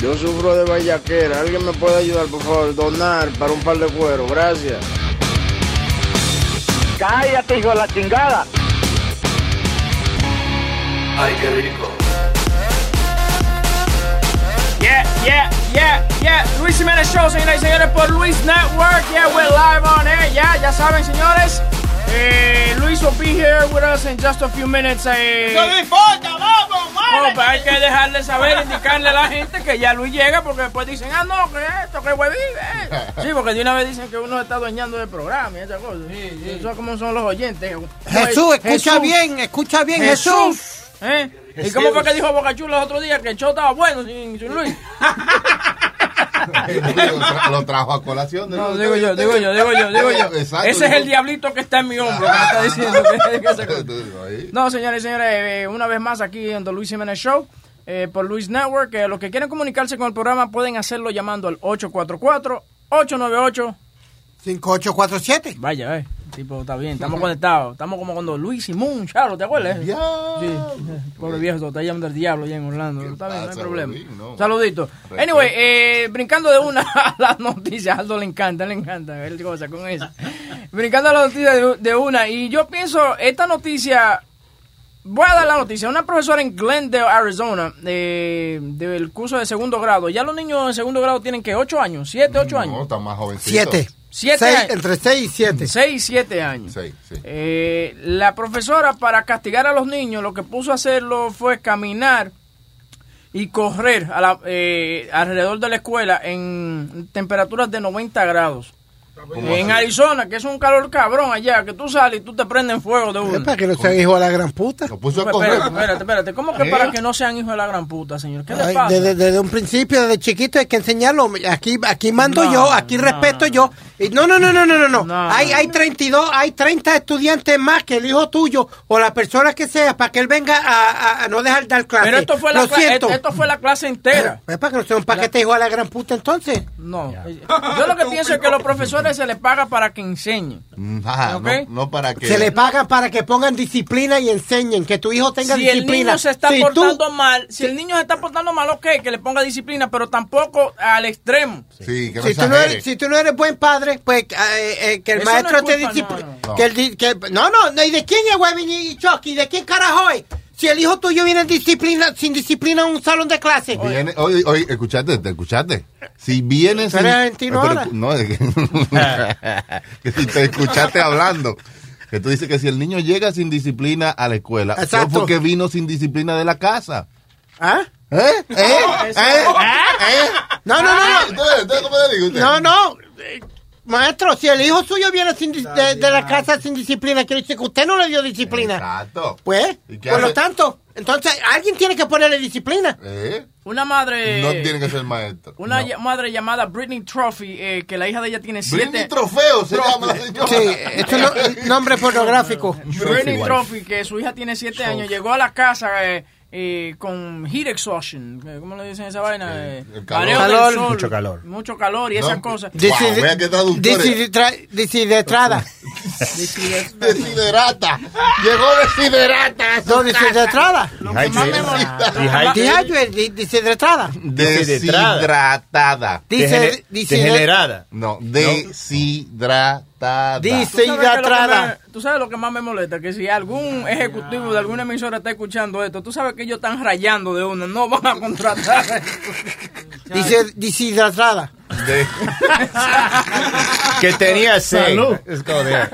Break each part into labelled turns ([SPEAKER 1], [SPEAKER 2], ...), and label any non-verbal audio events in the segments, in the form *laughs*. [SPEAKER 1] Yo sufro de vallaquera. ¿Alguien me puede ayudar, por favor? Donar para un par de cuero. Gracias.
[SPEAKER 2] Cállate, hijo de la chingada.
[SPEAKER 3] Ay, qué rico.
[SPEAKER 4] Yeah, yeah, yeah, yeah. Luis Jiménez Show, señoras y señores, por Luis Network. Yeah, we're live on air. Yeah, ya saben, señores. Eh, Luis will be here with us in just a few minutes. Eh.
[SPEAKER 5] importa, vamos,
[SPEAKER 4] No, pero hay que dejarle saber, indicarle a la gente que ya Luis llega porque después dicen, ah, no, que esto, que huevín. eh. Sí, porque de una vez dicen que uno está adueñando del programa y esas cosas. Eso es como son los oyentes.
[SPEAKER 6] Jesús, escucha
[SPEAKER 4] Jesús.
[SPEAKER 6] bien, escucha bien,
[SPEAKER 4] Jesús.
[SPEAKER 6] Jesús.
[SPEAKER 4] ¿Eh? ¿Y cómo fue que dijo Bocachula el otro día que el show estaba bueno sin, sin Luis?
[SPEAKER 7] lo, tra- lo trajo a colación.
[SPEAKER 4] No, digo yo, digo yo, digo yo, digo yo.
[SPEAKER 7] Exacto,
[SPEAKER 4] Ese es el
[SPEAKER 7] digo-
[SPEAKER 4] diablito que está en mi hombro. que me está diciendo que- que se-
[SPEAKER 7] *laughs* Ahí.
[SPEAKER 4] No, señores y señores, eh, una vez más aquí en The Luis Jiménez Show. eh, por Luis Network, Eh, los que quieran comunicarse con el programa pueden hacerlo llamando al 844-898.
[SPEAKER 6] 5847.
[SPEAKER 4] Vaya, eh. Tipo, está bien, estamos conectados. Estamos como cuando Luis y Moon, Charo, ¿te acuerdas? Sí. Pobre viejo, está llamando al diablo allá en Orlando. Está bien, no hay
[SPEAKER 7] pasa,
[SPEAKER 4] problema.
[SPEAKER 7] Luis? No.
[SPEAKER 4] Saludito.
[SPEAKER 7] Respeto.
[SPEAKER 4] Anyway, eh, brincando de una *laughs* a las noticias, a Aldo le encanta, le encanta él cosa con eso. brincando a las noticias de, de una, y yo pienso, esta noticia, voy a dar la noticia. Una profesora en Glendale, Arizona, eh, del curso de segundo grado, ya los niños en segundo grado tienen que 8 años, 7, 8
[SPEAKER 7] No,
[SPEAKER 4] años.
[SPEAKER 7] está más jovencito.
[SPEAKER 6] Siete.
[SPEAKER 4] Siete
[SPEAKER 6] Seis,
[SPEAKER 4] años.
[SPEAKER 6] entre 6 y 7.
[SPEAKER 4] 6, 7 años.
[SPEAKER 7] Sí, sí.
[SPEAKER 4] Eh, la profesora para castigar a los niños lo que puso a hacerlo fue caminar y correr a la- eh, alrededor de la escuela en temperaturas de 90 grados. En Arizona, que es un calor cabrón allá, que tú sales y tú te prenden fuego de
[SPEAKER 6] Es
[SPEAKER 4] uno.
[SPEAKER 6] para que no sean hijos de la gran puta.
[SPEAKER 7] Lo puso a correr.
[SPEAKER 4] Espérate, espérate, espérate. ¿Cómo que
[SPEAKER 7] ¿Eh?
[SPEAKER 4] para que no sean hijos de la gran puta, señor? ¿Qué le
[SPEAKER 6] Ay,
[SPEAKER 4] pasa?
[SPEAKER 6] Desde, desde un principio, desde chiquito, hay que enseñarlo. Aquí, aquí mando
[SPEAKER 4] No,
[SPEAKER 6] yo, aquí
[SPEAKER 4] no,
[SPEAKER 6] respeto
[SPEAKER 4] no,
[SPEAKER 6] yo. Y no, no, no, no, no, no, no.
[SPEAKER 4] No,
[SPEAKER 6] hay,
[SPEAKER 4] no.
[SPEAKER 6] hay 32, hay 30 estudiantes más que el hijo tuyo o la persona que sea para que él venga a, a- a no dejar dar clases.
[SPEAKER 4] Pero esto fue, la
[SPEAKER 6] Lo
[SPEAKER 4] cla- e-,
[SPEAKER 6] siento.
[SPEAKER 4] esto fue la clase entera.
[SPEAKER 6] Es para que no sea un paquete hijo de la gran puta entonces.
[SPEAKER 4] No.
[SPEAKER 7] *laughs*
[SPEAKER 4] Yo lo que pienso es que los profesores se les paga para que enseñen.
[SPEAKER 7] Ajá,
[SPEAKER 4] Ok.
[SPEAKER 7] Mm, ah, no, no para que.
[SPEAKER 6] Se le pagan para que pongan disciplina y enseñen, que tu hijo tenga
[SPEAKER 4] si el
[SPEAKER 6] disciplina.
[SPEAKER 4] niño se está
[SPEAKER 6] Si tú-
[SPEAKER 4] portando mal, si el niño se está portando mal, ok, que le ponga disciplina, pero tampoco al extremo.
[SPEAKER 7] Sí, que no
[SPEAKER 6] si tú, no
[SPEAKER 7] exagere.
[SPEAKER 6] eres, si tú no eres buen padre, pues eh, eh, que el
[SPEAKER 4] Eso
[SPEAKER 6] maestro
[SPEAKER 4] no
[SPEAKER 6] te
[SPEAKER 4] es culpa,
[SPEAKER 6] disciplina.
[SPEAKER 4] no,
[SPEAKER 7] no.
[SPEAKER 6] No. no, no, no, ¿y de quién es Webin y Chucky? ¿De quién carajo es? Si el hijo tuyo viene disciplina, sin disciplina a un salón de clase.
[SPEAKER 7] Viene, oye, oye, escuchate, te escuchaste. Si vienes.
[SPEAKER 6] Tú eres argentino
[SPEAKER 7] Pero-
[SPEAKER 6] ahora.
[SPEAKER 7] No, es que. *laughs* que si te escuchaste hablando. Que tú dices que si el niño llega sin disciplina a la escuela, fue
[SPEAKER 6] Exacto.
[SPEAKER 7] porque vino sin disciplina de la casa.
[SPEAKER 6] ¿Ah?
[SPEAKER 7] ¿Eh? ¿Eh? ¿Eh? ¿Eh?
[SPEAKER 6] No, no, no, no.
[SPEAKER 7] Entonces, entonces, ¿cómo le digo a usted?
[SPEAKER 6] No, no. eh, Maestro, si el hijo suyo viene sin dis- de, de la casa sin disciplina, quiere decir que usted no le dio disciplina.
[SPEAKER 7] Exacto.
[SPEAKER 6] Pues,
[SPEAKER 7] ¿Y qué
[SPEAKER 6] por lo
[SPEAKER 7] hace?
[SPEAKER 6] tanto, entonces alguien tiene que ponerle disciplina.
[SPEAKER 7] ¿Eh?
[SPEAKER 4] Una madre.
[SPEAKER 7] No tiene que ser maestro.
[SPEAKER 4] Una
[SPEAKER 7] No.
[SPEAKER 4] ya- madre llamada Britney Trophy, eh, que la hija de ella tiene
[SPEAKER 7] Britney
[SPEAKER 4] siete.
[SPEAKER 7] Trofeo se llama la señora.
[SPEAKER 6] Sí, esto es no- nombre pornográfico.
[SPEAKER 4] Britney Trophy, que su hija tiene siete años, llegó a la casa eh, eh, con heat exhaustion. eh, ¿Cómo le dicen esa vaina? Eh,
[SPEAKER 7] el calor.
[SPEAKER 4] mareo del
[SPEAKER 6] Calor.
[SPEAKER 4] sol,
[SPEAKER 5] Mucho calor.
[SPEAKER 4] Mucho calor y esas cosas.
[SPEAKER 7] Wow, vea qué traductores.
[SPEAKER 6] Desidetra- Desidetrada.
[SPEAKER 7] *laughs* Desiderata. Llegó desiderata.
[SPEAKER 6] No, deshidratada.
[SPEAKER 5] Dehydrated.
[SPEAKER 6] Dehydrated, di- eh, deshidratada.
[SPEAKER 7] Deshidratada.
[SPEAKER 6] Dice,
[SPEAKER 5] Degene- Degenerada.
[SPEAKER 7] No, deshidratada.
[SPEAKER 6] Dice-
[SPEAKER 4] ¿Tú sabes qué es lo que
[SPEAKER 6] Hidratada.
[SPEAKER 4] me- Tú sabes lo que más me molesta, que si algún ejecutivo de alguna emisora está escuchando esto, tú sabes que ellos están rayando de uno, no van a contratar.
[SPEAKER 6] *laughs* dice deshidratada.
[SPEAKER 7] De-
[SPEAKER 5] Que tenía seis.
[SPEAKER 7] Salud.
[SPEAKER 5] Es como de-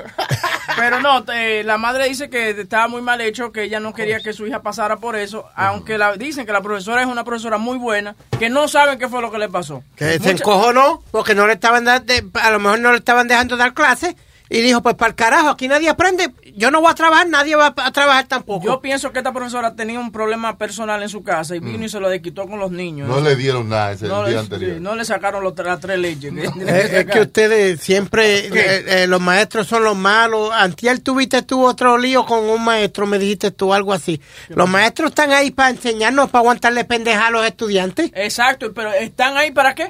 [SPEAKER 4] Pero no, te- la madre dice que estaba muy mal hecho, que ella no quería que su hija pasara por eso, aunque la, dicen que la profesora es una profesora muy buena, que no saben qué fue lo que le pasó.
[SPEAKER 6] Que se encojonó porque no le estaban dando, a lo mejor no le estaban dejando dar clases. Y dijo, pues para el carajo, aquí nadie aprende. Yo no voy a trabajar, nadie va a trabajar tampoco.
[SPEAKER 4] Yo pienso que esta profesora tenía un problema personal en su casa y vino y se lo desquitó con los niños.
[SPEAKER 7] No le dieron nada ese
[SPEAKER 4] no
[SPEAKER 7] el día
[SPEAKER 4] le,
[SPEAKER 7] anterior.
[SPEAKER 4] sí, no le sacaron los, tre- las tres leyes. que
[SPEAKER 6] Eh,
[SPEAKER 4] tenía que
[SPEAKER 6] es, que
[SPEAKER 4] sacar.
[SPEAKER 6] ustedes siempre, eh, eh, los maestros son los malos. Antier tuviste tú otro lío con un maestro, me dijiste tú algo así. Los maestros están ahí para enseñarnos, para aguantarle pendeja a los estudiantes,
[SPEAKER 4] Exacto, pero ¿están ahí para qué?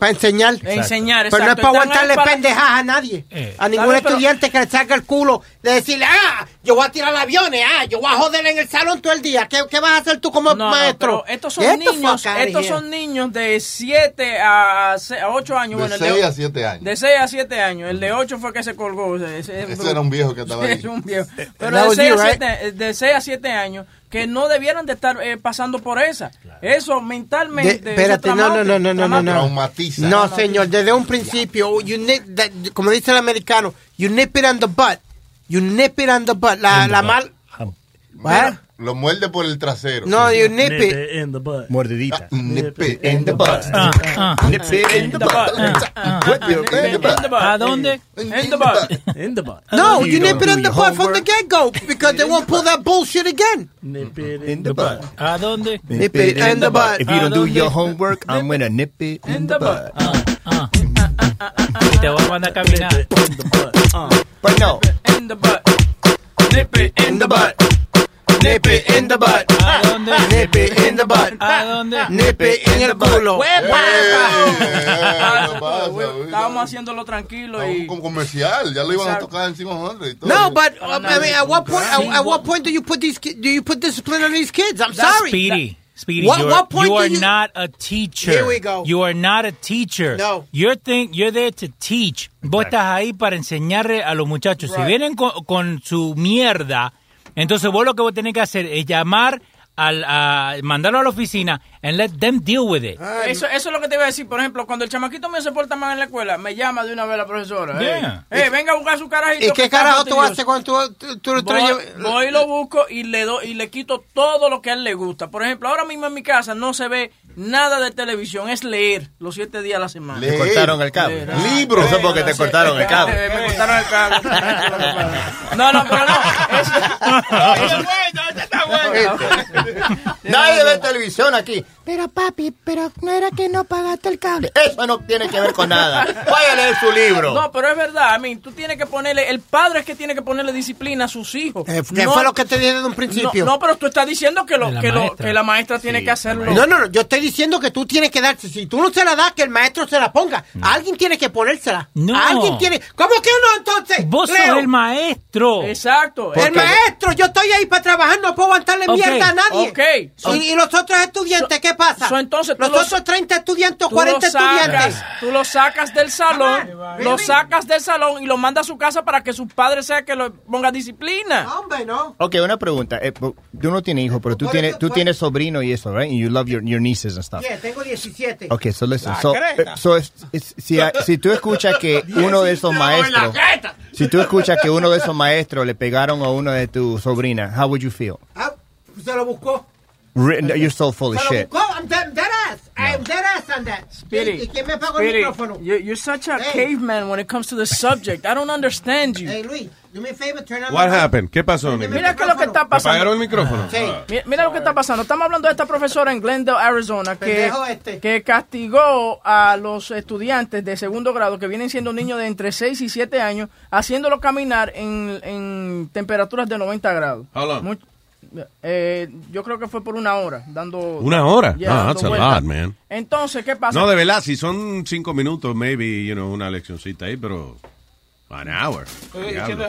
[SPEAKER 6] para enseñar.
[SPEAKER 4] Enseñar,
[SPEAKER 6] Pero no es para
[SPEAKER 4] exacto. Están ahí
[SPEAKER 6] aguantarle
[SPEAKER 4] para-
[SPEAKER 6] pendejas a nadie.
[SPEAKER 5] Eh.
[SPEAKER 6] A ningún
[SPEAKER 4] Claro, pero-
[SPEAKER 6] estudiante que le saca el culo de decirle, ah, yo voy a tirar aviones, ah, yo voy a joder en el salón todo el día. ¿Qué, qué vas a hacer tú como
[SPEAKER 4] No, no,
[SPEAKER 6] maestro?
[SPEAKER 4] pero estos son
[SPEAKER 6] Get the
[SPEAKER 4] niños,
[SPEAKER 6] fuck outta
[SPEAKER 4] estos
[SPEAKER 6] here.
[SPEAKER 4] son niños de 7 a 8 años.
[SPEAKER 7] De
[SPEAKER 4] bueno, el
[SPEAKER 7] 6 a 7 años.
[SPEAKER 4] De 6 a 7 años. El de 8 fue que se colgó. Ese, ese-
[SPEAKER 7] Ese era un viejo que
[SPEAKER 4] *laughs*
[SPEAKER 7] estaba ahí. Eh,
[SPEAKER 4] Sí, es un viejo.
[SPEAKER 6] that
[SPEAKER 4] Pero de
[SPEAKER 6] was
[SPEAKER 4] 6,
[SPEAKER 6] you,
[SPEAKER 4] a
[SPEAKER 6] right?
[SPEAKER 4] 7, de 6 a 7 años que no debieran de estar eh, pasando por esa. Eso mentalmente.
[SPEAKER 6] De- espérate,
[SPEAKER 4] eso
[SPEAKER 6] no,
[SPEAKER 4] es
[SPEAKER 6] no, no,
[SPEAKER 4] traumático,
[SPEAKER 6] no, no, no,
[SPEAKER 4] traumático.
[SPEAKER 6] no.
[SPEAKER 7] Traumatiza.
[SPEAKER 6] No, señor, desde un principio, you nip that- como dice el americano, you nip it on the butt. You nip it on the butt. La, la mal.
[SPEAKER 8] Ah.
[SPEAKER 6] What?
[SPEAKER 7] Lo muerde por el trasero.
[SPEAKER 6] No, you nip it.
[SPEAKER 8] in the butt.
[SPEAKER 5] Mordidita.
[SPEAKER 7] Nip it in the butt.
[SPEAKER 8] Ah, ah,
[SPEAKER 7] Nip it in the butt. Whip it in the
[SPEAKER 4] In the
[SPEAKER 7] butt.
[SPEAKER 4] butt.
[SPEAKER 8] ¿A dónde?
[SPEAKER 4] In the butt.
[SPEAKER 8] In the butt.
[SPEAKER 6] No,
[SPEAKER 8] You
[SPEAKER 6] you nip
[SPEAKER 8] don't
[SPEAKER 6] it on the
[SPEAKER 8] do your
[SPEAKER 6] butt from the
[SPEAKER 8] homework.
[SPEAKER 6] get go because they won't pull that bullshit again.
[SPEAKER 8] Nip it
[SPEAKER 5] In the butt.
[SPEAKER 8] ¿A dónde?
[SPEAKER 6] Nip it in the butt.
[SPEAKER 5] If you don't do your homework, I'm gonna nip it in the butt.
[SPEAKER 8] Y te voy a mandar a caminar.
[SPEAKER 5] But no,
[SPEAKER 4] In the butt. Nip it in the butt.
[SPEAKER 6] Nip it in the butt.
[SPEAKER 8] ¿A dónde?
[SPEAKER 6] Nip it in the butt.
[SPEAKER 8] ¿A dónde?
[SPEAKER 6] Nip it en el culo.
[SPEAKER 7] ¡Epa! ¿Qué Eh, pasa, güey?
[SPEAKER 4] Estábamos haciéndolo tranquilo
[SPEAKER 7] Estaba
[SPEAKER 4] y.
[SPEAKER 7] Como comercial, ya lo iban a
[SPEAKER 4] Exacto.
[SPEAKER 7] tocar encima Andre.
[SPEAKER 6] No, but uh, I mean, at what point? At, at what point do you put these? ki- Do you put discipline on these kids? I'm sorry.
[SPEAKER 8] Speedy. Speedy,
[SPEAKER 6] What-
[SPEAKER 8] you are,
[SPEAKER 6] what point
[SPEAKER 8] you
[SPEAKER 6] do
[SPEAKER 8] are
[SPEAKER 6] you-
[SPEAKER 8] not a teacher.
[SPEAKER 6] Here we go.
[SPEAKER 8] You are not a teacher.
[SPEAKER 6] No.
[SPEAKER 8] You're, think, you're there to teach. Vos estás ahí para enseñarle a los muchachos. Si
[SPEAKER 4] Right.
[SPEAKER 8] vienen con, con su mierda, entonces vos lo que vos tenés que hacer es llamar, al, a, mandarlo a la oficina and let them deal with it.
[SPEAKER 4] Eso, eso es lo que te iba a decir. Por ejemplo, cuando el chamaquito mío se porta mal en la escuela, me llama de una vez la profesora.
[SPEAKER 8] Yeah.
[SPEAKER 4] Eh, eh, venga a buscar su carajito.
[SPEAKER 6] ¿Y
[SPEAKER 4] que
[SPEAKER 6] qué
[SPEAKER 4] está
[SPEAKER 6] carajo tú
[SPEAKER 4] fastidioso.
[SPEAKER 6] haces cuando tú, tú, tú lo
[SPEAKER 4] Voy,
[SPEAKER 6] traes?
[SPEAKER 4] voy y lo busco y le doy y le quito todo lo que a él le gusta. Por ejemplo, ahora mismo en mi casa no se ve nada de televisión, es leer los siete días a la semana.
[SPEAKER 7] Leer.
[SPEAKER 5] te cortaron el cable.
[SPEAKER 4] Leer.
[SPEAKER 7] Libros.
[SPEAKER 5] Eso porque te
[SPEAKER 4] Sí,
[SPEAKER 5] cortaron
[SPEAKER 4] *laughs*
[SPEAKER 5] el
[SPEAKER 4] eh,
[SPEAKER 5] cable.
[SPEAKER 4] Me cortaron el
[SPEAKER 6] *laughs*
[SPEAKER 4] cable. No, no, pero no.
[SPEAKER 5] *laughs*
[SPEAKER 4] es-
[SPEAKER 5] Este. Nadie ve televisión aquí.
[SPEAKER 6] Pero papi, pero no era que no pagaste el cable.
[SPEAKER 5] Eso no tiene que ver con nada.
[SPEAKER 6] *laughs*
[SPEAKER 5] Vaya a leer su libro.
[SPEAKER 4] No, pero es verdad, a mí, tú tienes que ponerle, el padre es que tiene que ponerle disciplina a sus hijos.
[SPEAKER 6] Eh, ¿Qué
[SPEAKER 4] No-
[SPEAKER 6] fue lo que te dije desde un
[SPEAKER 4] no,
[SPEAKER 6] principio?
[SPEAKER 4] no, pero tú estás diciendo que, lo,
[SPEAKER 8] De la
[SPEAKER 4] que, lo,
[SPEAKER 8] maestra.
[SPEAKER 4] que la maestra tiene que hacerlo.
[SPEAKER 6] No, no, no, yo estoy diciendo que tú tienes que darse. Si tú no se la das, que el maestro se la ponga. Alguien tiene que ponérsela.
[SPEAKER 8] No.
[SPEAKER 6] Alguien tiene. ¿Cómo que no entonces?
[SPEAKER 8] Vos
[SPEAKER 6] Leo?
[SPEAKER 8] sos el maestro.
[SPEAKER 4] Exacto.
[SPEAKER 6] El maestro, yo estoy ahí para trabajar, no puedo aguantarle
[SPEAKER 8] Ok,
[SPEAKER 6] mierda a nadie.
[SPEAKER 4] ok. So-
[SPEAKER 6] y, y los otros estudiantes,
[SPEAKER 4] so-
[SPEAKER 6] ¿qué pasa?
[SPEAKER 4] so entonces tú
[SPEAKER 6] los
[SPEAKER 4] los-
[SPEAKER 6] otros 30 estudiantes,
[SPEAKER 4] Tú lo,
[SPEAKER 6] 40 estudiantes.
[SPEAKER 4] sacas, tú lo sacas del salón, lo sacas del salón y lo mandas a su casa para que su padre sea que lo ponga disciplina.
[SPEAKER 6] Hombre, no.
[SPEAKER 5] Ok, una pregunta. Eh, bu- tú no tienes hijos, pero tú
[SPEAKER 6] Por
[SPEAKER 5] tienes,
[SPEAKER 6] eso-
[SPEAKER 5] tú
[SPEAKER 6] por-
[SPEAKER 5] tienes sobrino y eso, right? And you love your, your nieces and stuff.
[SPEAKER 6] Yeah, tengo 17.
[SPEAKER 5] Okay, so listen. So, eh, so es- es- si, a- si tú escuchas
[SPEAKER 6] *laughs*
[SPEAKER 5] que uno de esos maestros, si tú escuchas que uno de esos maestros le pegaron a uno de tus sobrinas, how would you feel?
[SPEAKER 6] Ah, se lo buscó.
[SPEAKER 5] Re- You're so full of
[SPEAKER 6] Se lo
[SPEAKER 5] shit.
[SPEAKER 6] buscó. I'm dead, dead ass. I'm dead ass on that. ¿Y quién me pagó el micrófono?
[SPEAKER 4] you're, you're such a
[SPEAKER 6] Hey.
[SPEAKER 4] caveman when it comes to the subject. I don't understand you.
[SPEAKER 6] Hey, Luis, do me a favor, turn on
[SPEAKER 9] What
[SPEAKER 6] the-
[SPEAKER 9] happened? ¿Qué pasó, Nick?
[SPEAKER 4] Mira qué es lo que está
[SPEAKER 9] ¿Apagaron
[SPEAKER 4] pasando.
[SPEAKER 9] el micrófono? Ah.
[SPEAKER 6] Sí.
[SPEAKER 4] Mi- Mira lo que está pasando. Estamos hablando de esta profesora en Glendale, Arizona, que,
[SPEAKER 6] Pendejo este.
[SPEAKER 4] que castigó a los estudiantes de segundo grado que vienen siendo niños de entre 6 y 7 años, haciéndolos caminar en, en temperaturas de 90 grados.
[SPEAKER 9] How long?
[SPEAKER 4] Much- eh, yo creo que fue por una hora, dando...
[SPEAKER 9] ¿Una hora?
[SPEAKER 4] Yeah,
[SPEAKER 9] No,
[SPEAKER 4] dando
[SPEAKER 9] that's a
[SPEAKER 4] vueltas.
[SPEAKER 9] lot, man.
[SPEAKER 4] Entonces, ¿qué pasa?
[SPEAKER 9] No, de verdad, si son cinco minutos, maybe, you know, una leccioncita ahí, pero an hour.
[SPEAKER 4] Eh,
[SPEAKER 9] Diablo.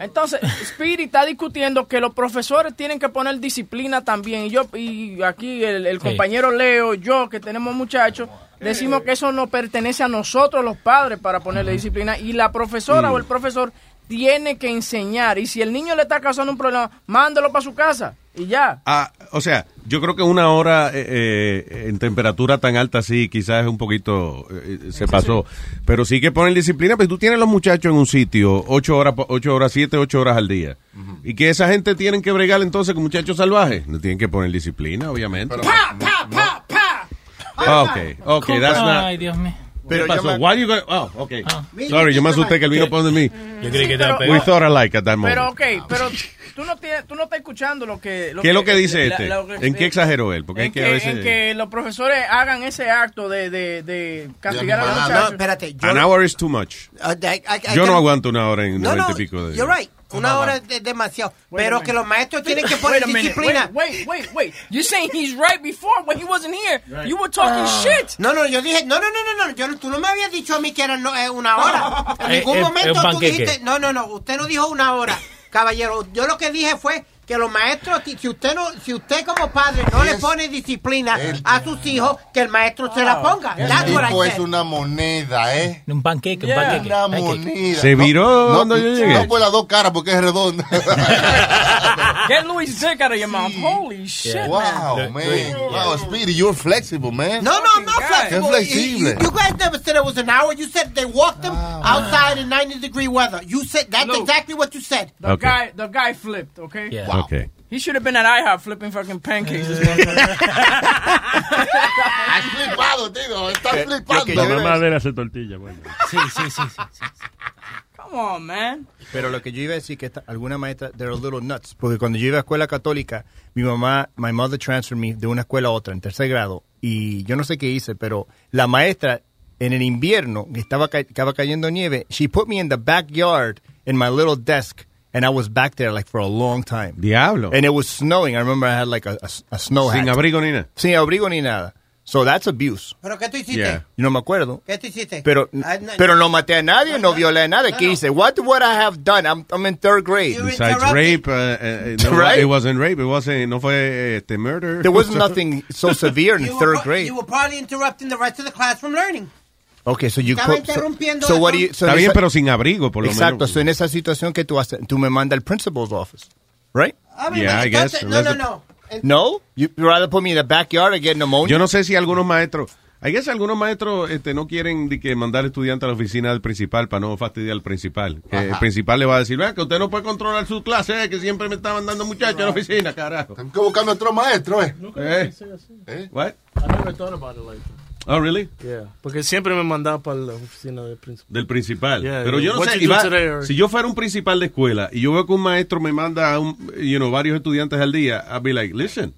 [SPEAKER 4] Entonces, Spirit está discutiendo que los profesores tienen que poner disciplina también. Y yo, y aquí el, el compañero Leo, yo, que tenemos muchachos, decimos que eso no pertenece a nosotros los padres para ponerle disciplina. Y la profesora o el profesor tiene que enseñar. Y si el niño le está causando un problema, mándelo para su casa. Y ya.
[SPEAKER 9] Ah, o sea, yo creo que una hora eh, eh, en temperatura tan alta sí, quizás es un poquito eh, eh, se pasó, pero sí que ponen disciplina, pues tú tienes los muchachos en un sitio ocho horas, po- ocho horas, siete, ocho horas al día, y que esa gente tienen que bregar entonces con muchachos salvajes, no tienen que poner disciplina, obviamente.
[SPEAKER 6] Pa, pa, pa, pa.
[SPEAKER 9] Ah, ok, ok, that's not-
[SPEAKER 8] Ay, Dios mío.
[SPEAKER 9] ¿Qué pasó?
[SPEAKER 4] yo me-
[SPEAKER 9] Why you go- Oh, okay.
[SPEAKER 10] Ah.
[SPEAKER 4] Mira,
[SPEAKER 9] Sorry, yo me
[SPEAKER 4] mira,
[SPEAKER 9] asusté que el vino
[SPEAKER 4] ¿qué?
[SPEAKER 9] pon de mí.
[SPEAKER 4] Yo creí que estaba Sí, pero-
[SPEAKER 9] We thought alike at that moment.
[SPEAKER 4] Pero, ok, pero tú no, tienes- tú no estás escuchando lo que...
[SPEAKER 9] ¿Qué es lo que dice
[SPEAKER 4] la-
[SPEAKER 9] este?
[SPEAKER 4] la- lo que-
[SPEAKER 9] ¿En qué exageró él? Porque
[SPEAKER 4] en
[SPEAKER 9] es que
[SPEAKER 4] que,
[SPEAKER 9] a veces-
[SPEAKER 4] en que los profesores hagan ese acto de, de, de castigar a los
[SPEAKER 6] No,
[SPEAKER 4] muchachos.
[SPEAKER 6] espérate. Ah, Yo,
[SPEAKER 9] An hour is too much.
[SPEAKER 6] I- I- I-
[SPEAKER 9] Yo
[SPEAKER 6] I-
[SPEAKER 9] no aguanto una hora en
[SPEAKER 6] No,
[SPEAKER 9] noventa y
[SPEAKER 6] no,
[SPEAKER 9] pico de...
[SPEAKER 6] you're right. Una
[SPEAKER 9] Ajá.
[SPEAKER 6] hora es demasiado.
[SPEAKER 4] Wait a
[SPEAKER 6] Pero
[SPEAKER 4] minute.
[SPEAKER 6] que los maestros tienen que
[SPEAKER 4] Wait
[SPEAKER 6] poner
[SPEAKER 4] a minute,
[SPEAKER 6] disciplina.
[SPEAKER 4] Wait, wait, wait, wait. You're saying he's right before when he wasn't here. You were talking
[SPEAKER 6] Ah.
[SPEAKER 4] shit.
[SPEAKER 6] No, no, yo dije, no, no, no, no, no, yo, no- tú no me habías dicho a mí que era no, eh, una
[SPEAKER 8] *laughs*
[SPEAKER 6] hora. En
[SPEAKER 8] Eh,
[SPEAKER 6] ningún
[SPEAKER 8] eh,
[SPEAKER 6] momento
[SPEAKER 8] eh, un
[SPEAKER 6] tú
[SPEAKER 8] panqueque.
[SPEAKER 6] dijiste, no, no, no, usted no dijo una
[SPEAKER 8] *laughs*
[SPEAKER 6] hora, caballero. Yo lo que dije fue que los maestros, si si usted no, si usted como padre no le pone disciplina a sus hijos, que el maestro se
[SPEAKER 5] Ah.
[SPEAKER 6] la ponga.
[SPEAKER 7] El
[SPEAKER 6] That's what I
[SPEAKER 7] tipo es
[SPEAKER 6] said.
[SPEAKER 7] una moneda, ¿eh?
[SPEAKER 8] Un panqueque, un
[SPEAKER 7] Yeah.
[SPEAKER 8] panqueque.
[SPEAKER 7] Una
[SPEAKER 8] Panqueque.
[SPEAKER 7] moneda.
[SPEAKER 9] Se viró
[SPEAKER 7] No,
[SPEAKER 9] cuando yo llegué.
[SPEAKER 7] No por las dos caras porque es redonda.
[SPEAKER 4] Get Louis' dick out of your mouth. Holy shit, man.
[SPEAKER 7] wow, man. Wow, Speedy, you're flexible, man.
[SPEAKER 6] No, no, I'm not
[SPEAKER 7] Es
[SPEAKER 6] flexible. You,
[SPEAKER 7] flexible.
[SPEAKER 6] you guys never said it was an hour. You said they walked them
[SPEAKER 5] Ah,
[SPEAKER 6] outside in 90 degree weather. You said that's
[SPEAKER 4] Look.
[SPEAKER 6] exactly what you said.
[SPEAKER 4] The
[SPEAKER 9] Okay.
[SPEAKER 4] guy, the guy flipped. Okay.
[SPEAKER 8] Yeah.
[SPEAKER 9] Wow. Okay.
[SPEAKER 4] He should have been at IHOP flipping fucking
[SPEAKER 6] *laughs*
[SPEAKER 4] pancakes. this motherfucker.
[SPEAKER 7] Estás flipado, tío.
[SPEAKER 9] Eh,
[SPEAKER 7] Estás flipando.
[SPEAKER 5] que yo iba a decir-
[SPEAKER 10] madera hace tortilla, bueno.
[SPEAKER 8] Sí, sí, sí. sí.
[SPEAKER 4] Come on, man.
[SPEAKER 5] Pero lo que yo iba a decir que esta- alguna maestra, they're a little nuts. Porque cuando yo iba a escuela católica, mi mamá, my mother transferred me de una escuela a otra en tercer grado. Y yo no sé qué hice, pero la maestra en el invierno, estaba, ca- estaba cayendo nieve, she put me in the backyard in my little desk. And I was back there like for a long time.
[SPEAKER 9] Diablo.
[SPEAKER 5] And it was snowing. I remember I had like a, a, a snow hat.
[SPEAKER 9] Sin abrigo ni nada.
[SPEAKER 5] Sin abrigo ni nada. So that's abuse.
[SPEAKER 6] ¿Pero qué tú hiciste?
[SPEAKER 9] Yeah.
[SPEAKER 5] Yo no me acuerdo.
[SPEAKER 6] ¿Qué tú hiciste?
[SPEAKER 5] Pero,
[SPEAKER 6] Ah, no,
[SPEAKER 5] pero no maté a nadie, no violé a nadie. ¿Qué hice? What would I have done? I'm, I'm in third grade.
[SPEAKER 9] Besides rape, uh, uh, no,
[SPEAKER 5] Right?
[SPEAKER 9] it wasn't rape, it wasn't, no fue este murder.
[SPEAKER 5] There was nothing so severe in
[SPEAKER 6] you were
[SPEAKER 5] third
[SPEAKER 6] pro-
[SPEAKER 5] grade.
[SPEAKER 6] You were probably interrupting the rest of the class from learning.
[SPEAKER 5] Okay, so you
[SPEAKER 6] Estaba
[SPEAKER 5] co- so-
[SPEAKER 6] interrumpiendo
[SPEAKER 5] so
[SPEAKER 6] la
[SPEAKER 5] what do you- so
[SPEAKER 9] Está
[SPEAKER 5] en
[SPEAKER 9] bien,
[SPEAKER 5] esa-
[SPEAKER 9] pero sin abrigo, por lo
[SPEAKER 5] Exacto,
[SPEAKER 9] menos.
[SPEAKER 5] so en esa situación que tú haces, tú me mandas al principal's office, right?
[SPEAKER 6] A ver,
[SPEAKER 9] Yeah, I guess.
[SPEAKER 6] entonces- No, no, no.
[SPEAKER 5] No, you you'd rather put me in the backyard and get pneumonia.
[SPEAKER 9] Yo no sé si algunos maestros, hay que algunos maestros este, no quieren de que mandar estudiantes a la oficina del principal para no fastidiar al principal. Que el principal le va a decir, vea que usted no puede controlar su clase, eh, que siempre me está mandando muchachos a la oficina, carajo.
[SPEAKER 7] Están buscando otro maestro, ¿eh?
[SPEAKER 9] Eh, what?
[SPEAKER 10] I never thought about it like that.
[SPEAKER 9] Oh, really?
[SPEAKER 10] Yeah. Porque siempre me mandaba para la oficina del principal.
[SPEAKER 9] Del principal.
[SPEAKER 10] Yeah,
[SPEAKER 9] Pero yo no
[SPEAKER 10] what
[SPEAKER 9] sé,
[SPEAKER 10] you do
[SPEAKER 9] Iván,
[SPEAKER 10] today or-
[SPEAKER 9] si yo fuera un principal de escuela y yo veo que un maestro me manda a un, you know, varios estudiantes al día, I'd be like, listen,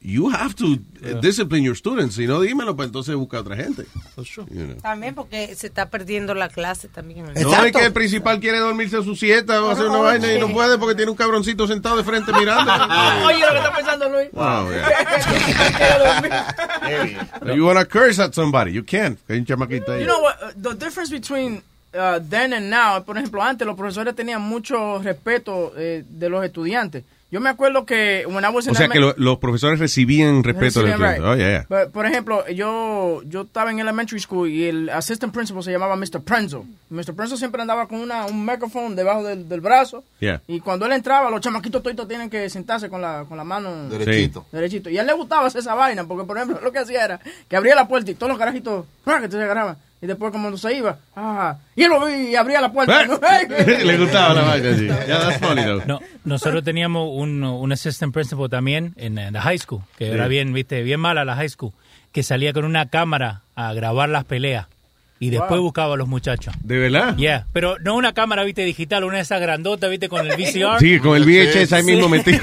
[SPEAKER 9] you have to eh, discipline your students. Si no, dímelo, pues entonces busca otra gente. You know.
[SPEAKER 11] También porque se está perdiendo la clase también.
[SPEAKER 9] No es que el principal quiere dormirse a su siesta o hacer una vaina y no puede porque tiene un cabroncito sentado de frente mirando.
[SPEAKER 4] *laughs* *laughs* Oye, lo que está pensando Luis.
[SPEAKER 9] Wow, You wanna curse at somebody, you can't. Hay un chamaquito ahí.
[SPEAKER 4] *laughs* You know what? uh, The difference between uh, then and now, por ejemplo, antes los profesores tenían mucho respeto eh, de los estudiantes. Yo me acuerdo que when I was in
[SPEAKER 9] O sea
[SPEAKER 4] eleme-
[SPEAKER 9] que lo- los profesores recibían respeto del
[SPEAKER 4] Recibían,
[SPEAKER 9] estudiante.
[SPEAKER 4] right.
[SPEAKER 9] Oh, yeah.
[SPEAKER 4] But, por ejemplo, yo, yo estaba en elementary school y el assistant principal se llamaba Mr. Prenzo. Mr. Prenzo siempre andaba con una, un micrófono debajo del, del brazo.
[SPEAKER 9] Yeah.
[SPEAKER 4] Y cuando él entraba, los chamaquitos toitos tienen que sentarse con la, con la mano
[SPEAKER 9] Derechito.
[SPEAKER 4] derechito. Y a él le gustaba hacer esa vaina, porque por ejemplo, lo que hacía era que abría la puerta y todos los carajitos, ¡pra! que se agarraban. Y después, como se iba, ah, y él volvía y abría la puerta. *laughs* ¿no?
[SPEAKER 9] Eh. *laughs* Le gustaba la vaina, sí. Yeah, that's funny, though.
[SPEAKER 8] No, nosotros teníamos un, un assistant principal también en, en la high school, que
[SPEAKER 9] Sí.
[SPEAKER 8] era bien, viste, bien mala la high school, que salía con una cámara a grabar las peleas y después
[SPEAKER 9] Wow.
[SPEAKER 8] buscaba a los muchachos.
[SPEAKER 9] ¿De verdad?
[SPEAKER 8] Yeah, pero no una cámara, viste, digital, una de esas grandotas, viste, con el VCR.
[SPEAKER 9] Sí, con el VHS ahí mismo
[SPEAKER 8] *laughs*
[SPEAKER 9] metido.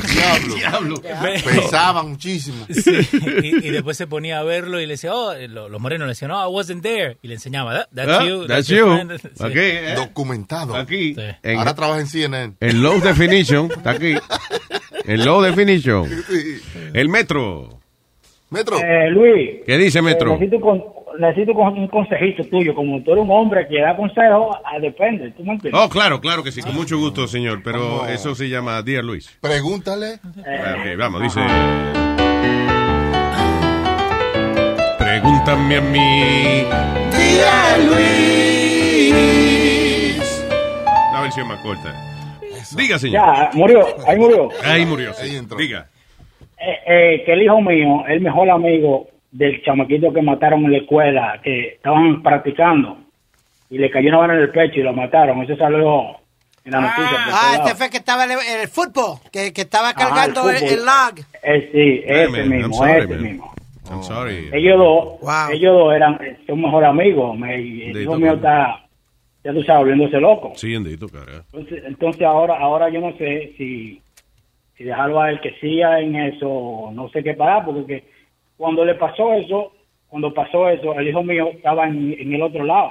[SPEAKER 9] *laughs*
[SPEAKER 7] Diablo. Pesaba muchísimo.
[SPEAKER 8] Sí, y, y después se ponía a verlo y le decía, oh, lo- los morenos le decían, no, I wasn't there. Y le enseñaba, "That- that's
[SPEAKER 9] Ah,
[SPEAKER 8] you.
[SPEAKER 9] that's
[SPEAKER 8] your
[SPEAKER 9] you.
[SPEAKER 8] friend." Sí.
[SPEAKER 9] Aquí, eh.
[SPEAKER 7] Documentado.
[SPEAKER 9] Aquí. En-
[SPEAKER 7] Ahora trabaja en CNN.
[SPEAKER 9] En low definition, está aquí. En low definition.
[SPEAKER 7] Sí.
[SPEAKER 9] El metro.
[SPEAKER 7] Metro.
[SPEAKER 12] Eh, Luis.
[SPEAKER 9] ¿Qué dice
[SPEAKER 12] eh,
[SPEAKER 9] metro?
[SPEAKER 12] necesito, con- necesito con- un consejito tuyo. Como tú eres un hombre que da consejos, ah, depende. ¿Tú me entiendes?
[SPEAKER 9] Oh, claro, claro que sí, con mucho gusto, señor. Pero eso se llama Dear Luis.
[SPEAKER 7] Pregúntale.
[SPEAKER 9] Ah, ok, vamos, dice. Pregúntame a mí.
[SPEAKER 13] Día
[SPEAKER 9] Luis. La versión más corta. Diga, señor.
[SPEAKER 12] Ya, murió. Ahí murió.
[SPEAKER 9] Ahí murió, sí. Diga.
[SPEAKER 12] Eh, eh, que el hijo mío, el mejor amigo del chamaquito que mataron en la escuela, que estaban practicando, y le cayó una bala en el pecho y lo mataron. Eso salió en la noticia. por
[SPEAKER 6] Ah,
[SPEAKER 12] todos
[SPEAKER 9] Oh.
[SPEAKER 6] este
[SPEAKER 12] lados.
[SPEAKER 6] fue que estaba en el, en el fútbol, que, que estaba
[SPEAKER 12] Ajá, el
[SPEAKER 6] cargando el,
[SPEAKER 12] fútbol.
[SPEAKER 6] el log.
[SPEAKER 12] Eh, sí,
[SPEAKER 9] Wait a
[SPEAKER 12] ese
[SPEAKER 9] minute, I'm
[SPEAKER 12] mismo,
[SPEAKER 9] sorry,
[SPEAKER 12] ese
[SPEAKER 9] man.
[SPEAKER 12] mismo.
[SPEAKER 9] I'm sorry.
[SPEAKER 14] Ellos dos, ellos dos eran,
[SPEAKER 12] eh,
[SPEAKER 14] son mejor amigos. Me, el
[SPEAKER 9] They
[SPEAKER 14] hijo
[SPEAKER 9] talk
[SPEAKER 14] mío
[SPEAKER 9] about-
[SPEAKER 14] está, ya tú sabes, volviéndose loco.
[SPEAKER 9] Sí, endito, cara.
[SPEAKER 14] Entonces, entonces ahora, ahora yo no sé si, si dejarlo a él que siga en eso, no sé qué parar, porque que cuando le pasó eso, cuando pasó eso, el hijo mío estaba en, en el otro lado.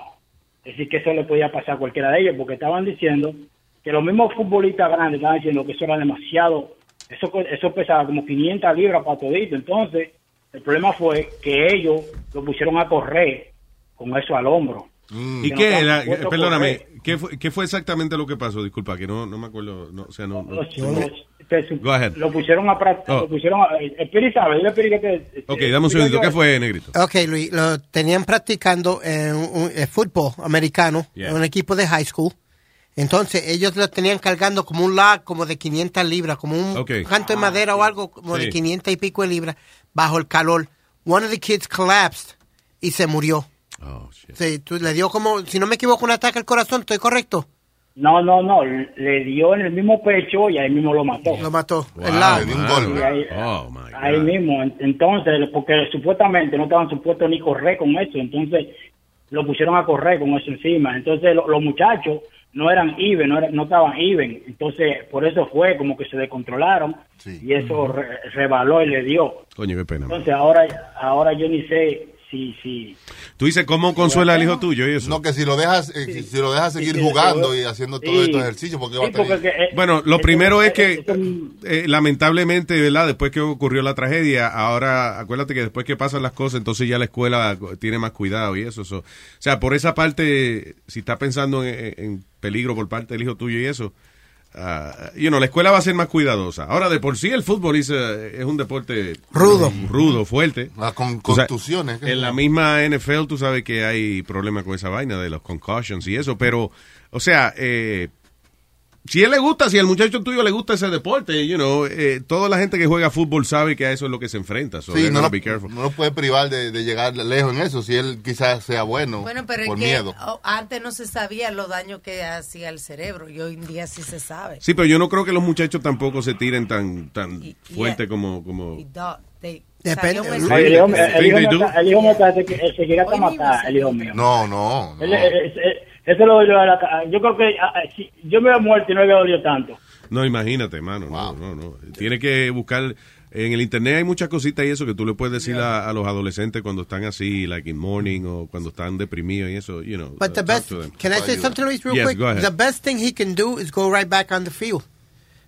[SPEAKER 14] Es decir, que eso le podía pasar a cualquiera de ellos, porque estaban diciendo que los mismos futbolistas grandes estaban diciendo que eso era demasiado, eso, co- eso pesaba como 500 libras para todito. Entonces, el problema fue que ellos lo pusieron a correr con eso al hombro.
[SPEAKER 9] ¿Y
[SPEAKER 14] Mm. Que no
[SPEAKER 9] qué
[SPEAKER 14] estaban
[SPEAKER 9] era?
[SPEAKER 14] dispuestos a
[SPEAKER 9] Perdóname, ¿qué fue, qué fue exactamente lo que pasó? Disculpa, que no, no me acuerdo. No, o sea, no, no-
[SPEAKER 14] Los-
[SPEAKER 9] no-
[SPEAKER 14] los- se su-
[SPEAKER 9] Go ahead.
[SPEAKER 14] pues, Lo pusieron a práctica,
[SPEAKER 9] Oh.
[SPEAKER 14] lo pusieron a... eh, Espiri sabe, dile a Espiri que te... eh,
[SPEAKER 9] Ok, dame un segundito. ¿Qué fue, Negrito?
[SPEAKER 6] Ok, Luis, lo tenían practicando en un, un- eh, fútbol americano,
[SPEAKER 9] Yeah.
[SPEAKER 6] en un equipo de high school. Entonces, ellos lo tenían cargando como un lag, como de 500 libras, como un
[SPEAKER 9] Ok. Ah,
[SPEAKER 6] canto de madera o algo como de
[SPEAKER 9] Sí.
[SPEAKER 6] 500 y pico de libras, bajo el calor. One of the kids collapsed y se murió.
[SPEAKER 9] Oh,
[SPEAKER 6] Sí, tú- le dio como, si no me equivoco, un ataque al corazón, ¿estoy correcto?
[SPEAKER 14] No, no, no, le dio en el mismo pecho y ahí mismo lo mató.
[SPEAKER 6] Lo mató,
[SPEAKER 9] el lado. le dio un golpe.
[SPEAKER 14] Y ahí,
[SPEAKER 9] Oh, my God.
[SPEAKER 14] ahí mismo, en- entonces, porque supuestamente no estaban supuestos ni correr con eso, entonces lo pusieron a correr con eso encima. Entonces lo- los muchachos no eran even, no, era- no estaban even, entonces por eso fue como que se descontrolaron y eso re- rebaló y le dio.
[SPEAKER 9] Coño, qué pena. man.
[SPEAKER 14] Entonces ahora, ahora yo ni sé si... si
[SPEAKER 9] Tú dices, ¿cómo consuela al hijo tuyo y eso?
[SPEAKER 7] No, que si lo dejas, eh, si- si lo dejas seguir
[SPEAKER 14] Sí, sí,
[SPEAKER 7] jugando
[SPEAKER 14] sí.
[SPEAKER 7] y haciendo todo
[SPEAKER 14] Sí.
[SPEAKER 7] estos ejercicios, porque va
[SPEAKER 14] Sí,
[SPEAKER 7] a tener...
[SPEAKER 14] porque que- eh,
[SPEAKER 9] Bueno, lo
[SPEAKER 14] eso-
[SPEAKER 9] primero es
[SPEAKER 14] eh,
[SPEAKER 9] que,
[SPEAKER 14] eso-
[SPEAKER 9] eh, lamentablemente, ¿verdad? Después que ocurrió la tragedia, ahora acuérdate que después que pasan las cosas, entonces ya la escuela tiene más cuidado y eso. so- O sea, por esa parte, si está pensando en, en peligro por parte del hijo tuyo y eso, ah, you know, la escuela va a ser más cuidadosa. Ahora, de por sí, el fútbol es, eh, es un deporte
[SPEAKER 6] rudo,
[SPEAKER 9] rudo fuerte.
[SPEAKER 7] con
[SPEAKER 9] Tú sabes,
[SPEAKER 7] contusiones.
[SPEAKER 9] en la misma NFL, tú sabes que hay problemas con esa vaina de los concussions y eso, pero, o sea, eh, si él le gusta, si al muchacho tuyo le gusta ese deporte, you know, eh, toda la gente que juega fútbol sabe que a eso es lo que se enfrenta. so
[SPEAKER 7] Sí,
[SPEAKER 9] they're
[SPEAKER 7] no
[SPEAKER 9] gonna
[SPEAKER 7] lo,
[SPEAKER 9] be careful.
[SPEAKER 7] no lo puede privar de, de llegar lejos en eso, si él quizás sea bueno,
[SPEAKER 11] Bueno, pero
[SPEAKER 7] por
[SPEAKER 11] es que
[SPEAKER 7] miedo.
[SPEAKER 11] oh, antes no se sabía los daños que hacía al cerebro y hoy en día sí se sabe.
[SPEAKER 9] Sí, pero yo no creo que los muchachos tampoco se tiren tan tan fuerte como...
[SPEAKER 11] Y
[SPEAKER 9] como
[SPEAKER 11] da- de-
[SPEAKER 9] Depende.
[SPEAKER 11] salió
[SPEAKER 9] Sí.
[SPEAKER 11] un-
[SPEAKER 14] El hijo,
[SPEAKER 9] Sí,
[SPEAKER 14] el
[SPEAKER 9] sí,
[SPEAKER 14] hijo
[SPEAKER 9] sí,
[SPEAKER 14] mío
[SPEAKER 9] tú.
[SPEAKER 14] está- el hijo mío está- se, se quiere hasta matar, el hijo mío.
[SPEAKER 7] No, no.
[SPEAKER 14] Él- él- él- eso lo dolió a la ca- Yo creo que ah, ah, si- yo me había muerto y no había dolido tanto.
[SPEAKER 9] No, imagínate, mano. No, no, no. Tiene que buscar... En el internet hay muchas cositas y eso que tú le puedes decir a, a los adolescentes cuando están así, like in morning o cuando están deprimidos y eso, you know.
[SPEAKER 6] But the
[SPEAKER 9] Uh, talk
[SPEAKER 6] best,
[SPEAKER 9] to them.
[SPEAKER 6] can I say something, Luis, real
[SPEAKER 9] Yes,
[SPEAKER 6] quick?
[SPEAKER 9] go ahead.
[SPEAKER 6] The best thing he can do is go right back on the field.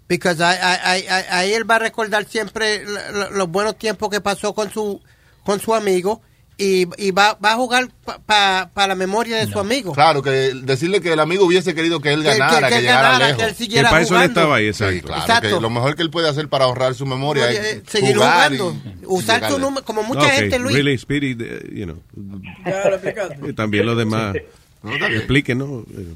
[SPEAKER 6] Because I, I, I, I- ahí él va a recordar siempre lo- lo- los buenos tiempos que pasó con su, con su amigo y, y va, va a jugar para la memoria de su amigo.
[SPEAKER 7] Claro, que decirle que el amigo hubiese querido que él
[SPEAKER 6] Que- que-
[SPEAKER 7] ganara, que,
[SPEAKER 6] que él
[SPEAKER 7] llegara
[SPEAKER 6] ganara,
[SPEAKER 7] lejos.
[SPEAKER 6] que él siguiera Que para eso él jugando. estaba ahí,
[SPEAKER 7] Sí,
[SPEAKER 9] exacto.
[SPEAKER 7] claro,
[SPEAKER 6] Exacto.
[SPEAKER 7] que lo mejor que él puede hacer para ahorrar su memoria
[SPEAKER 6] Oye, eh,
[SPEAKER 7] es
[SPEAKER 6] seguir
[SPEAKER 7] jugar y-
[SPEAKER 6] jugando.
[SPEAKER 7] y
[SPEAKER 6] Usar
[SPEAKER 7] llegar
[SPEAKER 6] tu
[SPEAKER 7] lejos.
[SPEAKER 6] número, como mucha
[SPEAKER 9] Okay,
[SPEAKER 6] gente, Luis.
[SPEAKER 9] Really, Speedy, de- eh, you know. Y También los demás.
[SPEAKER 7] No, está bien.
[SPEAKER 9] Expliquen, ¿no? Eh,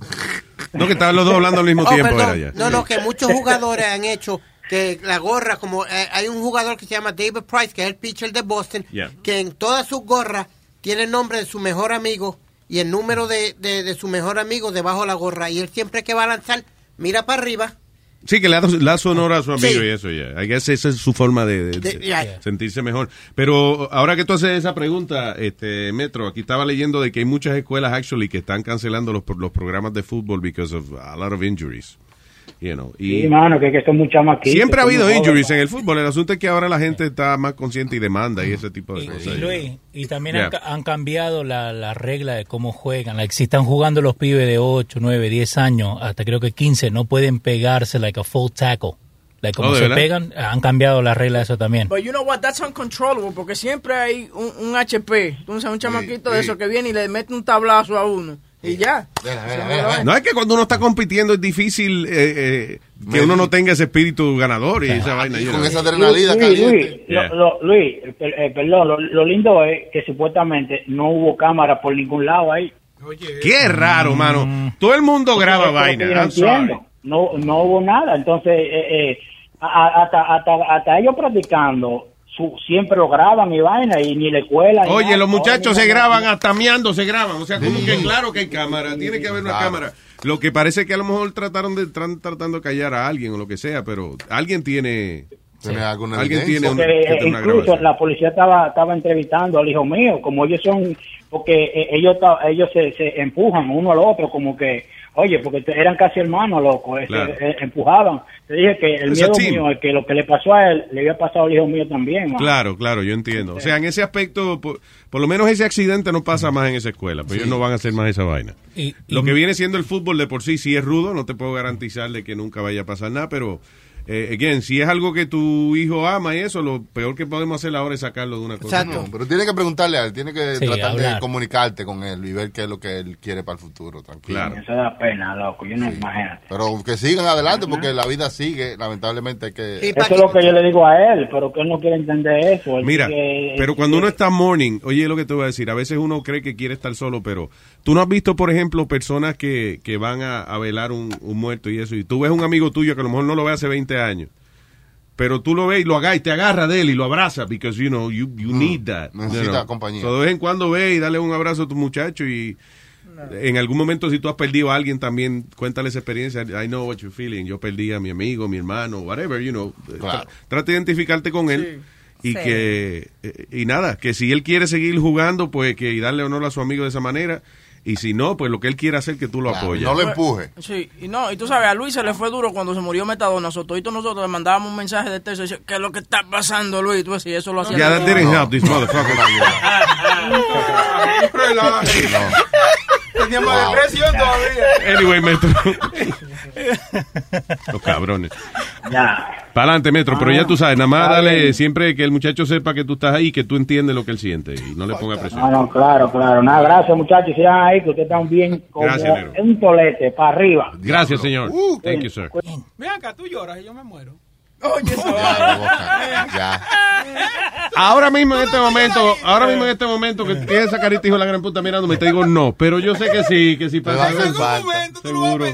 [SPEAKER 9] No, que estaban los dos hablando al mismo
[SPEAKER 6] Oh,
[SPEAKER 9] tiempo.
[SPEAKER 6] perdón.
[SPEAKER 9] Era ya.
[SPEAKER 6] No, no, que muchos jugadores han hecho que la gorra, como eh, hay un jugador que se llama David Price, que es el pitcher de Boston,
[SPEAKER 9] Yeah.
[SPEAKER 6] que en todas sus gorras tiene el nombre de su mejor amigo y el número de, de- de su mejor amigo debajo de la gorra. Y él siempre que va a lanzar, mira para arriba.
[SPEAKER 9] Sí, que le da, le da su honor a su amigo
[SPEAKER 6] Sí.
[SPEAKER 9] y eso ya. I guess esa es su forma de, de-
[SPEAKER 6] De-
[SPEAKER 9] de
[SPEAKER 6] yeah.
[SPEAKER 9] sentirse mejor. Pero ahora que tú haces esa pregunta, este Metro, aquí estaba leyendo de que hay muchas escuelas actually que están cancelando los, los programas de fútbol because of a lot of injuries. You know, y
[SPEAKER 14] Sí, mano, que, que son muy chamaquitos.
[SPEAKER 9] siempre ha
[SPEAKER 14] son
[SPEAKER 9] habido
[SPEAKER 14] muy jóvenes.
[SPEAKER 9] injuries en el fútbol. El asunto es que ahora la gente está más consciente y demanda y ese tipo de cosas.
[SPEAKER 8] Y
[SPEAKER 9] you know.
[SPEAKER 8] Luis, y también
[SPEAKER 9] Yeah.
[SPEAKER 8] han, ca- han cambiado la, la regla de cómo juegan. Like, si están jugando los pibes de 8, 9, 10 años, hasta creo que 15, no pueden pegarse like a full tackle. Like, como
[SPEAKER 9] Oh, ¿de
[SPEAKER 8] se
[SPEAKER 9] verdad?
[SPEAKER 8] pegan, han cambiado la regla de eso también.
[SPEAKER 4] But you know what, that's uncontrollable, porque siempre hay un, un HP, entonces un chamaquito de
[SPEAKER 9] sí.
[SPEAKER 4] eso que viene y le mete un tablazo a uno, y ya.
[SPEAKER 9] No es que cuando uno está compitiendo es difícil eh, eh, que
[SPEAKER 7] Medir.
[SPEAKER 9] uno no tenga ese espíritu ganador y esa vaina.
[SPEAKER 7] y
[SPEAKER 9] you
[SPEAKER 7] con
[SPEAKER 9] know.
[SPEAKER 7] esa adrenalina
[SPEAKER 14] Luis, Luis,
[SPEAKER 7] caliente.
[SPEAKER 14] lo-
[SPEAKER 9] Yeah.
[SPEAKER 14] lo- Luis, eh, per- eh, perdón, lo, lo lindo es que supuestamente no hubo cámara por ningún lado ahí.
[SPEAKER 9] Qué raro, mano. Todo el mundo graba
[SPEAKER 14] Eso es lo que
[SPEAKER 9] vaina.
[SPEAKER 14] yo
[SPEAKER 9] I'm sorry.
[SPEAKER 14] entiendo. No, no hubo nada. Entonces, eh, eh, a- a- hasta, hasta, hasta ellos practicando, su, siempre lo graban y vaina, y ni la escuela. ni
[SPEAKER 9] Oye,
[SPEAKER 14] nada.
[SPEAKER 9] los muchachos
[SPEAKER 14] Ahora
[SPEAKER 9] se
[SPEAKER 14] mismo-
[SPEAKER 9] graban hasta meando, se graban. O sea, como
[SPEAKER 14] Sí.
[SPEAKER 9] que claro que hay cámara, tiene que haber una
[SPEAKER 7] Claro.
[SPEAKER 9] cámara. Lo que parece que a lo mejor trataron de están tratando de callar a alguien o lo que sea, pero alguien tiene
[SPEAKER 7] ¿Tenés alguna
[SPEAKER 9] Alguien
[SPEAKER 7] evidencia?
[SPEAKER 9] tiene un-
[SPEAKER 12] Porque,
[SPEAKER 9] que
[SPEAKER 12] eh,
[SPEAKER 9] tiene una
[SPEAKER 12] incluso
[SPEAKER 9] grabación.
[SPEAKER 12] la policía estaba estaba entrevistando al hijo mío, como ellos son, porque eh, ellos ta- ellos se, se empujan uno al otro, como que, oye, porque te- eran casi hermanos, loco, eh, se-
[SPEAKER 9] Claro.
[SPEAKER 12] eh, empujaban. Te dije que el
[SPEAKER 9] Es a
[SPEAKER 12] miedo
[SPEAKER 9] team.
[SPEAKER 12] mío es que lo que le pasó a él, le había pasado al hijo mío también. man.
[SPEAKER 9] Claro, claro, yo entiendo. O sea, en ese aspecto, por, por lo menos ese accidente no pasa más en esa escuela, pues ellos no van a hacer más esa vaina.
[SPEAKER 8] Y-
[SPEAKER 9] Lo que viene siendo el fútbol de por sí, sí es rudo, no te puedo garantizar de que nunca vaya a pasar nada, pero, eh, again, si es algo que tu hijo ama y eso, lo peor que podemos hacer ahora es sacarlo de una cosa.
[SPEAKER 7] No, pero tiene que preguntarle a él, tiene que
[SPEAKER 9] Sí,
[SPEAKER 7] tratar de
[SPEAKER 9] hablar.
[SPEAKER 7] comunicarte con él y ver qué es lo que él quiere para el futuro, tranquilo.
[SPEAKER 9] Claro.
[SPEAKER 12] Eso da pena, loco, yo no imagino.
[SPEAKER 7] Pero que sigan adelante porque la vida sigue, lamentablemente hay que...
[SPEAKER 12] Eso es lo que yo le digo a él, pero que él no quiere entender eso. él
[SPEAKER 9] Mira,
[SPEAKER 12] quiere-
[SPEAKER 9] pero cuando uno está morning, oye lo que te voy a decir, a veces uno cree que quiere estar solo, pero tú no has visto, por ejemplo, personas que, que van a, a velar un, un muerto y eso, y tú ves un amigo tuyo que a lo mejor no lo ve hace 20 años, pero tú lo ves y lo agarras y te agarra de él y lo abraza, because you know, you, you need that.
[SPEAKER 7] Mm. necesita
[SPEAKER 9] you know.
[SPEAKER 7] compañía.
[SPEAKER 9] So, de vez en cuando ve y dale un abrazo a tu muchacho y en algún momento si tú has perdido a alguien también, cuéntale esa experiencia, I know what you're feeling, yo perdí a mi amigo, mi hermano, whatever, you know. Eh, Tra- Trata de identificarte con él.
[SPEAKER 15] Sí.
[SPEAKER 9] Y que eh, y nada, que si él quiere seguir jugando, pues que y darle honor a su amigo de esa manera. Y si no, pues lo que él quiere hacer, que tú lo apoyes.
[SPEAKER 7] no lo empuje.
[SPEAKER 4] Sí, y no, y tú sabes, a Luis se le fue duro cuando se murió Metadona. So, toditos nosotros le mandábamos un mensaje de texto diciendo, ¿qué es lo que está pasando, Luis? Tú decías, eso lo hacía.
[SPEAKER 9] Yeah, that
[SPEAKER 4] todo.
[SPEAKER 9] didn't help this motherfucker.
[SPEAKER 4] Teníamos
[SPEAKER 9] Wow.
[SPEAKER 4] depresión todavía.
[SPEAKER 9] Anyway, Metro. Los cabrones.
[SPEAKER 12] Ya.
[SPEAKER 9] Para adelante, Metro, pero ya tú sabes, nada más
[SPEAKER 12] Está
[SPEAKER 9] dale
[SPEAKER 12] bien.
[SPEAKER 9] siempre que el muchacho sepa que tú estás ahí, que tú entiendes lo que él siente y no le ponga presión.
[SPEAKER 12] No, no, claro, claro. Nada, gracias muchachos, sigan ahí, que ustedes están bien como
[SPEAKER 9] Gracias, negro.
[SPEAKER 12] un tolete, para arriba.
[SPEAKER 9] Gracias, señor.
[SPEAKER 12] Uh,
[SPEAKER 9] Thank you, sir.
[SPEAKER 16] Ven acá, tú lloras y yo me muero.
[SPEAKER 4] Oye, eso
[SPEAKER 9] Ahora mismo en este momento, ahora mismo en este momento que tienes esa carita hijo de la gran puta mirándome, te digo no, pero yo sé que sí, que sí
[SPEAKER 7] va a
[SPEAKER 9] pasa.
[SPEAKER 7] hacer
[SPEAKER 9] algo.
[SPEAKER 7] falta.
[SPEAKER 9] Seguro.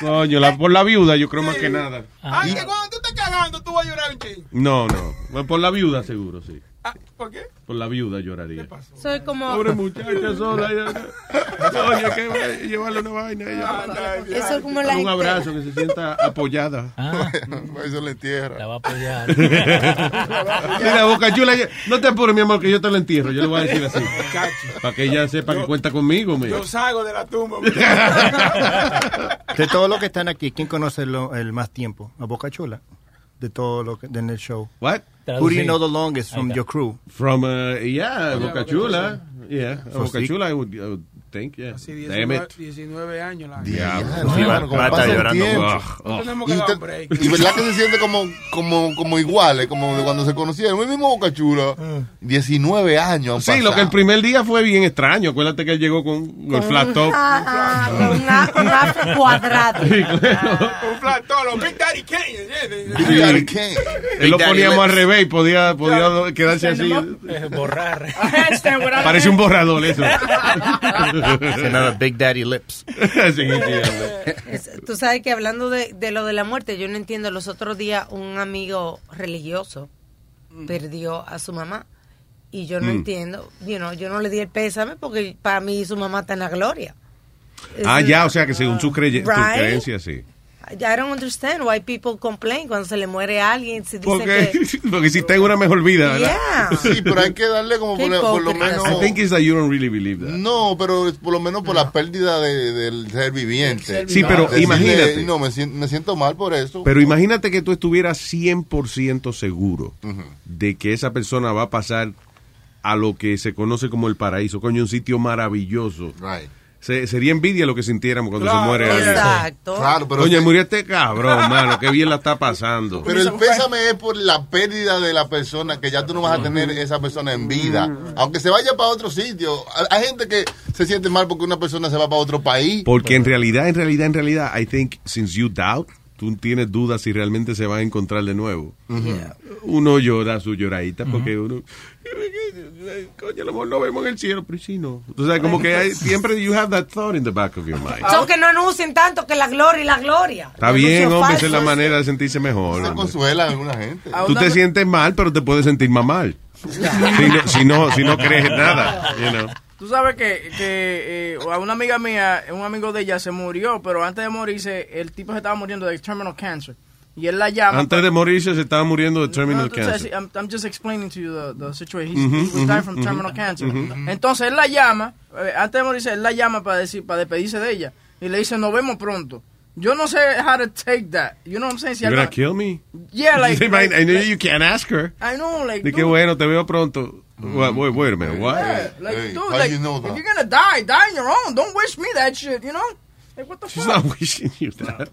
[SPEAKER 9] Coño, la- por la viuda yo creo más que nada.
[SPEAKER 16] Ay, que cuando tú estás cagando, tú vas a llorar un chin.
[SPEAKER 9] No, no. Bueno, Por la viuda seguro, sí.
[SPEAKER 16] Ah, ¿Por qué?
[SPEAKER 9] Por la viuda lloraría.
[SPEAKER 14] Soy como.
[SPEAKER 9] Pobre muchacha sola. Oye, que va a llevarle una vaina.
[SPEAKER 16] Ah,
[SPEAKER 9] ella.
[SPEAKER 14] Eso es como la
[SPEAKER 9] Un
[SPEAKER 14] gente-
[SPEAKER 9] abrazo, que se sienta apoyada.
[SPEAKER 7] *laughs* Eso le entierra. La
[SPEAKER 8] Ah. va a apoyar.
[SPEAKER 9] *laughs*
[SPEAKER 7] *laughs*
[SPEAKER 9] Mira, Boca Chula, yo- no te apures, mi amor, que yo te lo entierro. Yo le voy a decir así. Para que ella sepa que cuenta conmigo. mira.
[SPEAKER 16] Yo salgo de la
[SPEAKER 9] *laughs*
[SPEAKER 16] tumba.
[SPEAKER 5] De todos los que están aquí, ¿quién conoce lo- el más tiempo? A Boca Chula. De todo lo que en el show.
[SPEAKER 9] What?
[SPEAKER 5] Who do you know the longest from your crew?
[SPEAKER 9] From, uh, yeah,
[SPEAKER 5] Oh, yeah,
[SPEAKER 9] Boca
[SPEAKER 5] Boca
[SPEAKER 9] Chula.
[SPEAKER 5] Chula.
[SPEAKER 9] Yeah,
[SPEAKER 5] So
[SPEAKER 9] Boca
[SPEAKER 5] sí.
[SPEAKER 9] Chula, I would, I would think, yeah.
[SPEAKER 16] Así
[SPEAKER 9] Damn
[SPEAKER 16] 19,
[SPEAKER 9] it.
[SPEAKER 16] 19 años. La
[SPEAKER 9] Diablo.
[SPEAKER 7] Sí, mano, como pasa el tiempo.
[SPEAKER 16] No tenemos que
[SPEAKER 7] Y,
[SPEAKER 16] dar un
[SPEAKER 7] te-
[SPEAKER 16] break.
[SPEAKER 7] y verdad que se siente como, como, como iguales, como de cuando se conocieron. El mismo Boca Chula, 19 años. han
[SPEAKER 9] Sí, lo
[SPEAKER 7] pasado.
[SPEAKER 9] que el primer día fue bien extraño. Acuérdate que él llegó con, con el flat top.
[SPEAKER 14] Ah, ah, con una- un afro cuadrado.
[SPEAKER 9] Sí, claro.
[SPEAKER 16] Un platón, los Big Daddy Kane.
[SPEAKER 9] ¿eh?
[SPEAKER 16] ¿entiendes?
[SPEAKER 9] Sí. Él lo poníamos al revés y podía, podía quedarse así.
[SPEAKER 8] Borrar.
[SPEAKER 9] Parece un borrador
[SPEAKER 5] *laughs*
[SPEAKER 9] eso.
[SPEAKER 5] It's another Big Daddy Lips.
[SPEAKER 9] *laughs* Sí, sí,
[SPEAKER 11] Tú sabes que hablando de, de lo de la muerte, yo no entiendo. Los otros días un amigo religioso Mm. perdió a su mamá. Y yo no
[SPEAKER 9] Mm.
[SPEAKER 11] entiendo. you know, yo no le di el pésame porque para mí su mamá está en la gloria.
[SPEAKER 9] Ah, ya, o sea que según sus creye- tus
[SPEAKER 11] Right.
[SPEAKER 9] creencias, sí.
[SPEAKER 11] I don't understand why people complain cuando se le muere a alguien. Si dicen
[SPEAKER 9] Porque,
[SPEAKER 11] que...
[SPEAKER 9] *laughs* porque si tengo una mejor vida, ¿verdad?
[SPEAKER 11] Yeah.
[SPEAKER 7] Sí, pero hay que darle como
[SPEAKER 11] Qué
[SPEAKER 7] por, por lo
[SPEAKER 11] hipócrita.
[SPEAKER 7] menos.
[SPEAKER 9] I think it's that you don't really believe that.
[SPEAKER 7] No, pero es por lo menos por la pérdida de- del ser viviente.
[SPEAKER 9] Sí, pero
[SPEAKER 7] Decirle,
[SPEAKER 9] imagínate.
[SPEAKER 7] No, me siento, me siento mal por eso.
[SPEAKER 9] Pero imagínate que tú estuvieras 100% seguro de que esa persona va a pasar a lo que se conoce como el paraíso, coño, un sitio maravilloso. Se- sería envidia lo que sintiéramos cuando se muere alguien.
[SPEAKER 11] Exacto.
[SPEAKER 7] Claro, pero
[SPEAKER 9] Coño,
[SPEAKER 7] sí.
[SPEAKER 9] murió este cabrón, mano, qué bien la está pasando.
[SPEAKER 7] Pero el pésame es por la pérdida de la persona, que ya tú no vas a tener esa persona en vida. Aunque se vaya para otro sitio. Hay- Hay gente que se siente mal porque una persona se va para otro país.
[SPEAKER 9] Porque en realidad, en realidad, en realidad, I think since you doubt, tú tienes dudas si realmente se va a encontrar de nuevo. Uno llora su lloradita porque uno, coño, a lo mejor lo vemos en el cielo, pero sí no. Tú sabes, como que hay- siempre you have that thought in the back of your
[SPEAKER 4] Ah,
[SPEAKER 9] mind.
[SPEAKER 11] Son que no anuncien tanto que la gloria y la gloria.
[SPEAKER 9] Ah, Está bien,
[SPEAKER 11] Anuncios
[SPEAKER 9] hombre, esa es la
[SPEAKER 11] falsos.
[SPEAKER 9] manera de sentirse mejor. hombre.
[SPEAKER 7] Pues, Consuela a alguna gente.
[SPEAKER 9] Tú te sientes mal, pero te puedes sentir más mal. Si no, si no, si no crees en nada. you know.
[SPEAKER 4] Tú sabes que, que eh, a una amiga mía, un amigo de ella se murió, pero antes de morirse, el tipo se estaba muriendo de terminal cancer. Y él la llama.
[SPEAKER 9] Antes de morirse se estaba muriendo de terminal
[SPEAKER 4] No, tú sabes,
[SPEAKER 9] cancer. Mm-hmm,
[SPEAKER 4] I'm, I'm just explaining to you the, the situation.
[SPEAKER 9] Ujú,
[SPEAKER 4] He was dying from
[SPEAKER 9] ujú,
[SPEAKER 4] terminal
[SPEAKER 9] ujú,
[SPEAKER 4] cancer.
[SPEAKER 9] ujú.
[SPEAKER 4] Entonces él la llama, eh, antes de morirse, él la llama para decir, para despedirse de ella. Y le dice, nos vemos pronto. Yo no sé how to take that. You know what I'm saying? Si
[SPEAKER 9] You're gonna
[SPEAKER 4] algo-
[SPEAKER 9] kill me?
[SPEAKER 4] Yeah,
[SPEAKER 9] *laughs*
[SPEAKER 4] like-
[SPEAKER 9] I, mean, I know
[SPEAKER 4] like-
[SPEAKER 9] you can't ask her.
[SPEAKER 4] I know, like,
[SPEAKER 9] De que
[SPEAKER 4] dude.
[SPEAKER 9] bueno, te veo pronto. Wait, wait, wait a minute, what?
[SPEAKER 4] Yeah, like,
[SPEAKER 9] Hey,
[SPEAKER 4] dude,
[SPEAKER 9] how
[SPEAKER 4] like,
[SPEAKER 9] you know
[SPEAKER 4] if
[SPEAKER 9] that?
[SPEAKER 4] you're gonna die, die on your own. Don't wish me that shit, you know? Like, what the
[SPEAKER 9] She's
[SPEAKER 4] fuck?
[SPEAKER 9] not wishing you that.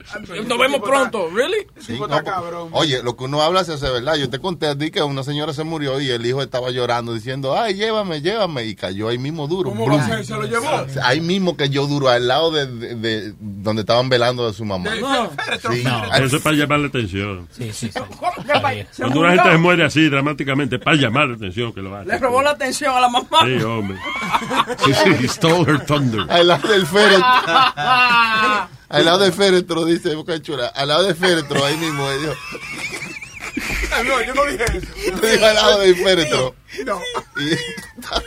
[SPEAKER 4] Nos vemos pronto, really?
[SPEAKER 7] Sí, no, porque- oye, lo que uno habla se hace verdad. Yo te conté a ti que una señora se murió y el hijo estaba llorando diciendo, ay, llévame, llévame. Y cayó ahí mismo duro.
[SPEAKER 16] ¿Cómo
[SPEAKER 7] Blum.
[SPEAKER 16] va a ser? ¿Se lo llevó?
[SPEAKER 7] O sea, Ahí mismo cayó duro, al lado de, de- de donde estaban velando de su mamá.
[SPEAKER 16] *laughs*
[SPEAKER 7] Sí.
[SPEAKER 15] Eso es para llamar la atención.
[SPEAKER 4] ¿Cómo que pa- se
[SPEAKER 15] Cuando una
[SPEAKER 4] murió?
[SPEAKER 15] gente se muere así dramáticamente, es para llamar la atención que lo hace.
[SPEAKER 4] Le robó la atención a la mamá.
[SPEAKER 15] *laughs* Sí, hombre. Sí, sí,
[SPEAKER 4] *laughs*
[SPEAKER 9] *laughs*
[SPEAKER 15] he stole her thunder.
[SPEAKER 7] Al lado del féretro.
[SPEAKER 9] Ah,
[SPEAKER 7] Al lado del féretro, dice Boca Chula. Al lado del féretro, ahí mismo. eh, dijo, *laughs*
[SPEAKER 16] Ah, No, yo no dije eso.
[SPEAKER 7] Te dijo al lado del féretro.
[SPEAKER 16] No.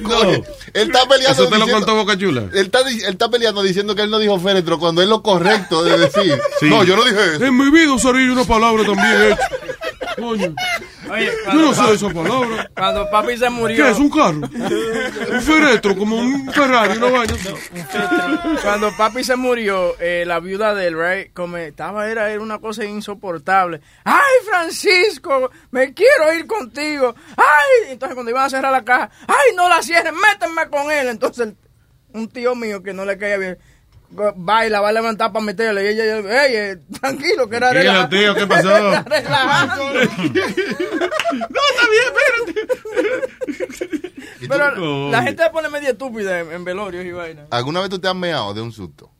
[SPEAKER 7] No. Él está peleando.
[SPEAKER 9] Eso te lo
[SPEAKER 7] diciendo-
[SPEAKER 9] contó Boca Chula.
[SPEAKER 7] Él está, di- él está peleando diciendo que él no dijo féretro cuando es lo correcto de decir.
[SPEAKER 9] *laughs* Sí.
[SPEAKER 7] No, yo no dije eso.
[SPEAKER 9] En mi vida usaría una palabra también eh. hecha. Coño.
[SPEAKER 4] Oye,
[SPEAKER 9] Yo no
[SPEAKER 4] cuando-
[SPEAKER 9] sé esa palabra.
[SPEAKER 4] Cuando papi se murió.
[SPEAKER 9] ¿Qué es? ¿Un carro? Un féretro, como un Ferrari, una vaina.
[SPEAKER 4] Cuando papi se murió, eh, la viuda de él, right, como estaba, era, era una cosa insoportable. ¡Ay, Francisco! ¡Me quiero ir contigo! ¡Ay! Entonces, cuando iban a cerrar la caja, ¡ay, no la cierren! ¡Métanme con él! Entonces, el- un tío mío que no le caía bien, go- va y la va a levantar para meterle. Y ella, ella, "Ey, eh, tranquilo, que era
[SPEAKER 9] Tranquilo,
[SPEAKER 4] relaja-
[SPEAKER 9] tío, ¿qué pasó?
[SPEAKER 4] *laughs* era relajando. Pero la gente se pone media estúpida en, en velorios y vaina.
[SPEAKER 7] ¿Alguna vez tú te has meado de un susto?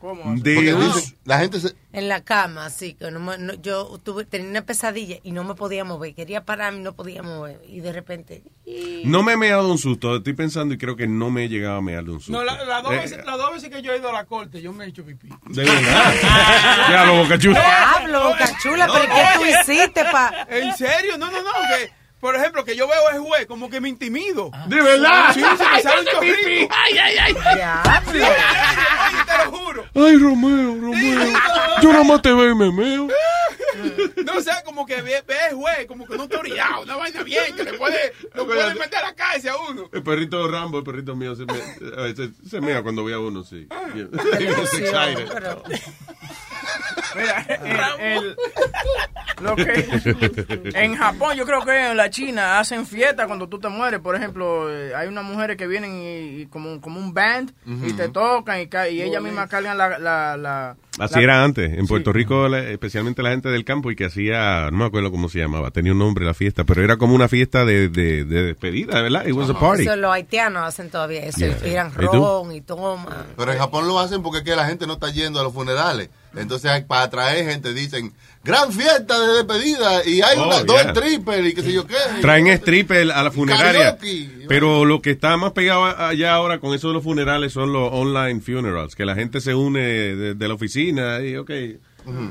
[SPEAKER 4] ¿Cómo?
[SPEAKER 7] Porque
[SPEAKER 9] un-
[SPEAKER 7] dice- la gente se,
[SPEAKER 11] En la cama, sí. Que no me- no- yo tuve, tenía una pesadilla y no me podía mover. Quería pararme y no podía mover. Y de repente...
[SPEAKER 9] No me he meado de un susto. Estoy pensando y creo que no me he llegado a mear de un susto.
[SPEAKER 16] No, la- las dos
[SPEAKER 9] Eh,
[SPEAKER 16] veces- las dos veces que yo he ido a la corte, yo me he hecho pipí. *laughs*
[SPEAKER 9] De verdad. ya lo Boca Chula.
[SPEAKER 11] Diablo, cachula, pero ¿qué tú hiciste pa?
[SPEAKER 16] ¿En serio? No, no, no. Que, por ejemplo, que yo veo el juez, como que me intimido.
[SPEAKER 9] Ah. ¿De verdad?
[SPEAKER 16] Sí, se me sale un chorrito.
[SPEAKER 9] Ay, ay, ay.
[SPEAKER 16] Sí, ay, te lo juro.
[SPEAKER 9] Ay, Romeo, Romeo. Yo nada más te veo y me meo.
[SPEAKER 16] No sé, como que ve, ve el juez, como que no está orillado, una vaina bien, que le puede, lo puede meter a la cárcel a uno.
[SPEAKER 9] El perrito Rambo, el perrito mío, se, me, a veces se mea cuando ve a uno, sí.
[SPEAKER 16] Ah.
[SPEAKER 9] Bien. *laughs* It's excited.
[SPEAKER 4] Mira, el- el- lo que- en Japón, yo creo que en la China hacen fiesta cuando tú te mueres. Por ejemplo, eh, hay unas mujeres que vienen y, y como, como un band y
[SPEAKER 9] Ujú.
[SPEAKER 4] te tocan y, ca- y ellas mismas cargan la... la, la-
[SPEAKER 9] Así
[SPEAKER 4] la-
[SPEAKER 9] era antes. En Puerto Rico, la- especialmente la gente del campo y que hacía, no me acuerdo cómo se llamaba, tenía un nombre la fiesta, pero era como una fiesta de, de, de despedida, ¿verdad? It was a party.
[SPEAKER 11] Eso, los haitianos hacen todavía eso.
[SPEAKER 9] Yeah.
[SPEAKER 11] Y tiran
[SPEAKER 9] They do.
[SPEAKER 11] ron y toman.
[SPEAKER 7] Pero en Japón lo hacen porque es que la gente no está yendo a los funerales. Entonces, hay- para atraer gente, dicen, gran fiesta de despedida y hay
[SPEAKER 9] Oh,
[SPEAKER 7] una- dos
[SPEAKER 9] yeah.
[SPEAKER 7] strippers y qué sé yo qué.
[SPEAKER 9] Traen stripper a la funeraria.
[SPEAKER 7] Karaoke.
[SPEAKER 9] Pero lo que está más pegado allá ahora con eso de los funerales son los online funerals, que la gente se une de, de la oficina y, ok.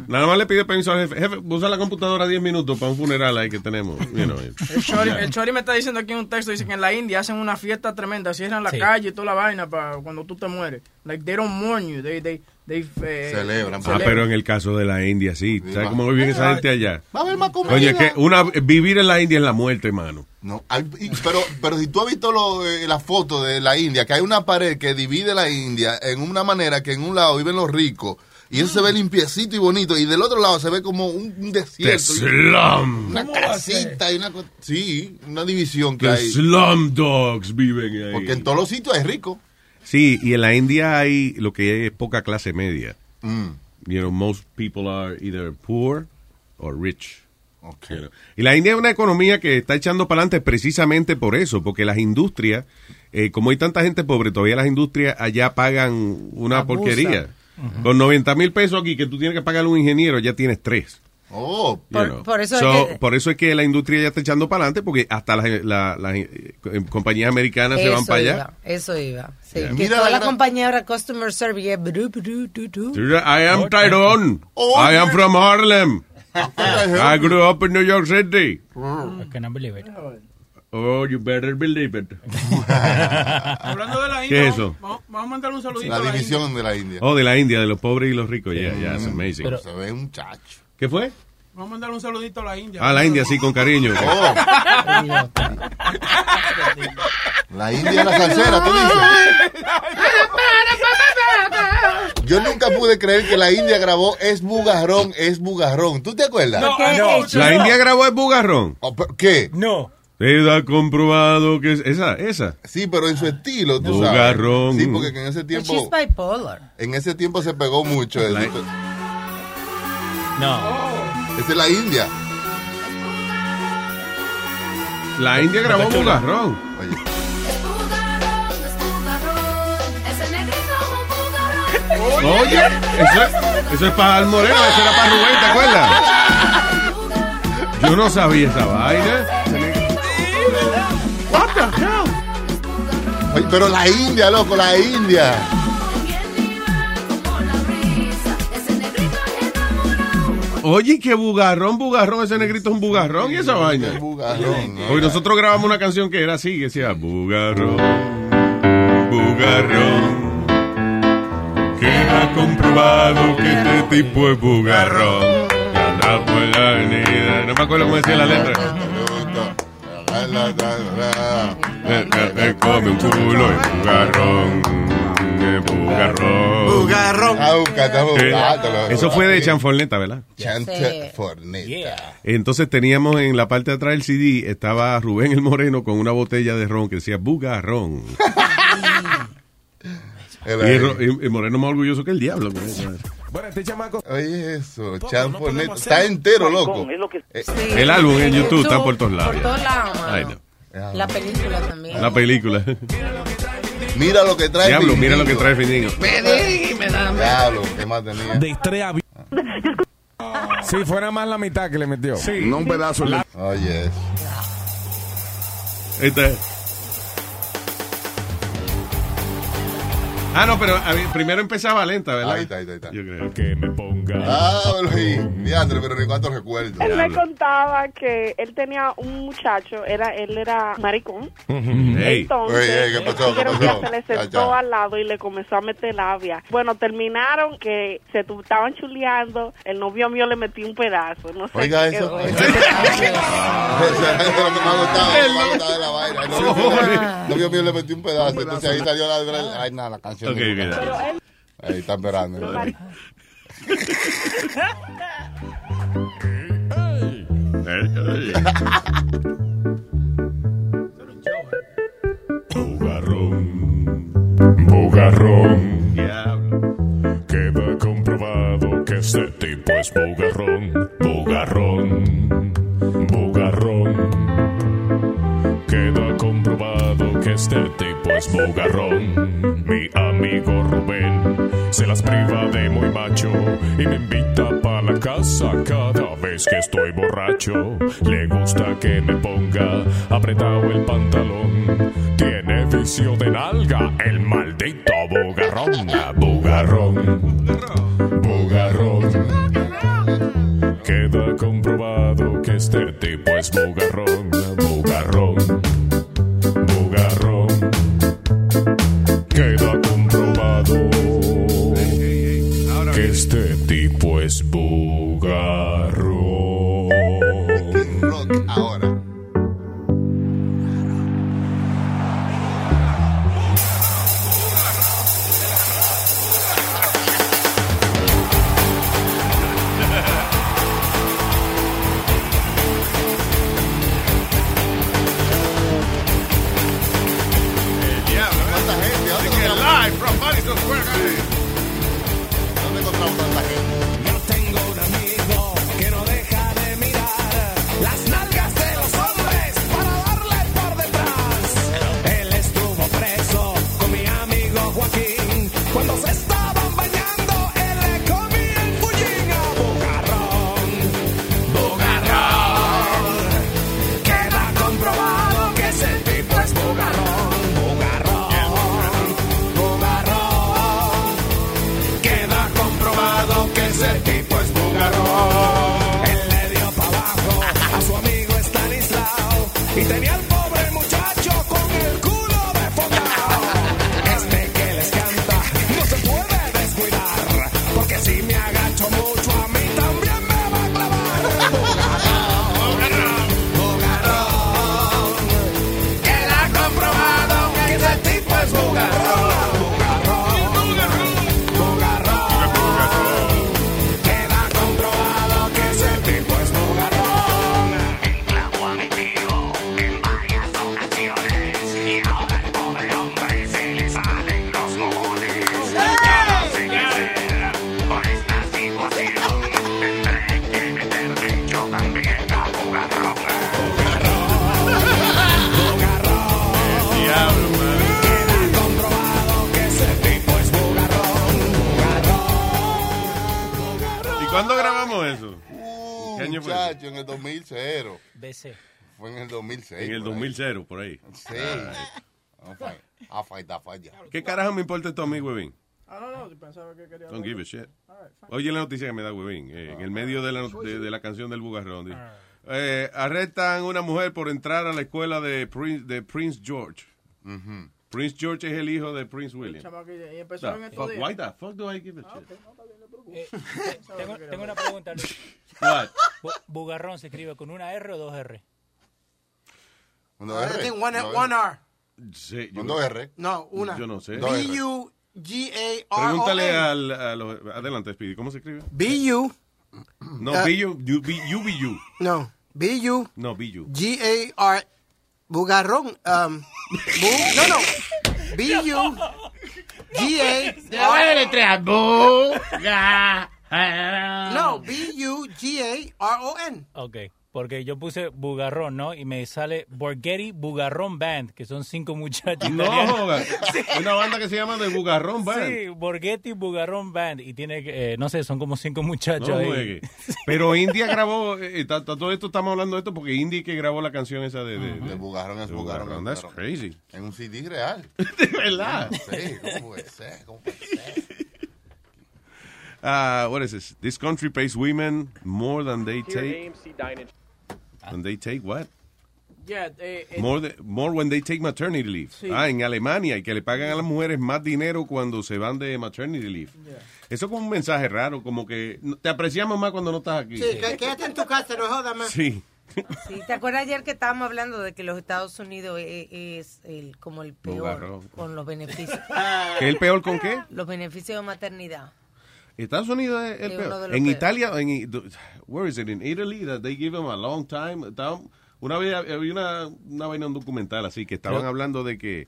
[SPEAKER 9] Nada más le pide permiso al jefe. Jefe, usa la computadora 10 minutos para un funeral ahí que tenemos. you know.
[SPEAKER 4] El Chori, el Chori me está diciendo aquí en un texto, dice que en la India hacen una fiesta tremenda, cierran la
[SPEAKER 9] Sí.
[SPEAKER 4] calle y toda la vaina para cuando tú te mueres. Like, they don't mourn you, they, they, they, eh,
[SPEAKER 9] Ah, pero en el caso de la India, sí. ¿Sabes cómo viven esa gente allá?
[SPEAKER 7] Va a haber más comida.
[SPEAKER 9] Coño, es que una, vivir en la India es la muerte, hermano.
[SPEAKER 7] No, hay- y- pero, pero si tú has visto lo- eh, la foto de la India, que hay una pared que divide la India en una manera que en un lado viven los ricos y eso se ve limpiecito y bonito y del otro lado se ve como un, un
[SPEAKER 9] The
[SPEAKER 7] desierto.
[SPEAKER 9] slum.
[SPEAKER 7] Una casita y una... co- Sí, una división que
[SPEAKER 9] The
[SPEAKER 7] hay.
[SPEAKER 9] slum dogs viven ahí.
[SPEAKER 7] Porque en todos los sitios hay rico.
[SPEAKER 9] Sí, y en la India hay lo que es poca clase media.
[SPEAKER 7] Mm.
[SPEAKER 9] You know, most people are either poor or rich. You know. Y la India es una economía que está echando para adelante precisamente por eso, porque las industrias, eh, como hay tanta gente pobre, todavía las industrias allá pagan una
[SPEAKER 7] Abusan.
[SPEAKER 9] porquería.
[SPEAKER 7] Ujú.
[SPEAKER 9] Con 90 mil pesos aquí que tú tienes que pagar a un ingeniero, ya tienes tres.
[SPEAKER 7] Oh,
[SPEAKER 9] You know. So, por eso es que la industria ya está echando para adelante, porque hasta las, la- las, eh, compañías americanas se van
[SPEAKER 11] Eso
[SPEAKER 9] para allá.
[SPEAKER 11] iba, Eso iba. Sí,
[SPEAKER 9] Yeah.
[SPEAKER 11] que
[SPEAKER 9] Mira
[SPEAKER 11] toda
[SPEAKER 9] la
[SPEAKER 11] la,
[SPEAKER 9] gran-
[SPEAKER 11] compañía ahora customer service y es bru, bru, du, du.
[SPEAKER 9] I am Tyrone.
[SPEAKER 11] Oh,
[SPEAKER 9] I am
[SPEAKER 11] yeah.
[SPEAKER 9] from Harlem.
[SPEAKER 7] Ah.
[SPEAKER 9] I grew up in New York City.
[SPEAKER 8] I cannot believe it.
[SPEAKER 9] Oh, you better believe it.
[SPEAKER 16] *laughs* Hablando de la India,
[SPEAKER 9] ¿Qué es eso?
[SPEAKER 16] Vamos, vamos a mandar un saludito
[SPEAKER 7] La
[SPEAKER 16] a la
[SPEAKER 7] división de la India.
[SPEAKER 16] Mm,
[SPEAKER 9] Oh, de la India, de los pobres y los ricos. Yeah, yeah, it's amazing.
[SPEAKER 7] se ve un chacho.
[SPEAKER 16] *laughs*
[SPEAKER 9] ¿Qué fue?
[SPEAKER 16] India. Vamos a mandar un saludito a la India.
[SPEAKER 9] A Ah, la India, sí, con
[SPEAKER 16] *laughs*
[SPEAKER 9] cariño.
[SPEAKER 16] Oh.
[SPEAKER 7] La India es la salsera, tú
[SPEAKER 17] *laughs*
[SPEAKER 7] dices. Yo nunca pude creer que la India grabó Es Bugarrón, Es Bugarrón. ¿Tú te acuerdas?
[SPEAKER 9] No, ah, no. La India grabó Es Bugarrón.
[SPEAKER 7] Oh, ¿Qué?
[SPEAKER 8] No.
[SPEAKER 9] Queda comprobado que es esa, esa.
[SPEAKER 7] Sí, pero en su estilo, tú
[SPEAKER 9] Bugarrón.
[SPEAKER 7] sabes. Sí, porque en ese *laughs* tiempo,
[SPEAKER 11] bipolar.
[SPEAKER 7] en ese tiempo se pegó mucho eso.
[SPEAKER 8] No.
[SPEAKER 7] Oh. Esa es la India.
[SPEAKER 9] La India grabó Bugarrón. Oye, eso es, eso es para el Moreno, eso era para Rubén, ¿te acuerdas? Yo no sabía esa vaina.
[SPEAKER 7] What the hell? Oye, pero la India, loco, la India.
[SPEAKER 9] Oye, que bugarrón, bugarrón, ese negrito es un bugarrón y esa vaina.
[SPEAKER 7] Bugarrón.
[SPEAKER 9] Hoy nosotros grabamos una canción que era así, que decía bugarrón, bugarrón. Queda comprobado que este tipo es bugarrón. Que anda por la avenida. No me acuerdo cómo decía la letra. Te come un culo es bugarrón, es bugarrón.
[SPEAKER 7] Bugarrón. Ah,
[SPEAKER 9] Eh,
[SPEAKER 7] búscatelo.
[SPEAKER 9] Eso fue de Chanforneta, ¿verdad?
[SPEAKER 7] Chante Forneta.
[SPEAKER 9] Entonces teníamos en la parte de atrás del CD, estaba Rubén el Moreno con una botella de ron que decía bugarrón. y, el ro- y- y Moreno más orgulloso que el diablo. con eso.
[SPEAKER 7] Bueno, este chamaco. Oye, eso, Chanforneta. Está entero, loco. Eh,
[SPEAKER 9] El álbum en YouTube está por todos lados.
[SPEAKER 11] Por todos lados, mano.
[SPEAKER 9] Ay, no.
[SPEAKER 11] La película también.
[SPEAKER 9] La película.
[SPEAKER 7] Mira lo que trae.
[SPEAKER 9] Diablo, mira
[SPEAKER 7] Findingo.
[SPEAKER 9] lo que trae Findingo.
[SPEAKER 11] Me di, me da.
[SPEAKER 7] Diablo, ¿qué más tenía?
[SPEAKER 18] De estrella. Si fuera más la mitad que le metió. Sí.
[SPEAKER 7] No un pedazo.
[SPEAKER 18] La-
[SPEAKER 7] Oye, eso.
[SPEAKER 9] Esta Este es. Ah, no, pero a ver, primero empezaba lenta, ¿verdad?
[SPEAKER 7] Ahí está, ahí está, ahí está.
[SPEAKER 9] Yo creo. Que me ponga.
[SPEAKER 7] Ah, Luis. Diandre, pero ni cuántos recuerdos.
[SPEAKER 19] Él me contaba que él tenía un muchacho, era él era maricón. Entonces,
[SPEAKER 7] Ey, ey, ¿qué pasó? ¿Qué
[SPEAKER 19] quiero que
[SPEAKER 7] pasó?
[SPEAKER 19] se le
[SPEAKER 7] Ya,
[SPEAKER 19] sentó
[SPEAKER 7] ya.
[SPEAKER 19] al lado y le comenzó a meter labia. Bueno, terminaron que se tu- estaban chuleando. El novio mío le metió un pedazo. No sé
[SPEAKER 7] Oiga
[SPEAKER 19] qué
[SPEAKER 7] *laughs* eso.
[SPEAKER 19] quedó.
[SPEAKER 7] No vio mío le metí un pedazo. Entonces ahí salió la- la. Ay, nada, la canción.
[SPEAKER 9] Ok,
[SPEAKER 7] de-
[SPEAKER 9] ok, dale.
[SPEAKER 7] Ahí está esperando.
[SPEAKER 20] Bugarrón. Queda comprobado que este tipo es bugarrón. Bugarrón. Bugarrón. Queda comprobado que este tipo es bugarrón. Mi amigo Rubén se las priva de muy macho y me invita para la casa cada vez que estoy borracho. Le gusta que me ponga apretado el pantalón. Tiene vicio de nalga el maldito bugarrón. Bugarrón. Bugarrón. Queda comprobado que este tipo es bugarrón, bugarrón, bugarrón. Queda comprobado que este tipo es bugarrón.
[SPEAKER 7] ahora.
[SPEAKER 17] Este
[SPEAKER 9] diablo, mano. ¿Y cuándo grabamos eso?
[SPEAKER 7] Uh,
[SPEAKER 9] ¿Qué año fue?
[SPEAKER 7] muchacho, en el 2006.
[SPEAKER 8] BC.
[SPEAKER 7] Fue en el 2006.
[SPEAKER 9] En el 2000 por ahí.
[SPEAKER 7] Sí.
[SPEAKER 9] Ay.
[SPEAKER 7] Ah, fue- Ah, fue- ah, fue ya.
[SPEAKER 9] ¿Qué carajo me importa esto a mí, huevín?
[SPEAKER 4] I don't know, pensaba que quería
[SPEAKER 9] Don't give a shit.
[SPEAKER 4] All right, fine. Ah,
[SPEAKER 9] Oye la noticia que me da huevín. eh, en el medio de la, not- de, de la canción del bugarrón. dice, eh, arrestan una mujer por entrar a la escuela de Prince, de Prince George. Prince George es el hijo de Prince William.
[SPEAKER 4] Chamaco, y empezaron
[SPEAKER 9] The
[SPEAKER 4] estos
[SPEAKER 9] fuck,
[SPEAKER 4] días.
[SPEAKER 9] why the fuck do I give a shit?
[SPEAKER 8] Ah, *laughs* Tengo, tengo una pregunta, Luis.
[SPEAKER 9] What?
[SPEAKER 8] Bu- Bugarrón se escribe con una R o dos R.
[SPEAKER 7] Una R.
[SPEAKER 6] I think one,
[SPEAKER 7] Una
[SPEAKER 6] one R.
[SPEAKER 9] Sí, yo-
[SPEAKER 7] Con dos R.
[SPEAKER 6] No, una.
[SPEAKER 9] Yo no sé. Dos R.
[SPEAKER 6] B-U-G-A-R-O-N.
[SPEAKER 9] Pregúntale al, a los- adelante, Speedy, ¿cómo se escribe?
[SPEAKER 6] B-U.
[SPEAKER 9] No,
[SPEAKER 6] Ah.
[SPEAKER 9] Billu, you, be- you be you.
[SPEAKER 6] No. B-U.
[SPEAKER 9] No, Billu.
[SPEAKER 6] G-A-R. Bugarrón. Um, bu- no, no. B-U. G-A. No, B-U-G-A-R-O-N.
[SPEAKER 8] Ah. Ok, porque yo puse Bugarrón, ¿no? Y me sale Borghetti Bugarrón Band, que son cinco muchachos.
[SPEAKER 9] No,
[SPEAKER 8] italianos.
[SPEAKER 9] joda.
[SPEAKER 8] *laughs*
[SPEAKER 9] Una banda que se llama The Bugarrón Band.
[SPEAKER 8] Sí, Borghetti Bugarrón Band. Y tiene, que, eh, no sé, son como cinco muchachos.
[SPEAKER 9] No
[SPEAKER 8] ahí.
[SPEAKER 9] juegue. Pero India
[SPEAKER 7] *laughs*
[SPEAKER 9] grabó, eh, ta- ta- todo esto estamos hablando de esto porque India que grabó la canción esa de... De, de
[SPEAKER 7] Bugarrón es Bugarrón, es
[SPEAKER 9] That's
[SPEAKER 7] Bugarrón.
[SPEAKER 9] crazy.
[SPEAKER 7] En un CD real.
[SPEAKER 9] *laughs* De verdad.
[SPEAKER 7] Sí, ¿cómo puede ser? ¿Cómo puede ser?
[SPEAKER 9] *laughs* Ah, what is this? This country pays women more than they take... Than they take what?
[SPEAKER 4] Yeah, eh, eh,
[SPEAKER 9] More, the- more when they take maternity leave.
[SPEAKER 4] Sí.
[SPEAKER 9] Ah, en Alemania, y que le pagan a las mujeres más dinero cuando se van de maternity leave. Eso es como un mensaje raro, como que no- te apreciamos más cuando no estás aquí.
[SPEAKER 6] Sí, que- quédate en tu casa, no jodas más.
[SPEAKER 9] Sí.
[SPEAKER 11] Sí, ¿te acuerdas ayer que estábamos hablando de que los Estados Unidos e- e- es, el, como el peor
[SPEAKER 9] Bugarrón.
[SPEAKER 11] con
[SPEAKER 6] *laughs*
[SPEAKER 11] los beneficios?
[SPEAKER 6] Ah.
[SPEAKER 9] ¿Que el peor con qué?
[SPEAKER 11] Los beneficios de maternidad.
[SPEAKER 9] Estados Unidos es el
[SPEAKER 11] Es uno de
[SPEAKER 9] peor. En
[SPEAKER 11] los peores.
[SPEAKER 9] Italia, en, I- where is it? In Italy, that they give them a long time. Estaban- una vez había una, una vaina, un documental así, que estaban
[SPEAKER 15] Pero-
[SPEAKER 9] hablando de que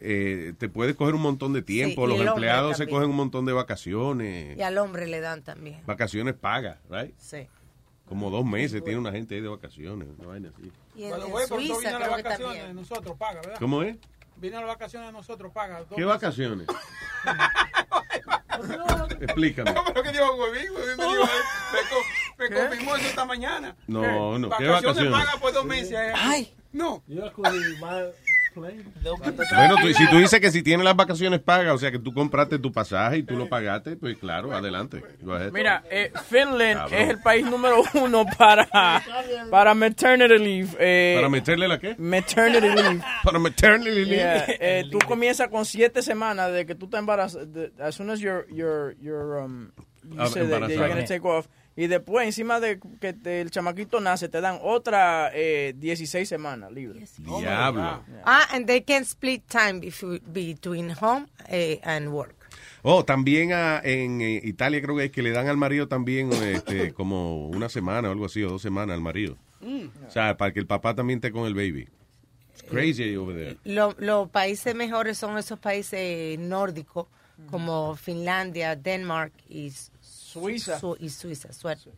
[SPEAKER 9] eh, te puedes coger un montón de tiempo.
[SPEAKER 11] y
[SPEAKER 9] Los
[SPEAKER 11] el hombre
[SPEAKER 9] empleados se
[SPEAKER 11] también.
[SPEAKER 9] cogen un montón de vacaciones.
[SPEAKER 11] Y al hombre le dan también.
[SPEAKER 9] Vacaciones pagas, right?
[SPEAKER 11] Sí.
[SPEAKER 9] Como dos meses tiene una gente ahí de vacaciones. Una vaina así.
[SPEAKER 11] Y en,
[SPEAKER 21] Bueno,
[SPEAKER 11] en
[SPEAKER 21] güey, por eso
[SPEAKER 11] Suiza
[SPEAKER 21] vienen las
[SPEAKER 11] creo que
[SPEAKER 21] vacaciones
[SPEAKER 11] también.
[SPEAKER 21] de nosotros, paga, ¿verdad?
[SPEAKER 9] ¿Cómo es?
[SPEAKER 21] Vienen las vacaciones de nosotros, paga. dos
[SPEAKER 9] ¿Qué
[SPEAKER 21] meses.
[SPEAKER 11] *laughs*
[SPEAKER 9] vacaciones?
[SPEAKER 11] Pues
[SPEAKER 9] Explícame.
[SPEAKER 21] *laughs* No, pero que dijo Huevín, Huevín me dijo, eh, me, co- me confirmó eso esta mañana.
[SPEAKER 9] No, no, ¿qué
[SPEAKER 21] Vacaciones,
[SPEAKER 9] vacaciones?
[SPEAKER 21] paga por dos meses. eh.
[SPEAKER 9] Ay.
[SPEAKER 21] No.
[SPEAKER 9] Bueno, tú- si tú dices que si tienes las vacaciones pagas, o sea que tú compraste tu pasaje y tú lo pagaste, pues claro, adelante. Go ahead.
[SPEAKER 4] Mira, eh, Finland
[SPEAKER 9] Cabrón.
[SPEAKER 4] es el país número uno para, para maternity leave. eh,
[SPEAKER 9] ¿Para meterle la qué?
[SPEAKER 4] maternity leave.
[SPEAKER 9] *laughs* Para maternity leave.
[SPEAKER 4] Yeah, eh, tú comienzas con siete semanas de que tú te embarazas. de- As soon as you're, you're, you're, um, you
[SPEAKER 9] Ah,
[SPEAKER 4] say that- that you're
[SPEAKER 9] embarazada.
[SPEAKER 4] gonna take off. Y después, encima de que te- el chamaquito nace, te dan otra eh, 16 semanas libre.
[SPEAKER 9] Diablo.
[SPEAKER 11] Ah, and they can split time befu- between home eh, and work.
[SPEAKER 9] Oh, también ah, en eh, Italia creo que es que le dan al marido también este, *laughs* como una semana o algo así, o dos semanas al marido.
[SPEAKER 6] Mm.
[SPEAKER 9] O sea, para que el papá también esté con el baby. It's crazy over there.
[SPEAKER 11] Lo- los países mejores son esos países nórdicos,
[SPEAKER 6] Mm.
[SPEAKER 11] como Finlandia, Denmark y Suiza. y Suiza, Suecia.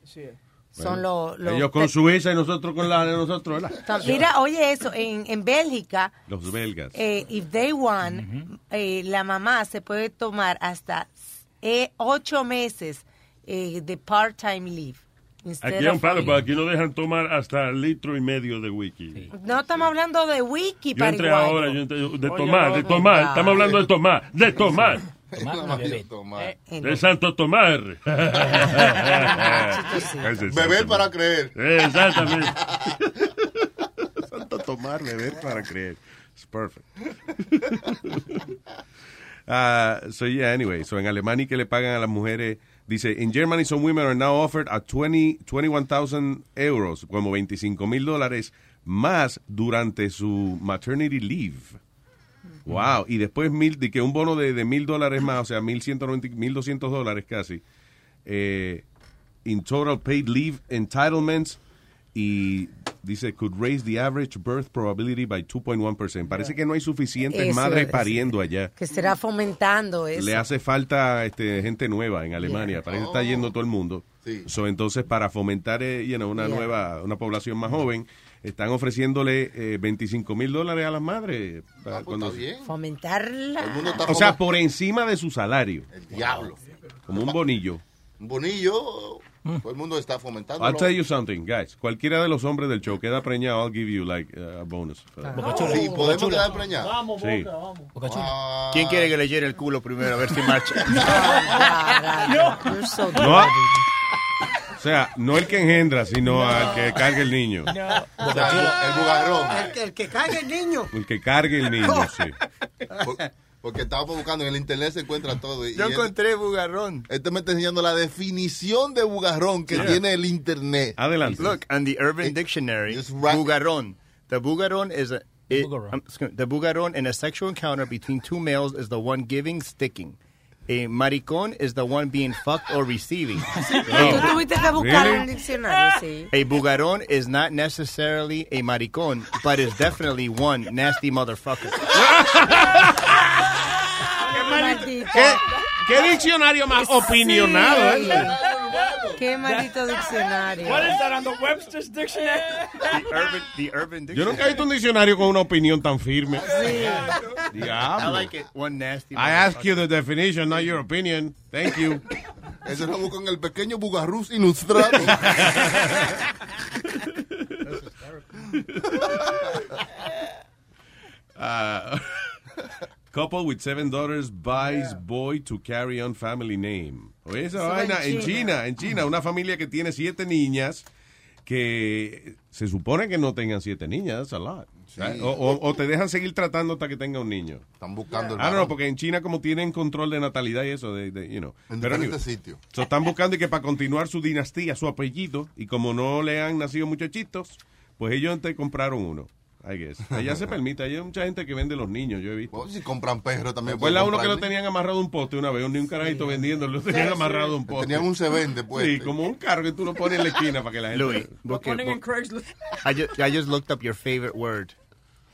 [SPEAKER 11] Son
[SPEAKER 9] Bueno,
[SPEAKER 11] los... los-
[SPEAKER 9] Ellos con Suiza y nosotros con la de nosotros, ¿verdad?
[SPEAKER 11] Mira, oye eso, en, en Bélgica,
[SPEAKER 9] Los belgas.
[SPEAKER 11] eh, if they want, eh, la mamá se puede tomar hasta eh, ocho meses eh, de part-time leave. instead
[SPEAKER 15] Aquí hay un
[SPEAKER 11] of-
[SPEAKER 15] palo, pero aquí no dejan tomar hasta litro y medio de wiki.
[SPEAKER 11] No estamos hablando de wiki,
[SPEAKER 15] Yo entré
[SPEAKER 11] pariguayo.
[SPEAKER 15] ahora, yo entré- de
[SPEAKER 11] Oye,
[SPEAKER 15] tomar,
[SPEAKER 11] no,
[SPEAKER 15] de
[SPEAKER 11] no,
[SPEAKER 15] tomar.
[SPEAKER 11] no.
[SPEAKER 15] Estamos hablando de tomar, de tomar.
[SPEAKER 11] Ah,
[SPEAKER 15] De Santo Tomás. *laughs*
[SPEAKER 7] Beber para creer.
[SPEAKER 9] *laughs*
[SPEAKER 15] Exactamente.
[SPEAKER 9] Santo tomar, beber para creer. It's perfect. *laughs* Ah, so yeah, anyway, so en Alemania que le pagan a las mujeres, dice, in Germany some women are now offered a 20 21,000 euros, como 25 mil dólares más durante su maternity leave. Wow, y después mil, de que un bono de, de mil dólares más, o sea, mil ciento noventa- mil doscientos dólares casi, eh, in total paid leave entitlements, y dice, could raise the average birth probability by 2.1%. Parece que no hay suficientes
[SPEAKER 11] Eso
[SPEAKER 9] madres
[SPEAKER 11] es.
[SPEAKER 9] pariendo allá.
[SPEAKER 11] Que será fomentando eso.
[SPEAKER 9] Le hace falta este, gente nueva en Alemania. Parece que está yendo todo el mundo. So, entonces, para fomentar eh, you know, una
[SPEAKER 11] Yeah.
[SPEAKER 9] nueva, una población más joven, están ofreciéndole eh, 25 mil dólares a las madres. eh, para cuando-
[SPEAKER 11] Fomentarla.
[SPEAKER 9] O sea, por encima de su salario.
[SPEAKER 7] Diablo.
[SPEAKER 9] Como un bonillo.
[SPEAKER 7] Un bonillo. Todo el mundo está fomentando.
[SPEAKER 9] I'll tell you something, guys. Cualquiera de los hombres del show queda preñado, I'll give you like uh, a bonus. for that.
[SPEAKER 7] Sí, podemos quedar preñados.
[SPEAKER 9] Vamos, Sí. Boca,
[SPEAKER 7] vamos.
[SPEAKER 5] ¿Quién quiere que le llene el culo primero a ver si
[SPEAKER 7] *laughs*
[SPEAKER 5] marcha?
[SPEAKER 9] No, ah, o sea, no el que engendra, sino al que cargue el niño.
[SPEAKER 7] O sea, el, el bugarrón.
[SPEAKER 6] El, que- el que cague el niño.
[SPEAKER 9] El que cargue el niño,
[SPEAKER 7] *laughs*
[SPEAKER 9] sí.
[SPEAKER 7] Por- porque estaba buscando en el internet se encuentra todo. y-
[SPEAKER 5] Yo
[SPEAKER 7] y él-
[SPEAKER 5] encontré bugarrón.
[SPEAKER 7] Este me está enseñando la definición de bugarrón que
[SPEAKER 5] Yeah.
[SPEAKER 7] tiene el internet. Eh,
[SPEAKER 9] Adelante.
[SPEAKER 5] Look, on the Urban Dictionary, bugarrón. The bugarrón is a it- I'm sorry, the bugarrón in a sexual encounter between two males is the one giving sticking. A maricón is the one being fucked or receiving.
[SPEAKER 11] Tú
[SPEAKER 5] Oh.
[SPEAKER 11] tuviste que buscar en el
[SPEAKER 5] Really?
[SPEAKER 11] diccionario, sí.
[SPEAKER 5] A bugarón is not necessarily a maricón, but is definitely one nasty motherfucker.
[SPEAKER 11] Maldito.
[SPEAKER 9] ¿Qué, qué diccionario más opinionado?
[SPEAKER 11] Sí.
[SPEAKER 9] ¿eh?
[SPEAKER 11] Qué maldito diccionario.
[SPEAKER 10] What is that on the Webster's
[SPEAKER 9] *laughs*
[SPEAKER 10] dictionary?
[SPEAKER 5] Urban, the Urban
[SPEAKER 9] Yo
[SPEAKER 5] Dictionary.
[SPEAKER 9] nunca he visto un diccionario con una opinión tan firme.
[SPEAKER 5] I
[SPEAKER 9] Diablo.
[SPEAKER 5] like it. One nasty
[SPEAKER 9] I ask you the definition, not your opinion. Thank you.
[SPEAKER 7] *laughs* Eso lo buscan el pequeño bugarrús
[SPEAKER 9] *laughs*
[SPEAKER 7] ilustrado.
[SPEAKER 9] *laughs* Uh, *laughs* couple with seven daughters buys boy to carry on family name. Oye, esa
[SPEAKER 17] Eso va en
[SPEAKER 9] vaina en
[SPEAKER 17] China.
[SPEAKER 9] China, en China, una familia que tiene siete niñas que se supone que no tengan siete niñas, that's a lot. Right? O, o- o te dejan seguir tratando hasta que tenga un niño.
[SPEAKER 7] Están buscando el
[SPEAKER 9] Ah, no,
[SPEAKER 7] varón.
[SPEAKER 9] porque en China como tienen control de natalidad y eso, de, de, you know.
[SPEAKER 7] En
[SPEAKER 9] Pero
[SPEAKER 7] diferentes
[SPEAKER 9] anyway,
[SPEAKER 7] sitios.
[SPEAKER 9] so están buscando y que para continuar su dinastía, su apellido, y como no le han nacido muchachitos, pues ellos te compraron uno. I guess.
[SPEAKER 7] *laughs*
[SPEAKER 9] Allá se permite, allá hay mucha gente que vende los niños, yo he visto.
[SPEAKER 7] si compran perros Pues también.
[SPEAKER 9] Recuerda
[SPEAKER 7] pueden
[SPEAKER 9] uno que lo
[SPEAKER 7] comprar.
[SPEAKER 9] tenían amarrado a un poste una vez, ni un carajito vendiendo, lo tenían
[SPEAKER 7] Sí,
[SPEAKER 9] amarrado a un
[SPEAKER 7] sí.
[SPEAKER 9] poste.
[SPEAKER 7] Tenían un se vende, pues.
[SPEAKER 9] Sí, como un carro que tú lo pones en la esquina para que la gente...
[SPEAKER 5] Louis, book it, book- I just, I just looked up your favorite word.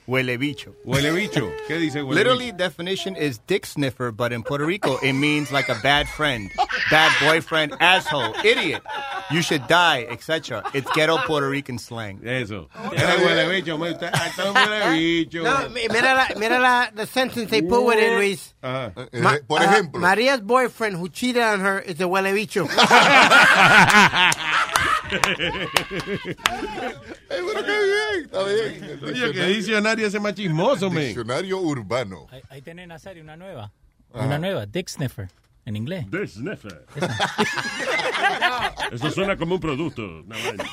[SPEAKER 5] Huele bicho.
[SPEAKER 9] Huele bicho. ¿Qué dice huele
[SPEAKER 5] Literally, definition is dick sniffer, but in Puerto Rico, it means like a bad friend, bad boyfriend, asshole, idiot. You should die, etc. It's ghetto Puerto Rican slang.
[SPEAKER 9] Eso. huele bicho, me- usted- ah, está un huele bicho.
[SPEAKER 6] No, mi- mira la, mira la the sentence they put with it, Luis.
[SPEAKER 9] Ajá.
[SPEAKER 6] Ma-
[SPEAKER 7] Eh, por
[SPEAKER 6] uh,
[SPEAKER 7] ejemplo.
[SPEAKER 6] Maria's boyfriend who cheated on her is a
[SPEAKER 7] *laughs*
[SPEAKER 6] huele bicho.
[SPEAKER 7] Ey, bueno, qué bien, está bien.
[SPEAKER 9] Oye, qué diccionario ese machismoso, me.
[SPEAKER 7] Diccionario urbano.
[SPEAKER 8] Ahí, ahí tenés, Nazario, una nueva.
[SPEAKER 9] Ah.
[SPEAKER 8] Una nueva, Dick Sniffer, en inglés.
[SPEAKER 15] Dick Sniffer. Eso suena como un producto. una vaina.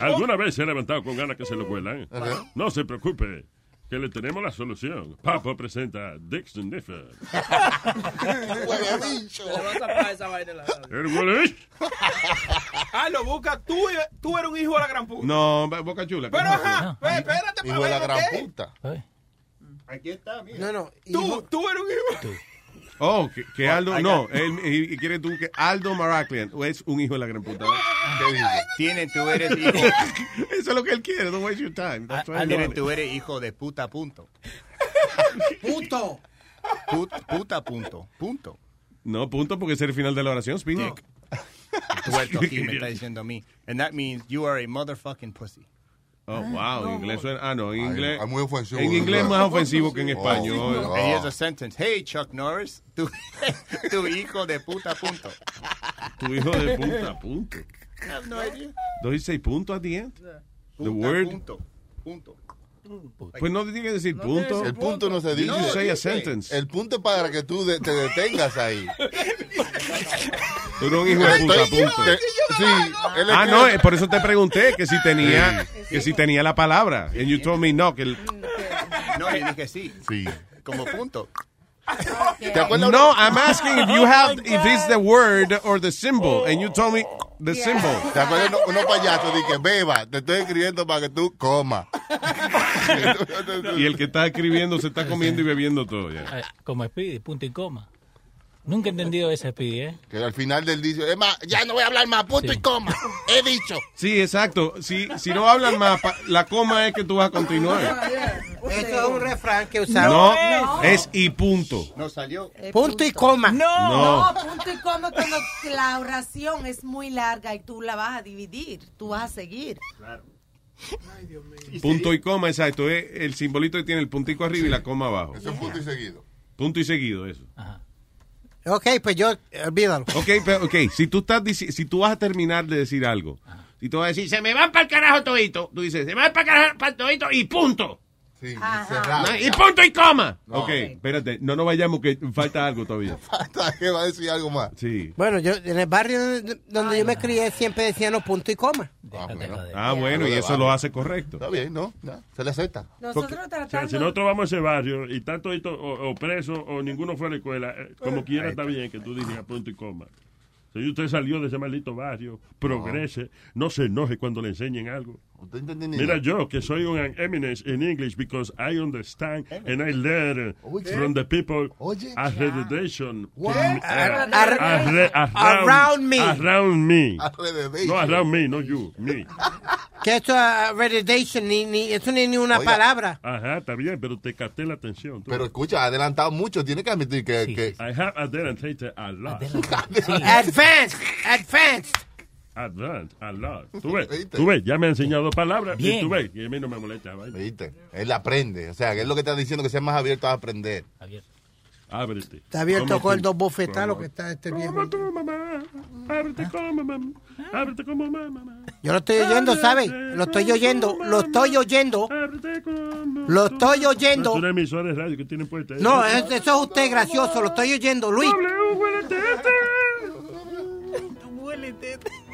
[SPEAKER 15] ¿Alguna vez se ha levantado con ganas que se lo huelan?
[SPEAKER 7] Ajá.
[SPEAKER 15] No se preocupe, que le tenemos la solución. Papo presenta Dick
[SPEAKER 7] *laughs*
[SPEAKER 15] Sniffer. El huele bicho.
[SPEAKER 21] Ah, lo busca. Tú, tú eres un hijo de la gran puta.
[SPEAKER 9] No, hombre, boca chula.
[SPEAKER 21] Pero
[SPEAKER 9] ¿cómo
[SPEAKER 21] ajá,
[SPEAKER 9] no?
[SPEAKER 21] pues, espérate para
[SPEAKER 9] Hijo de la
[SPEAKER 21] ver,
[SPEAKER 9] gran
[SPEAKER 21] ¿ok?
[SPEAKER 9] puta.
[SPEAKER 5] Aquí está,
[SPEAKER 6] No, no.
[SPEAKER 21] Tú, tú eres un hijo.
[SPEAKER 9] Oh, que, que Aldo,
[SPEAKER 5] I
[SPEAKER 9] no,
[SPEAKER 5] got-
[SPEAKER 9] él, él- él quiere tú que Aldo Maraclian es un hijo de la gran puta.
[SPEAKER 5] Tiene tu eres hijo.
[SPEAKER 9] Eso es lo que él quiere, don't waste your time. That's why I
[SPEAKER 5] Tiene
[SPEAKER 9] love
[SPEAKER 5] tu
[SPEAKER 9] it.
[SPEAKER 5] eres hijo de puta punto.
[SPEAKER 6] Puto.
[SPEAKER 5] Put- puta punto. Punto.
[SPEAKER 9] *laughs* No, punto, porque ese es el final de la oración, Speedy.
[SPEAKER 5] Tuerto aquí me está diciendo a mí. And that means you are a motherfucking pussy.
[SPEAKER 9] Oh, wow, en inglés suena. Ah, no, en
[SPEAKER 7] Ay,
[SPEAKER 9] inglés.
[SPEAKER 7] es muy ofensivo,
[SPEAKER 9] En inglés es
[SPEAKER 7] ¿verdad? Oh,
[SPEAKER 9] más ofensivo que en español.
[SPEAKER 5] And here's a sentence. Hey, Chuck Norris, *laughs* tu, tu hijo de puta punto.
[SPEAKER 9] Tu hijo de puta, punto.
[SPEAKER 5] I have no idea.
[SPEAKER 9] Doy seis puntos at the end. The
[SPEAKER 5] Puta,
[SPEAKER 9] word.
[SPEAKER 5] Punto. Punto.
[SPEAKER 9] Pues no tiene que decir punto.
[SPEAKER 7] El punto no se dice.
[SPEAKER 9] You say a sentence.
[SPEAKER 7] El punto es para que tú de- te detengas ahí.
[SPEAKER 9] Tú eres un hijo de puta,
[SPEAKER 7] Estoy-
[SPEAKER 9] punto.
[SPEAKER 7] te- Sí, él es
[SPEAKER 9] Ah,
[SPEAKER 7] que-
[SPEAKER 9] no, eh, por eso te pregunté que si tenía, que si tenía la palabra. And you told me no, que el-
[SPEAKER 5] No, le dije sí.
[SPEAKER 7] Sí.
[SPEAKER 5] Como punto. Oh
[SPEAKER 7] ¿Te acuerdas?
[SPEAKER 9] No, I'm asking if you have, if it's the word or the symbol. And you told me the symbol.
[SPEAKER 7] *laughs* ¿Te acuerdas uno- unos payasos? Dije, beba, te estoy escribiendo para que tú comas.
[SPEAKER 9] Y el que está escribiendo se está comiendo y bebiendo todo ya.
[SPEAKER 8] Eh, Como Speedy, punto y coma. Nunca he entendido ese Speedy, ¿eh?
[SPEAKER 7] Que al final del dicho, es más, ya no voy a hablar más, punto y coma. He dicho.
[SPEAKER 9] Sí, exacto. Si, si no hablan más, pa- la coma es que tú vas a continuar.
[SPEAKER 6] Eso es un refrán que usaron.
[SPEAKER 9] No, es y punto.
[SPEAKER 7] *laughs*
[SPEAKER 5] No salió.
[SPEAKER 6] Punto y coma.
[SPEAKER 9] No.
[SPEAKER 14] No, punto y coma cuando la oración es muy larga y tú la vas a dividir, tú vas a seguir.
[SPEAKER 9] Punto y coma, exacto. Es el simbolito que tiene el puntico arriba y la coma abajo.
[SPEAKER 7] Eso es punto y seguido.
[SPEAKER 9] Punto y seguido, eso.
[SPEAKER 6] Ok, pues yo, olvídalo.
[SPEAKER 9] Ok, pero, ok. Si tú, estás, dici- si tú vas a terminar de decir algo, si tú vas a decir, se me va
[SPEAKER 17] van para el carajo todito. Tú dices, se me van para el carajo pa'l todito y punto.
[SPEAKER 7] Sí,
[SPEAKER 17] ¿No? Y punto y coma.
[SPEAKER 9] Ok, espérate, no nos vayamos que falta algo
[SPEAKER 4] *laughs*
[SPEAKER 9] todavía.
[SPEAKER 7] que va a decir algo más.
[SPEAKER 9] Sí.
[SPEAKER 6] Bueno, yo en el barrio donde- donde yo me crié siempre decían los puntos y coma.
[SPEAKER 9] Ah, bueno, y eso lo hace correcto.
[SPEAKER 7] Está bien, ¿no? Ya, Se le acepta.
[SPEAKER 14] Nosotros
[SPEAKER 15] O sea, si nosotros vamos a ese barrio y tanto o, o preso o ninguno fue a la escuela, eh, como quiera está bien que tú digas a punto y coma. Si usted salió de ese maldito barrio, progrese, no se enoje cuando le enseñen algo. Mira yo que soy un eminence in English because I understand and I learn from the people accreditation
[SPEAKER 7] What?
[SPEAKER 15] Arre- arre-
[SPEAKER 7] Arre-
[SPEAKER 6] Around me.
[SPEAKER 15] around me.
[SPEAKER 7] Alrededor.
[SPEAKER 15] No around me, no you, me.
[SPEAKER 6] Que esto es redentation, ni, ni, eso ni, ni una
[SPEAKER 7] Oiga.
[SPEAKER 6] palabra.
[SPEAKER 15] Ajá, está bien, pero te capté la atención. tú.
[SPEAKER 7] Pero escucha, ha adelantado mucho. Tiene que admitir que. que
[SPEAKER 15] I have adelantated a lot.
[SPEAKER 6] Advanced, advanced.
[SPEAKER 15] Advanced, a lot.
[SPEAKER 7] *laughs*
[SPEAKER 15] Tú ves, tú ves, ya me ha enseñado palabras y
[SPEAKER 7] Bien.
[SPEAKER 15] tú ves, y a mí no me molesta. vaina.
[SPEAKER 7] ¿Viste? Él aprende. O sea, que es lo que está diciendo que sea más abierto a aprender.
[SPEAKER 15] Ábrete.
[SPEAKER 6] Está abierto
[SPEAKER 7] Como
[SPEAKER 6] con
[SPEAKER 7] tú.
[SPEAKER 6] dos bofetadas lo que está este viejo.
[SPEAKER 15] tú, mamá.
[SPEAKER 11] Ah.
[SPEAKER 15] Ábrete como mamá. Ábrete como mamá.
[SPEAKER 6] Yo lo estoy oyendo, ¿sabes? Lo estoy oyendo, lo estoy oyendo. Lo estoy
[SPEAKER 15] No, tú
[SPEAKER 6] oyendo.
[SPEAKER 15] eres emisora de radio que tienen puesta.
[SPEAKER 6] No, es- eso es usted gracioso, lo estoy oyendo, Luis.
[SPEAKER 15] Una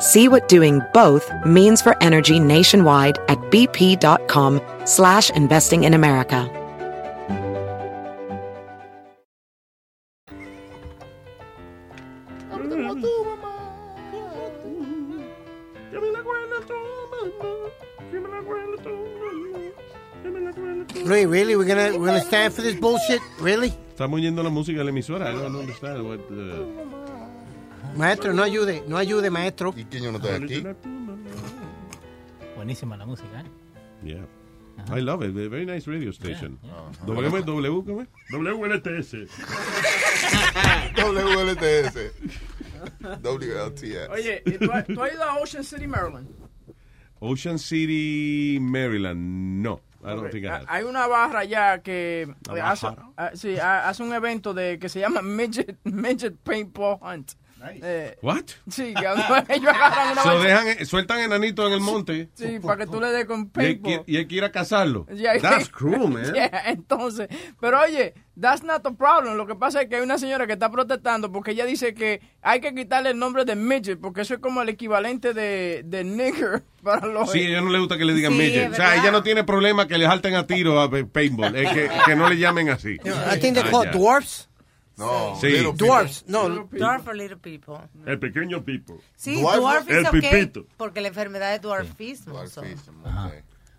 [SPEAKER 22] See what doing both means for energy nationwide at bp.com slash investing in America.
[SPEAKER 15] Que me la huele tu mamá. Que me la huele tu mamá. Que me la huele tu
[SPEAKER 6] Luis, really? We're gonna, we're gonna stand for this bullshit? Really?
[SPEAKER 9] Estamos oyendo la música de la emisora. I don't understand what, uh,
[SPEAKER 6] Maestro, no ayude, no ayude, maestro.
[SPEAKER 7] ¿Y quién yo no
[SPEAKER 8] Buenísima la música, ¿eh?
[SPEAKER 9] yeah.
[SPEAKER 11] Ah.
[SPEAKER 9] I love it. Very nice radio station. W,
[SPEAKER 15] W,
[SPEAKER 9] W, ¿cómo es?
[SPEAKER 15] WLTS.
[SPEAKER 7] *laughs* WLTS. WLTS.
[SPEAKER 4] Oye, ¿tú has, tú has ido a Ocean City, Maryland?
[SPEAKER 9] Ocean City, Maryland. No, I don't think I have.
[SPEAKER 4] Hay una barra allá que
[SPEAKER 9] ¿Una
[SPEAKER 4] eh, hace, ah, sí, ah, hace un evento de que se llama Midget, midget Paintball Hunt. Eh,
[SPEAKER 9] What?
[SPEAKER 4] sí, que *laughs* ellos agarran una
[SPEAKER 9] So
[SPEAKER 4] vaina-
[SPEAKER 9] dejan, sueltan enanito en el monte.
[SPEAKER 4] Sí, para que tú le des con
[SPEAKER 9] Y hay,
[SPEAKER 4] paintball.
[SPEAKER 9] que- y hay que ir a cazarlo.
[SPEAKER 4] Yeah.
[SPEAKER 9] That's cruel, man.
[SPEAKER 4] *laughs* Yeah, entonces, pero oye, that's not the problem. Lo que pasa es que hay una señora que está protestando porque ella dice que hay que quitarle el nombre de midget porque eso es como el equivalente de, de nigger *laughs* para los...
[SPEAKER 9] Sí, a ella no le gusta que le digan
[SPEAKER 4] Sí,
[SPEAKER 9] midget.
[SPEAKER 4] es
[SPEAKER 9] O sea,
[SPEAKER 4] verdad.
[SPEAKER 9] ella no tiene problema que le salten a tiro a paintball. Es que, que no le llamen así.
[SPEAKER 6] I think they
[SPEAKER 9] Ah, ya. No,
[SPEAKER 6] call dwarfs.
[SPEAKER 11] Oh,
[SPEAKER 15] Sí.
[SPEAKER 9] little people.
[SPEAKER 6] Dwarfs, no.
[SPEAKER 11] Dwarf or little people.
[SPEAKER 15] El pequeño pipo.
[SPEAKER 11] Sí, dwarf,
[SPEAKER 15] El
[SPEAKER 11] is okay
[SPEAKER 15] pipito.
[SPEAKER 11] porque la enfermedad es dwarfismo. so.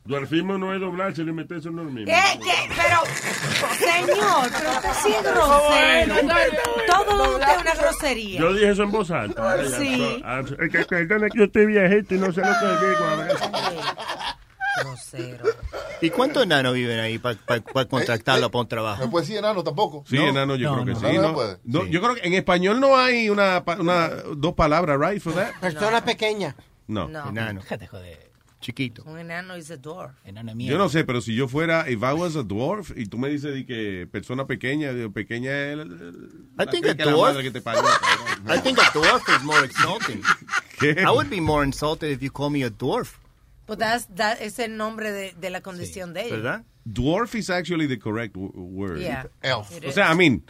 [SPEAKER 15] Dwarfismo no es doblarse ni meterse en uno mismo.
[SPEAKER 11] ¿Qué? ¿Qué? Pero, señor, pero usted sí es
[SPEAKER 15] Bueno,
[SPEAKER 11] grosero.
[SPEAKER 15] está
[SPEAKER 11] Todo lo de usted es una grosería.
[SPEAKER 15] Yo dije eso en voz alta.
[SPEAKER 11] Sí.
[SPEAKER 15] Ah, Es que perdone que yo estoy viejito y no sé lo que digo. a ver.
[SPEAKER 5] ¿Y cuántos enanos viven ahí para contratarlo para un trabajo?
[SPEAKER 7] No puede decir enano tampoco.
[SPEAKER 9] Sí, enano, yo creo que sí.
[SPEAKER 7] No, no
[SPEAKER 9] no.
[SPEAKER 7] puede.
[SPEAKER 9] No, Yo creo que en español no hay una, pa- una dos palabras, right, for that?
[SPEAKER 6] Persona pequeña.
[SPEAKER 9] No.
[SPEAKER 11] No.
[SPEAKER 5] Enano. Chiquito.
[SPEAKER 11] Un enano es un dwarf.
[SPEAKER 9] Yo no sé, pero si yo fuera, if I was a dwarf, y tú me dices de que persona pequeña, de pequeña es el- el-
[SPEAKER 5] I think a
[SPEAKER 9] aquella
[SPEAKER 5] dwarf-
[SPEAKER 9] madre que te parió.
[SPEAKER 5] I
[SPEAKER 9] *laughs*
[SPEAKER 5] think a dwarf is more insulting. I would be more insulted if you call me a dwarf.
[SPEAKER 11] But that's, that es el nombre de, de la condición de ellos.
[SPEAKER 9] ¿Verdad? Dwarf is actually the correct w- word.
[SPEAKER 11] Yeah. Elf. It
[SPEAKER 9] O sea, I mean,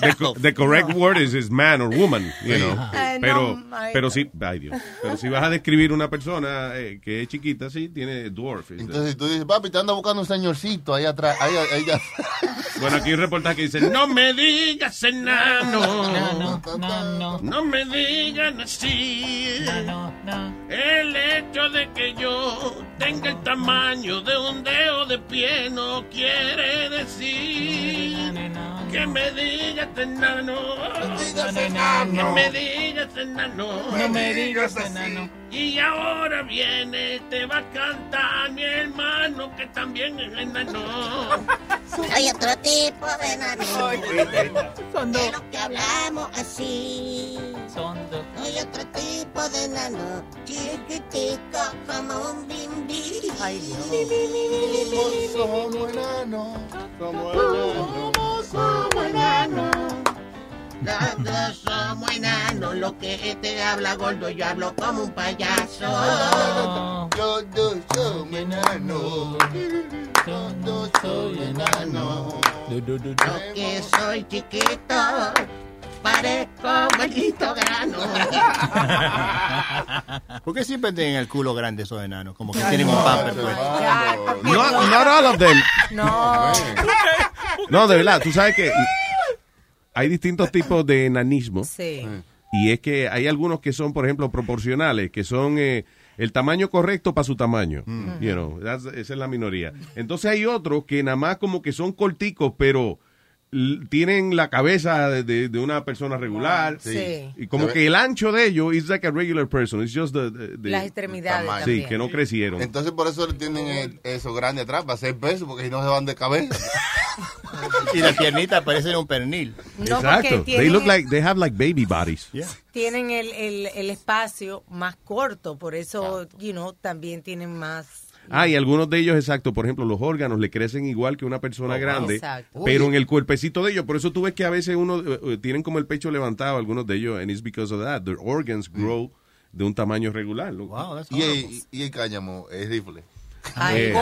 [SPEAKER 9] the, co- the correct word is, is man or woman, you know.
[SPEAKER 11] Ajá. Eh,
[SPEAKER 9] Pero,
[SPEAKER 11] no, *laughs* ay.
[SPEAKER 9] pero sí, ay Dios. Pero si vas a describir una persona eh, que es chiquita, sí, tiene dwarf. is the-
[SPEAKER 7] Entonces tú dices, papi, te anda buscando un señorcito ahí atrás. Ahí, ahí ya.
[SPEAKER 9] *laughs* Bueno, aquí hay un reportaje que dice, no me digas enano.
[SPEAKER 7] No, no,
[SPEAKER 9] No me digan así. El hecho de que yo tenga el tamaño de un dedo de pie no quiere decir que me digas enano.
[SPEAKER 17] enano.
[SPEAKER 9] Que me digas enano.
[SPEAKER 17] No me digas
[SPEAKER 9] enano. Y ahora viene, te va a cantar mi hermano que también es enano.
[SPEAKER 1] Hay otro tipo de enano. De los que hablamos así. Hay otro tipo de enano. Chiquitico como un bimbi. Ay,
[SPEAKER 7] Somos enanos. Somos
[SPEAKER 1] enanos. Somos enanos. Nosotros somos enanos. Lo que este habla gordo, yo hablo como un payaso.
[SPEAKER 7] Yo, yo, yo, me enano. Yo, yo, soy enano.
[SPEAKER 1] Lo que soy chiquito, parezco maldito grano.
[SPEAKER 5] ¿Por qué siempre tienen el culo grande esos enanos? Como que tienen un pamper. pues.
[SPEAKER 9] Not, not all of them.
[SPEAKER 11] No.
[SPEAKER 9] No, de verdad, tú sabes que hay distintos tipos de enanismo.
[SPEAKER 11] Sí.
[SPEAKER 9] Y es que hay algunos que son, por ejemplo, proporcionales, que son eh, el tamaño correcto para su tamaño. You know, that's- esa es la minoría. Entonces hay otros que nada más como que son corticos, pero l- tienen la cabeza de, de- de una persona regular.
[SPEAKER 11] Ah, Sí.
[SPEAKER 9] Y como que el ancho de ellos is like a regular person. It's just the, the- the-
[SPEAKER 11] Las extremidades
[SPEAKER 9] Sí,
[SPEAKER 11] también.
[SPEAKER 9] que no crecieron.
[SPEAKER 7] Entonces por eso le tienen el- eso grande atrás, para hacer peso, porque si no se van de cabeza.
[SPEAKER 5] *laughs* Y las piernitas parecen un pernil.
[SPEAKER 11] No,
[SPEAKER 9] Exacto.
[SPEAKER 11] porque
[SPEAKER 9] They look
[SPEAKER 11] tienen-
[SPEAKER 9] like they have like baby bodies.
[SPEAKER 11] Tienen el, el, el espacio más corto, por eso, you know, también tienen más.
[SPEAKER 9] Ah, y algunos de ellos, exacto, por ejemplo, los órganos le crecen igual que una persona
[SPEAKER 11] Oh, wow.
[SPEAKER 9] grande,
[SPEAKER 11] Exacto.
[SPEAKER 9] pero
[SPEAKER 11] Uy.
[SPEAKER 9] en el cuerpecito de ellos, por eso tú ves que a veces uno eh, eh, tienen como el pecho levantado algunos de ellos and it's because of that, their organs
[SPEAKER 7] Mm.
[SPEAKER 9] grow de un tamaño regular. loco.
[SPEAKER 7] y, el, y el cáñamo es rifle.
[SPEAKER 9] Eh,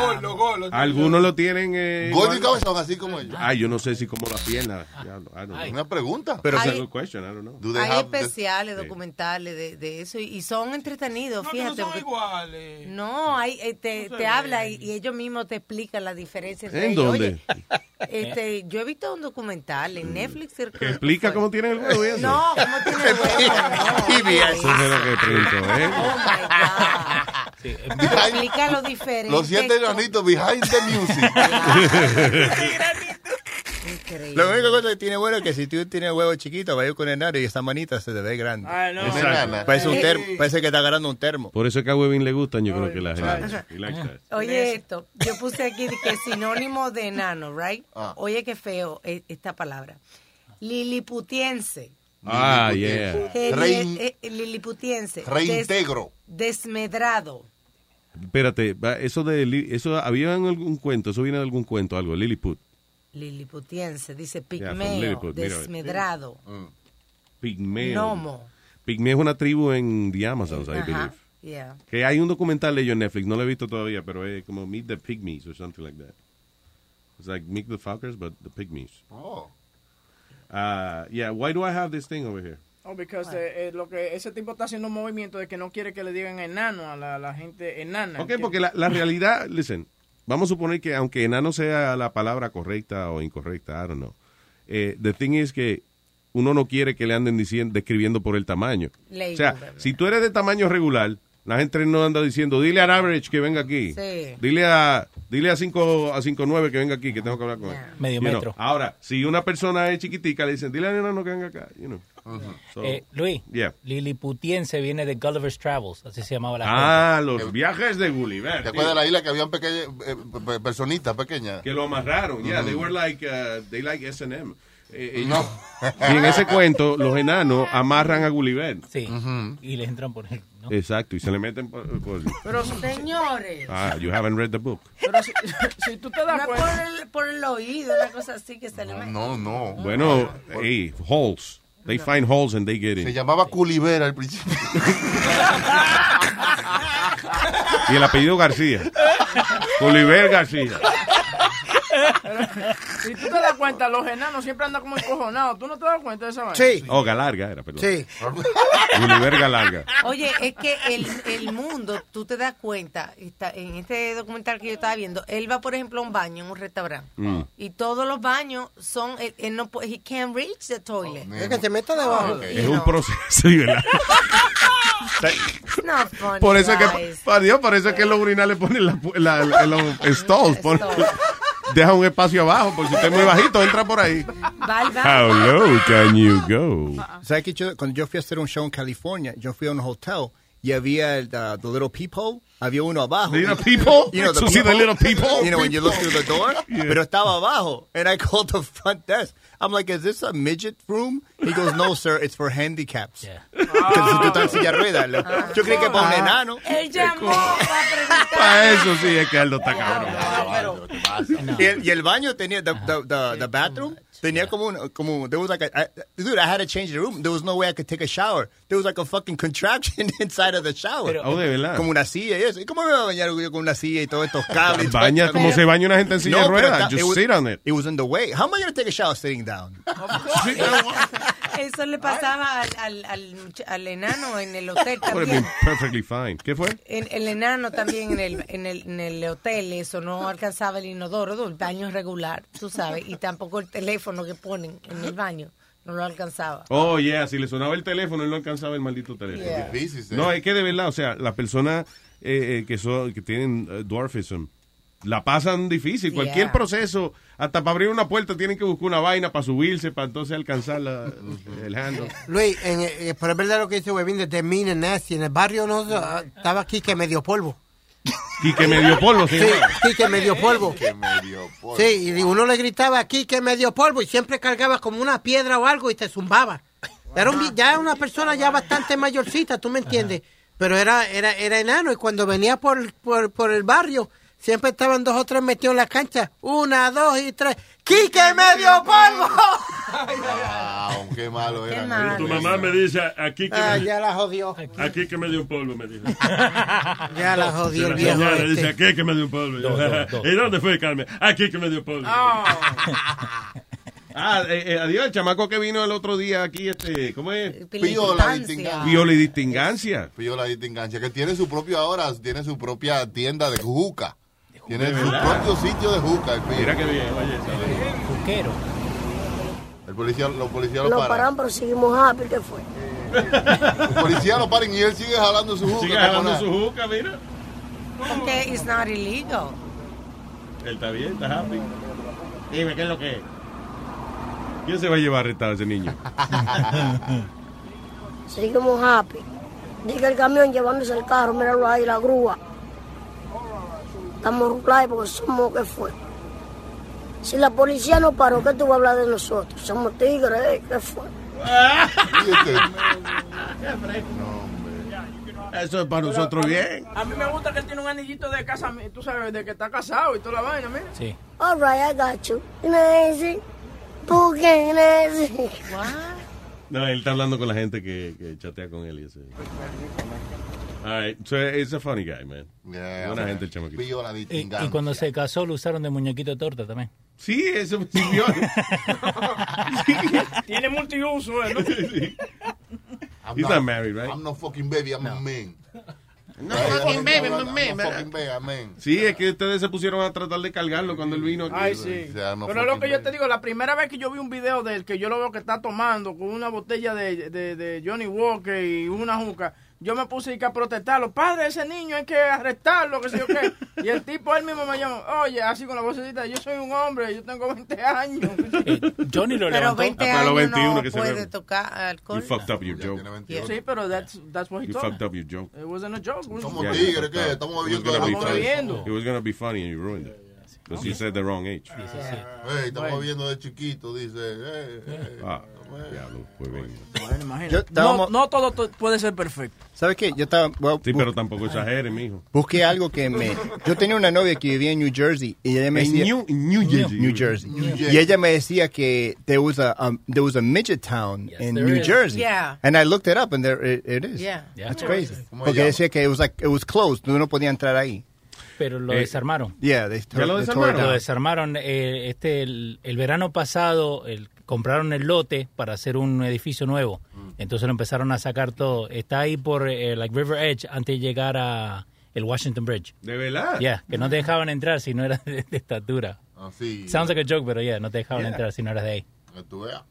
[SPEAKER 9] Algunos lo tienen eh,
[SPEAKER 7] Gordo y
[SPEAKER 9] igual-
[SPEAKER 7] cabezón, así como ellos.
[SPEAKER 9] Ay, yo no sé si como la pierna. diablo, I don't know.
[SPEAKER 7] Una pregunta.
[SPEAKER 9] Pero
[SPEAKER 11] Hay-
[SPEAKER 9] es una question, I don't know.
[SPEAKER 11] Hay especiales, documentales de, de eso y, y son entretenidos,
[SPEAKER 16] No, que
[SPEAKER 11] fíjate.
[SPEAKER 16] no son
[SPEAKER 11] porque-
[SPEAKER 16] iguales.
[SPEAKER 11] No, hay, eh, te,
[SPEAKER 16] No se
[SPEAKER 11] te habla y, y ellos mismos te explican la diferencia. entre
[SPEAKER 9] ¿En
[SPEAKER 11] ellos.
[SPEAKER 9] dónde?
[SPEAKER 11] Oye, este, yo he visto un documental en Netflix. creo
[SPEAKER 9] ¿Que
[SPEAKER 11] que
[SPEAKER 9] explica
[SPEAKER 11] fue.
[SPEAKER 9] cómo tienen el huevo y eso?
[SPEAKER 7] *laughs*
[SPEAKER 11] No, cómo
[SPEAKER 9] *laughs*
[SPEAKER 11] tiene el huevo. no.
[SPEAKER 9] Eso es lo que pregunto, ¿eh?
[SPEAKER 11] Oh my God. Te explica lo diferente.
[SPEAKER 7] Los siete granitos behind the music.
[SPEAKER 5] Lo único cosa que tiene bueno es que si tú tienes huevo chiquito, vaya con enano y esa manita se te ve grande.
[SPEAKER 4] Ay, no.
[SPEAKER 9] Exacto.
[SPEAKER 5] Parece, un termo, parece que está agarrando un termo.
[SPEAKER 9] Por eso es que a Webin le gustan, yo creo que la gente.
[SPEAKER 11] Ajá.
[SPEAKER 9] He likes that.
[SPEAKER 11] Oye esto, yo puse aquí de que sinónimo de enano, right?
[SPEAKER 9] Ah.
[SPEAKER 11] Oye qué feo eh, esta palabra. Liliputiense.
[SPEAKER 9] Ah, yeah.
[SPEAKER 11] Que
[SPEAKER 7] Rein-
[SPEAKER 11] li- eh, eh, liliputiense.
[SPEAKER 7] Reintegro.
[SPEAKER 11] Des- desmedrado.
[SPEAKER 9] Espérate, va, eso de Li- eso había en algún cuento, eso viene de algún cuento, algo, Lilliput,
[SPEAKER 11] Liliputiense, dice
[SPEAKER 9] from
[SPEAKER 11] pigmeo,
[SPEAKER 9] Lilliput, mira.
[SPEAKER 11] desmedrado,
[SPEAKER 9] pigmeo.
[SPEAKER 11] gnomo.
[SPEAKER 9] Pigmeo es una tribu en the Amazons, I
[SPEAKER 11] Ajá,
[SPEAKER 9] believe.
[SPEAKER 11] yeah.
[SPEAKER 9] Que hay un documental de ellos en Netflix, no lo he visto todavía, pero es como Meet the Pygmies or something like that. It's like Meet the Fuckers, but the Pygmies.
[SPEAKER 7] Oh.
[SPEAKER 9] Uh, yeah, why do I have this thing over here?
[SPEAKER 4] Oh, because eh, eh, lo que ese tipo está haciendo un movimiento de que no quiere que le digan enano a la, la gente enana.
[SPEAKER 9] Ok,
[SPEAKER 4] Que-
[SPEAKER 9] porque la, la realidad, listen, vamos a suponer que aunque enano sea la palabra correcta o incorrecta, I don't know. Eh, the thing is que uno no quiere que le anden diciendo, describiendo por el tamaño.
[SPEAKER 11] Label,
[SPEAKER 9] o sea,
[SPEAKER 11] ¿verdad?
[SPEAKER 9] si tú eres de tamaño regular, la gente no anda diciendo, dile a average que venga aquí.
[SPEAKER 11] Sí.
[SPEAKER 9] Dile a dile a 5 a 59 que venga aquí, que tengo que hablar con él.
[SPEAKER 8] Medio
[SPEAKER 9] You know,
[SPEAKER 8] metro.
[SPEAKER 9] Ahora, si una persona es chiquitica, le dicen, dile a enano que venga acá, you know. So,
[SPEAKER 8] Eh, Luis,
[SPEAKER 9] yeah.
[SPEAKER 8] Liliputiense viene de Gulliver's Travels, así se llamaba la
[SPEAKER 9] *laughs* Ah, los viajes de Gulliver.
[SPEAKER 7] ¿Te acuerdas de
[SPEAKER 9] tío.
[SPEAKER 7] la isla que habían pequeñas, eh, pe- pe- personitas pequeñas?
[SPEAKER 9] que lo amarraron. Yeah, they
[SPEAKER 7] Ujú.
[SPEAKER 9] were like uh, they like S&M. Eh,
[SPEAKER 7] No.
[SPEAKER 9] ellos- *laughs* Y en ese cuento los enanos amarran a Gulliver.
[SPEAKER 8] Sí. Y les entran por el.
[SPEAKER 9] Exacto, y se le meten por, por-
[SPEAKER 11] Pero señores,
[SPEAKER 9] Ah, you haven't read the book.
[SPEAKER 4] *laughs* pero si, *laughs* si tú te das
[SPEAKER 11] no es
[SPEAKER 4] cuenta,
[SPEAKER 11] por el, por el oído, una cosa así que se le mete.
[SPEAKER 7] No, no.
[SPEAKER 9] Bueno, hey, holes. They find holes and they get in.
[SPEAKER 7] Se llamaba Culivera al principio.
[SPEAKER 9] *laughs* Y el apellido García. Oliver García.
[SPEAKER 4] *laughs* Si tú te das cuenta, los enanos siempre andan como encojonados. ¿Tú no te das cuenta de esa vaina? *laughs*
[SPEAKER 9] Oh, Galarga era, perdón.
[SPEAKER 4] Sí.
[SPEAKER 9] Oliver Galarga.
[SPEAKER 11] Oye, es que el, el mundo, tú te das cuenta, está, en este documental que yo estaba viendo, él va, por ejemplo, a un baño en un restaurante.
[SPEAKER 1] Mm.
[SPEAKER 11] Y todos los baños son, él, él no puede, he can't reach the toilet. Oh,
[SPEAKER 6] Es que se meta debajo.
[SPEAKER 9] Es un proceso, y ¿verdad?
[SPEAKER 11] It's not funny,
[SPEAKER 9] Por eso es que,
[SPEAKER 11] guys.
[SPEAKER 9] por Dios, por eso es que los urinales ponen la, pu- la- la- los stalls. pon- *laughs* deja un espacio abajo, porque si usted es muy bajito, entra por ahí.
[SPEAKER 5] How
[SPEAKER 9] low can you go?
[SPEAKER 5] ¿Sabes que yo, cuando yo fui a hacer un show en California, yo fui a un hotel y había el uh, the little people, había uno abajo.
[SPEAKER 9] Little people?
[SPEAKER 5] You know, the
[SPEAKER 9] So *laughs* see the
[SPEAKER 5] people?
[SPEAKER 9] little people?
[SPEAKER 5] You know, when you look through the door,
[SPEAKER 9] *laughs* Yeah.
[SPEAKER 5] pero estaba abajo. And I called the front desk. I'm like, is this a midget room? He goes, no, sir, it's for handicaps. Porque si tú estás en silla de ruedas, lo-
[SPEAKER 17] Ah.
[SPEAKER 5] yo creí que para
[SPEAKER 13] Ah.
[SPEAKER 5] un enano.
[SPEAKER 11] Él llamó para preguntar.
[SPEAKER 9] Para eso sí es que Aldo está cabrón.
[SPEAKER 5] Y el, y el baño tenía, the, the, the, the bathroom, tenía como un, como, there was like a, I, dude, I had to change the room. There was no way I could take a shower. There was like a fucking contraption *laughs* inside of the shower.
[SPEAKER 9] Oh, de verdad.
[SPEAKER 5] Como una silla y eso. ¿Y cómo me voy a bañar yo con una silla y todos estos cables?
[SPEAKER 9] Baña como se baña una gente en silla de
[SPEAKER 5] No, pero
[SPEAKER 9] ruedas.
[SPEAKER 5] está- it
[SPEAKER 9] Just
[SPEAKER 5] was-
[SPEAKER 9] sit on it.
[SPEAKER 5] It was in the way. How am I going to take a shower sitting down?
[SPEAKER 11] Eso le pasaba al, al, al, much- al enano en el hotel
[SPEAKER 9] Would have
[SPEAKER 11] también.
[SPEAKER 9] been perfectly fine. ¿Qué fue?
[SPEAKER 11] En- el enano también en el, en, el, en el hotel, eso no alcanzaba el inodoro del baño regular, tú sabes, y tampoco el teléfono que ponen en el baño, no lo alcanzaba.
[SPEAKER 9] Oh, yeah, si le sonaba el teléfono, él no alcanzaba el maldito teléfono.
[SPEAKER 11] Yeah.
[SPEAKER 7] Difícil, sí.
[SPEAKER 9] No, es que de verdad, o sea, las personas eh, eh, que, son, que tienen eh, dwarfism la pasan difícil. Cualquier
[SPEAKER 7] Yeah.
[SPEAKER 9] proceso, hasta para abrir una puerta, tienen que buscar una vaina para subirse, para entonces alcanzar la- el handle.
[SPEAKER 6] Luis, en, eh, pero es verdad lo que dice Webin de Mean and Nasty. En el barrio no ah, estaba aquí que medio polvo.
[SPEAKER 9] Y que medio polvo,
[SPEAKER 6] Sí,
[SPEAKER 9] sí.
[SPEAKER 6] Quique medio polvo. Sí, y uno le gritaba aquí que medio polvo y siempre cargaba como una piedra o algo y te zumbaba. Era un vi- ya una persona ya bastante mayorcita, tú me entiendes. Pero era, era, era enano y cuando venía por, por, por el barrio, siempre estaban dos o tres metidos en la cancha. Una, dos y tres. ¡Quique medio polvo!
[SPEAKER 7] Wow, qué malo era.
[SPEAKER 6] malo.
[SPEAKER 15] Tu mamá me dice aquí que,
[SPEAKER 6] Ah,
[SPEAKER 15] me,
[SPEAKER 6] ya la jodió.
[SPEAKER 15] aquí que me dio un polvo, me dijo.
[SPEAKER 6] *laughs* Ya la jodió el viejo.
[SPEAKER 15] señora dice
[SPEAKER 6] este.
[SPEAKER 15] aquí que me dio un polvo.
[SPEAKER 9] Dos, dos,
[SPEAKER 15] *laughs*
[SPEAKER 9] dos.
[SPEAKER 15] ¿Y dónde fue, Carmen? Aquí que me dio
[SPEAKER 6] Ah,
[SPEAKER 15] polvo.
[SPEAKER 9] Ah, eh, eh, adiós, el chamaco que vino el otro día aquí, este, ¿cómo es?
[SPEAKER 7] Pío la distingancia.
[SPEAKER 9] Viola y distingancia.
[SPEAKER 7] Pío la distingancia. Que tiene su propio ahora, tiene su propia tienda de juca. Tiene
[SPEAKER 9] ¿De
[SPEAKER 7] su
[SPEAKER 9] verdad?
[SPEAKER 7] propio sitio de juca. el Pío.
[SPEAKER 9] Mira qué bien, oye, ¿sabes?
[SPEAKER 7] Juquero. El policía, los policías lo
[SPEAKER 13] Lo
[SPEAKER 7] paran.
[SPEAKER 13] paran, pero seguimos happy, ¿qué fue?
[SPEAKER 7] Los policías lo paran y él sigue jalando su juca.
[SPEAKER 9] Sigue
[SPEAKER 7] como
[SPEAKER 9] jalando
[SPEAKER 7] nada.
[SPEAKER 9] su juca, mira.
[SPEAKER 11] Porque it's not illegal.
[SPEAKER 9] Él está bien, está happy. Dime, ¿qué es lo que es? ¿Quién se va a llevar arrestado a ese niño? *laughs*
[SPEAKER 13] Seguimos happy. Diga el camión llevándose el carro, míralo ahí, la grúa. Estamos rulados porque somos que fue. Si la policía no paró, ¿qué tú vas a hablar de nosotros? Somos tigres, ¿eh? ¿qué fue?
[SPEAKER 9] *laughs* Eso es para nosotros bien.
[SPEAKER 4] A mí me gusta que él tiene un anillito de casa, tú sabes, de que está casado y toda la vaina, mira.
[SPEAKER 9] Sí.
[SPEAKER 13] All right, I got you. Nancy, Boogie Nancy.
[SPEAKER 9] No, él está hablando con la gente que, que chatea con él y eso. All right, so it's a funny guy, man.
[SPEAKER 7] Yeah,
[SPEAKER 9] Buena
[SPEAKER 7] man.
[SPEAKER 9] gente el chamaquito.
[SPEAKER 7] Pío la
[SPEAKER 8] Y, y
[SPEAKER 7] distingancia.
[SPEAKER 8] cuando se casó lo usaron de muñequito de torta también.
[SPEAKER 9] Sí,
[SPEAKER 13] *laughs*
[SPEAKER 9] eso sirvió.
[SPEAKER 4] Tiene multiuso,
[SPEAKER 9] *laughs*
[SPEAKER 4] ¿eh? ¿no?
[SPEAKER 7] I'm
[SPEAKER 9] He's not married, right?
[SPEAKER 7] I'm no fucking baby, I'm a man.
[SPEAKER 9] No
[SPEAKER 4] fucking baby, I'm a man,
[SPEAKER 7] I'm no fucking baby, I'm a man.
[SPEAKER 9] Sí, es que ustedes se pusieron a tratar de cargarlo cuando él vino aquí.
[SPEAKER 4] Ay, sí.
[SPEAKER 7] O sea, no
[SPEAKER 4] Pero lo
[SPEAKER 7] fucking
[SPEAKER 4] que yo te digo, la primera vez que yo vi un video de él, que yo lo veo que está tomando con una botella de, de- de Johnny Walker y una juca, yo me puse que a protestarlo. Padre, ese niño hay que arrestarlo, que sé
[SPEAKER 9] *laughs*
[SPEAKER 4] yo qué. Y el tipo él mismo me llamó, oye, así con la vocecita, yo soy un hombre, yo tengo
[SPEAKER 9] *laughs*
[SPEAKER 4] 20 años.
[SPEAKER 8] Johnny lo
[SPEAKER 11] Pero
[SPEAKER 8] levantó.
[SPEAKER 11] 20
[SPEAKER 9] Hasta los
[SPEAKER 11] años
[SPEAKER 9] 21
[SPEAKER 11] no
[SPEAKER 9] que se
[SPEAKER 11] puede
[SPEAKER 9] ve.
[SPEAKER 11] tocar
[SPEAKER 9] You
[SPEAKER 11] alcohol.
[SPEAKER 9] fucked up your joke.
[SPEAKER 4] Sí, pero that's, that's what he
[SPEAKER 9] You
[SPEAKER 4] told me.
[SPEAKER 9] fucked up your joke.
[SPEAKER 4] It wasn't a joke. it was-
[SPEAKER 7] Somos tigres, ¿qué? Estamos
[SPEAKER 9] It was
[SPEAKER 7] bebiendo
[SPEAKER 9] gonna be
[SPEAKER 7] Estamos
[SPEAKER 9] funny.
[SPEAKER 7] bebiendo.
[SPEAKER 9] It was gonna be funny and you ruined it. Because you said the wrong age.
[SPEAKER 7] Hey, estamos viendo de chiquito, dice. eh, eh.
[SPEAKER 9] Ah. Diablo, fue bien.
[SPEAKER 4] Bueno, imagínate.
[SPEAKER 5] Yo estaba-
[SPEAKER 4] no, no todo to- puede ser perfecto.
[SPEAKER 5] ¿Sabes qué? Yo estaba. well,
[SPEAKER 9] Sí,
[SPEAKER 5] bu-
[SPEAKER 9] pero tampoco exagere,
[SPEAKER 4] *laughs*
[SPEAKER 9] mijo.
[SPEAKER 5] Busqué algo que me. Yo tenía una novia que vivía en New Jersey y ella me
[SPEAKER 9] En
[SPEAKER 5] decía.
[SPEAKER 9] New- New Jersey.
[SPEAKER 5] New Jersey.
[SPEAKER 9] New
[SPEAKER 5] Y ella me decía que there was a um, there was a midget town in
[SPEAKER 11] there
[SPEAKER 5] New
[SPEAKER 11] is.
[SPEAKER 5] Jersey.
[SPEAKER 11] Yeah.
[SPEAKER 5] And I looked it up and there it, it is.
[SPEAKER 11] Yeah. Yeah.
[SPEAKER 5] That's crazy.
[SPEAKER 8] ¿Cómo
[SPEAKER 5] Porque
[SPEAKER 8] llama?
[SPEAKER 5] decía que it was like it was closed, no podía entrar ahí.
[SPEAKER 8] Pero lo
[SPEAKER 5] Eh,
[SPEAKER 8] desarmaron.
[SPEAKER 5] yeah, they tore- they tore it down.
[SPEAKER 8] Lo desarmaron. eh, este, el, el verano pasado el- compraron el lote para hacer un edificio nuevo. Entonces lo empezaron a sacar todo. Está ahí por eh, like River Edge antes de llegar a el Washington Bridge.
[SPEAKER 9] ¿De verdad?
[SPEAKER 8] Yeah, que no te dejaban entrar si no eras de, de estatura.
[SPEAKER 7] sí.
[SPEAKER 8] Sounds like a joke, pero yeah, no te dejaban
[SPEAKER 7] Yeah.
[SPEAKER 8] entrar si no eras de ahí.
[SPEAKER 7] Que tú veas.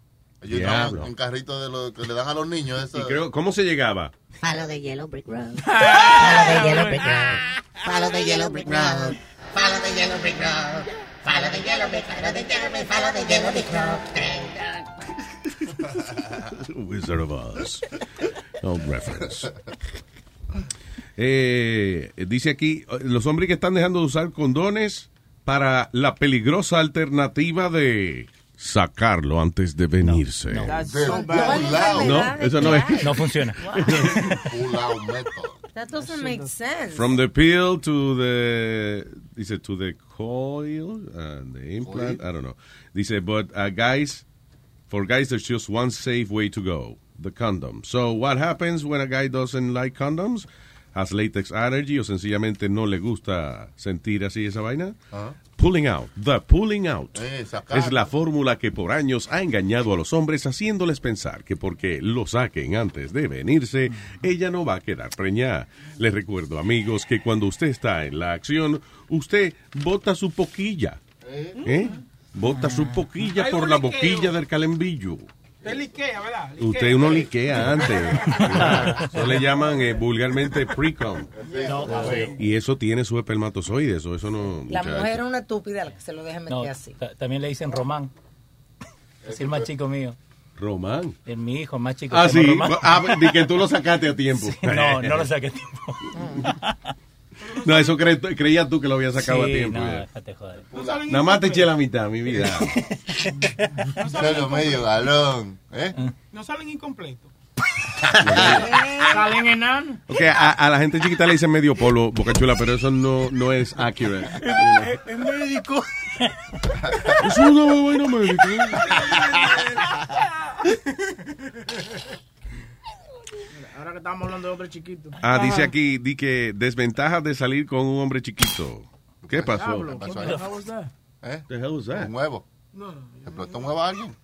[SPEAKER 7] Ellos
[SPEAKER 9] Diablo.
[SPEAKER 7] trabajan en carritos de los que le dan a los niños. Eso.
[SPEAKER 9] Ah, Y creo, ¿cómo se llegaba?
[SPEAKER 1] Palo de hielo brick road. Palo de hielo brick road. Palo de hielo brick road. Palo de hielo brick road. Palo de hielo brick road. Palo de hielo brick road. Palo de hielo brick road.
[SPEAKER 9] Wizard of Oz. No reference. Eh, dice aquí, los hombres que están dejando de usar condones para la peligrosa alternativa de sacarlo antes de venirse. No,
[SPEAKER 7] That's
[SPEAKER 11] so
[SPEAKER 7] Del
[SPEAKER 11] bad.
[SPEAKER 7] pulao.
[SPEAKER 9] eso no es.
[SPEAKER 8] No funciona.
[SPEAKER 7] Pulao method.
[SPEAKER 11] That doesn't make sense.
[SPEAKER 9] From the pill to the dice to the coil and the implant. I don't know. Dice, but uh, guys, for guys, there's just one safe way to go: the condom. So what happens when a guy doesn't like condoms? Has latex allergy o sencillamente no le gusta sentir así esa vaina?
[SPEAKER 7] Ajá.
[SPEAKER 9] Pulling out, the pulling out.
[SPEAKER 7] Eh, sacar.
[SPEAKER 9] Es la fórmula que por años ha engañado a los hombres haciéndoles pensar que porque lo saquen antes de venirse, ella no va a quedar preñada. Les recuerdo, amigos, que cuando usted está en la acción, usted bota su poquilla. ¿Eh? Bota su poquilla
[SPEAKER 16] Ah. Hay
[SPEAKER 9] por
[SPEAKER 16] un
[SPEAKER 9] la
[SPEAKER 16] liqueo. Ah,
[SPEAKER 9] boquilla del calembillo.
[SPEAKER 16] Usted liquea, ¿verdad?
[SPEAKER 9] Usted uno
[SPEAKER 16] *laughs*
[SPEAKER 9] liquea antes. Eso le llaman eh, vulgarmente pre-com. Y eso tiene su espermatozoides, o eso no...
[SPEAKER 11] La
[SPEAKER 9] muchacho.
[SPEAKER 11] mujer es una estúpida la que se lo deja meter
[SPEAKER 8] No,
[SPEAKER 11] así.
[SPEAKER 8] ta- también le dicen Román. Es el más chico mío.
[SPEAKER 9] Román.
[SPEAKER 8] Es mi hijo más chico.
[SPEAKER 9] Ah,
[SPEAKER 8] se llama
[SPEAKER 9] sí.
[SPEAKER 8] Román.
[SPEAKER 9] Ah, de que tú lo sacaste a tiempo. *laughs*
[SPEAKER 8] No, no lo saqué a tiempo.
[SPEAKER 9] No, eso cre- creías tú que lo había sacado
[SPEAKER 8] Sí,
[SPEAKER 9] a tiempo.
[SPEAKER 8] no,
[SPEAKER 9] ya.
[SPEAKER 8] déjate joder.
[SPEAKER 9] Nada más te eché la mitad, mi vida.
[SPEAKER 7] Solo medio galón. ¿Eh?
[SPEAKER 16] No salen
[SPEAKER 9] *laughs*
[SPEAKER 16] incompletos.
[SPEAKER 4] Salen enanos.
[SPEAKER 9] Ok, a, a la gente chiquita le dicen medio polo, boca chula, pero eso no, no es accurate.
[SPEAKER 4] Es médico.
[SPEAKER 9] Es una vaina médica. ¿eh?
[SPEAKER 4] Ahora que estamos hablando de hombre chiquito.
[SPEAKER 9] Ah, dice aquí, di que desventajas de salir con un hombre chiquito. ¿Qué pasó?
[SPEAKER 4] Diablo, what the hell was that?
[SPEAKER 7] ¿Eh?
[SPEAKER 9] The hell was that?
[SPEAKER 7] Un huevo.
[SPEAKER 4] No,
[SPEAKER 7] ¿Explotó un huevo a alguien?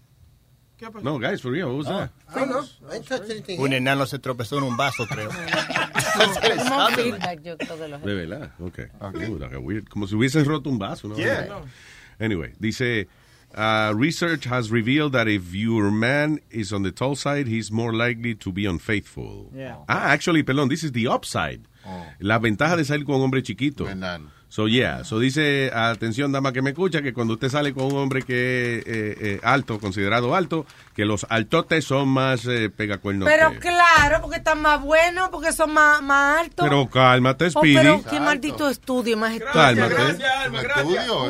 [SPEAKER 4] ¿Qué pasó?
[SPEAKER 9] No, guys, for real, what was
[SPEAKER 7] Ah.
[SPEAKER 9] that?
[SPEAKER 6] I know. I touched anything.
[SPEAKER 5] Un enano se tropezó en un vaso, creo.
[SPEAKER 11] Como feedback, yo creo, de los-
[SPEAKER 9] De verdad, ok. Ooh, like a weird- como si hubiese roto un vaso. ¿no?
[SPEAKER 11] Yeah.
[SPEAKER 9] Anyway, dice, uh, research has revealed that if your man is on the tall side, he's more likely to be unfaithful.
[SPEAKER 2] Yeah.
[SPEAKER 9] Ah, actually, perdón, this is the upside. La ventaja de salir con un hombre chiquito. So, yeah. So, dice, atención, dama que me escucha, que cuando usted sale con un hombre que es eh, eh, alto, considerado alto, que los altotes son más eh, pegacuernos.
[SPEAKER 11] Pero
[SPEAKER 9] que-
[SPEAKER 11] claro, porque están más buenos, porque son más, más altos.
[SPEAKER 9] Pero cálmate,
[SPEAKER 11] Oh,
[SPEAKER 9] Speedy.
[SPEAKER 11] pero qué maldito estudio, más estudio.
[SPEAKER 9] Cálmate.
[SPEAKER 7] Estudio, el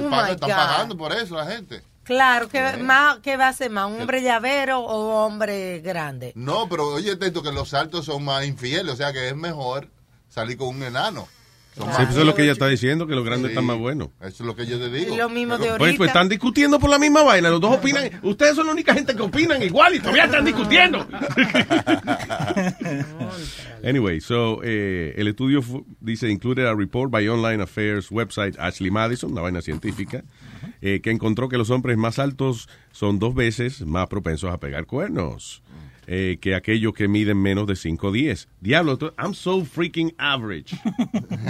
[SPEAKER 11] Oh,
[SPEAKER 7] padre
[SPEAKER 11] my
[SPEAKER 7] está
[SPEAKER 11] God.
[SPEAKER 7] pagando por eso la gente.
[SPEAKER 11] Claro, ¿qué, más, ¿qué va a ser más? ¿Un hombre llavero o hombre grande?
[SPEAKER 7] No, pero oye, Teto, que los altos son más infieles, o sea que es mejor salir con un enano. Son
[SPEAKER 9] Sí, pues
[SPEAKER 7] más-
[SPEAKER 9] eso es lo que ella está diciendo, que los grandes
[SPEAKER 7] Sí.
[SPEAKER 9] están más buenos.
[SPEAKER 7] Eso es lo que yo te digo.
[SPEAKER 11] Es lo mismo de
[SPEAKER 9] Pues, pues
[SPEAKER 11] ahorita.
[SPEAKER 9] están discutiendo por la misma vaina. Los dos opinan. Ustedes son la única gente que opinan igual y todavía están discutiendo. anyway, so eh, el estudio fu- dice included a report by Online Affairs website Ashley Madison, una vaina científica, eh, que encontró que los hombres más altos son dos veces más propensos a pegar cuernos eh, que aquellos que miden menos de 5'10. Diablo, tú- I'm so freaking average.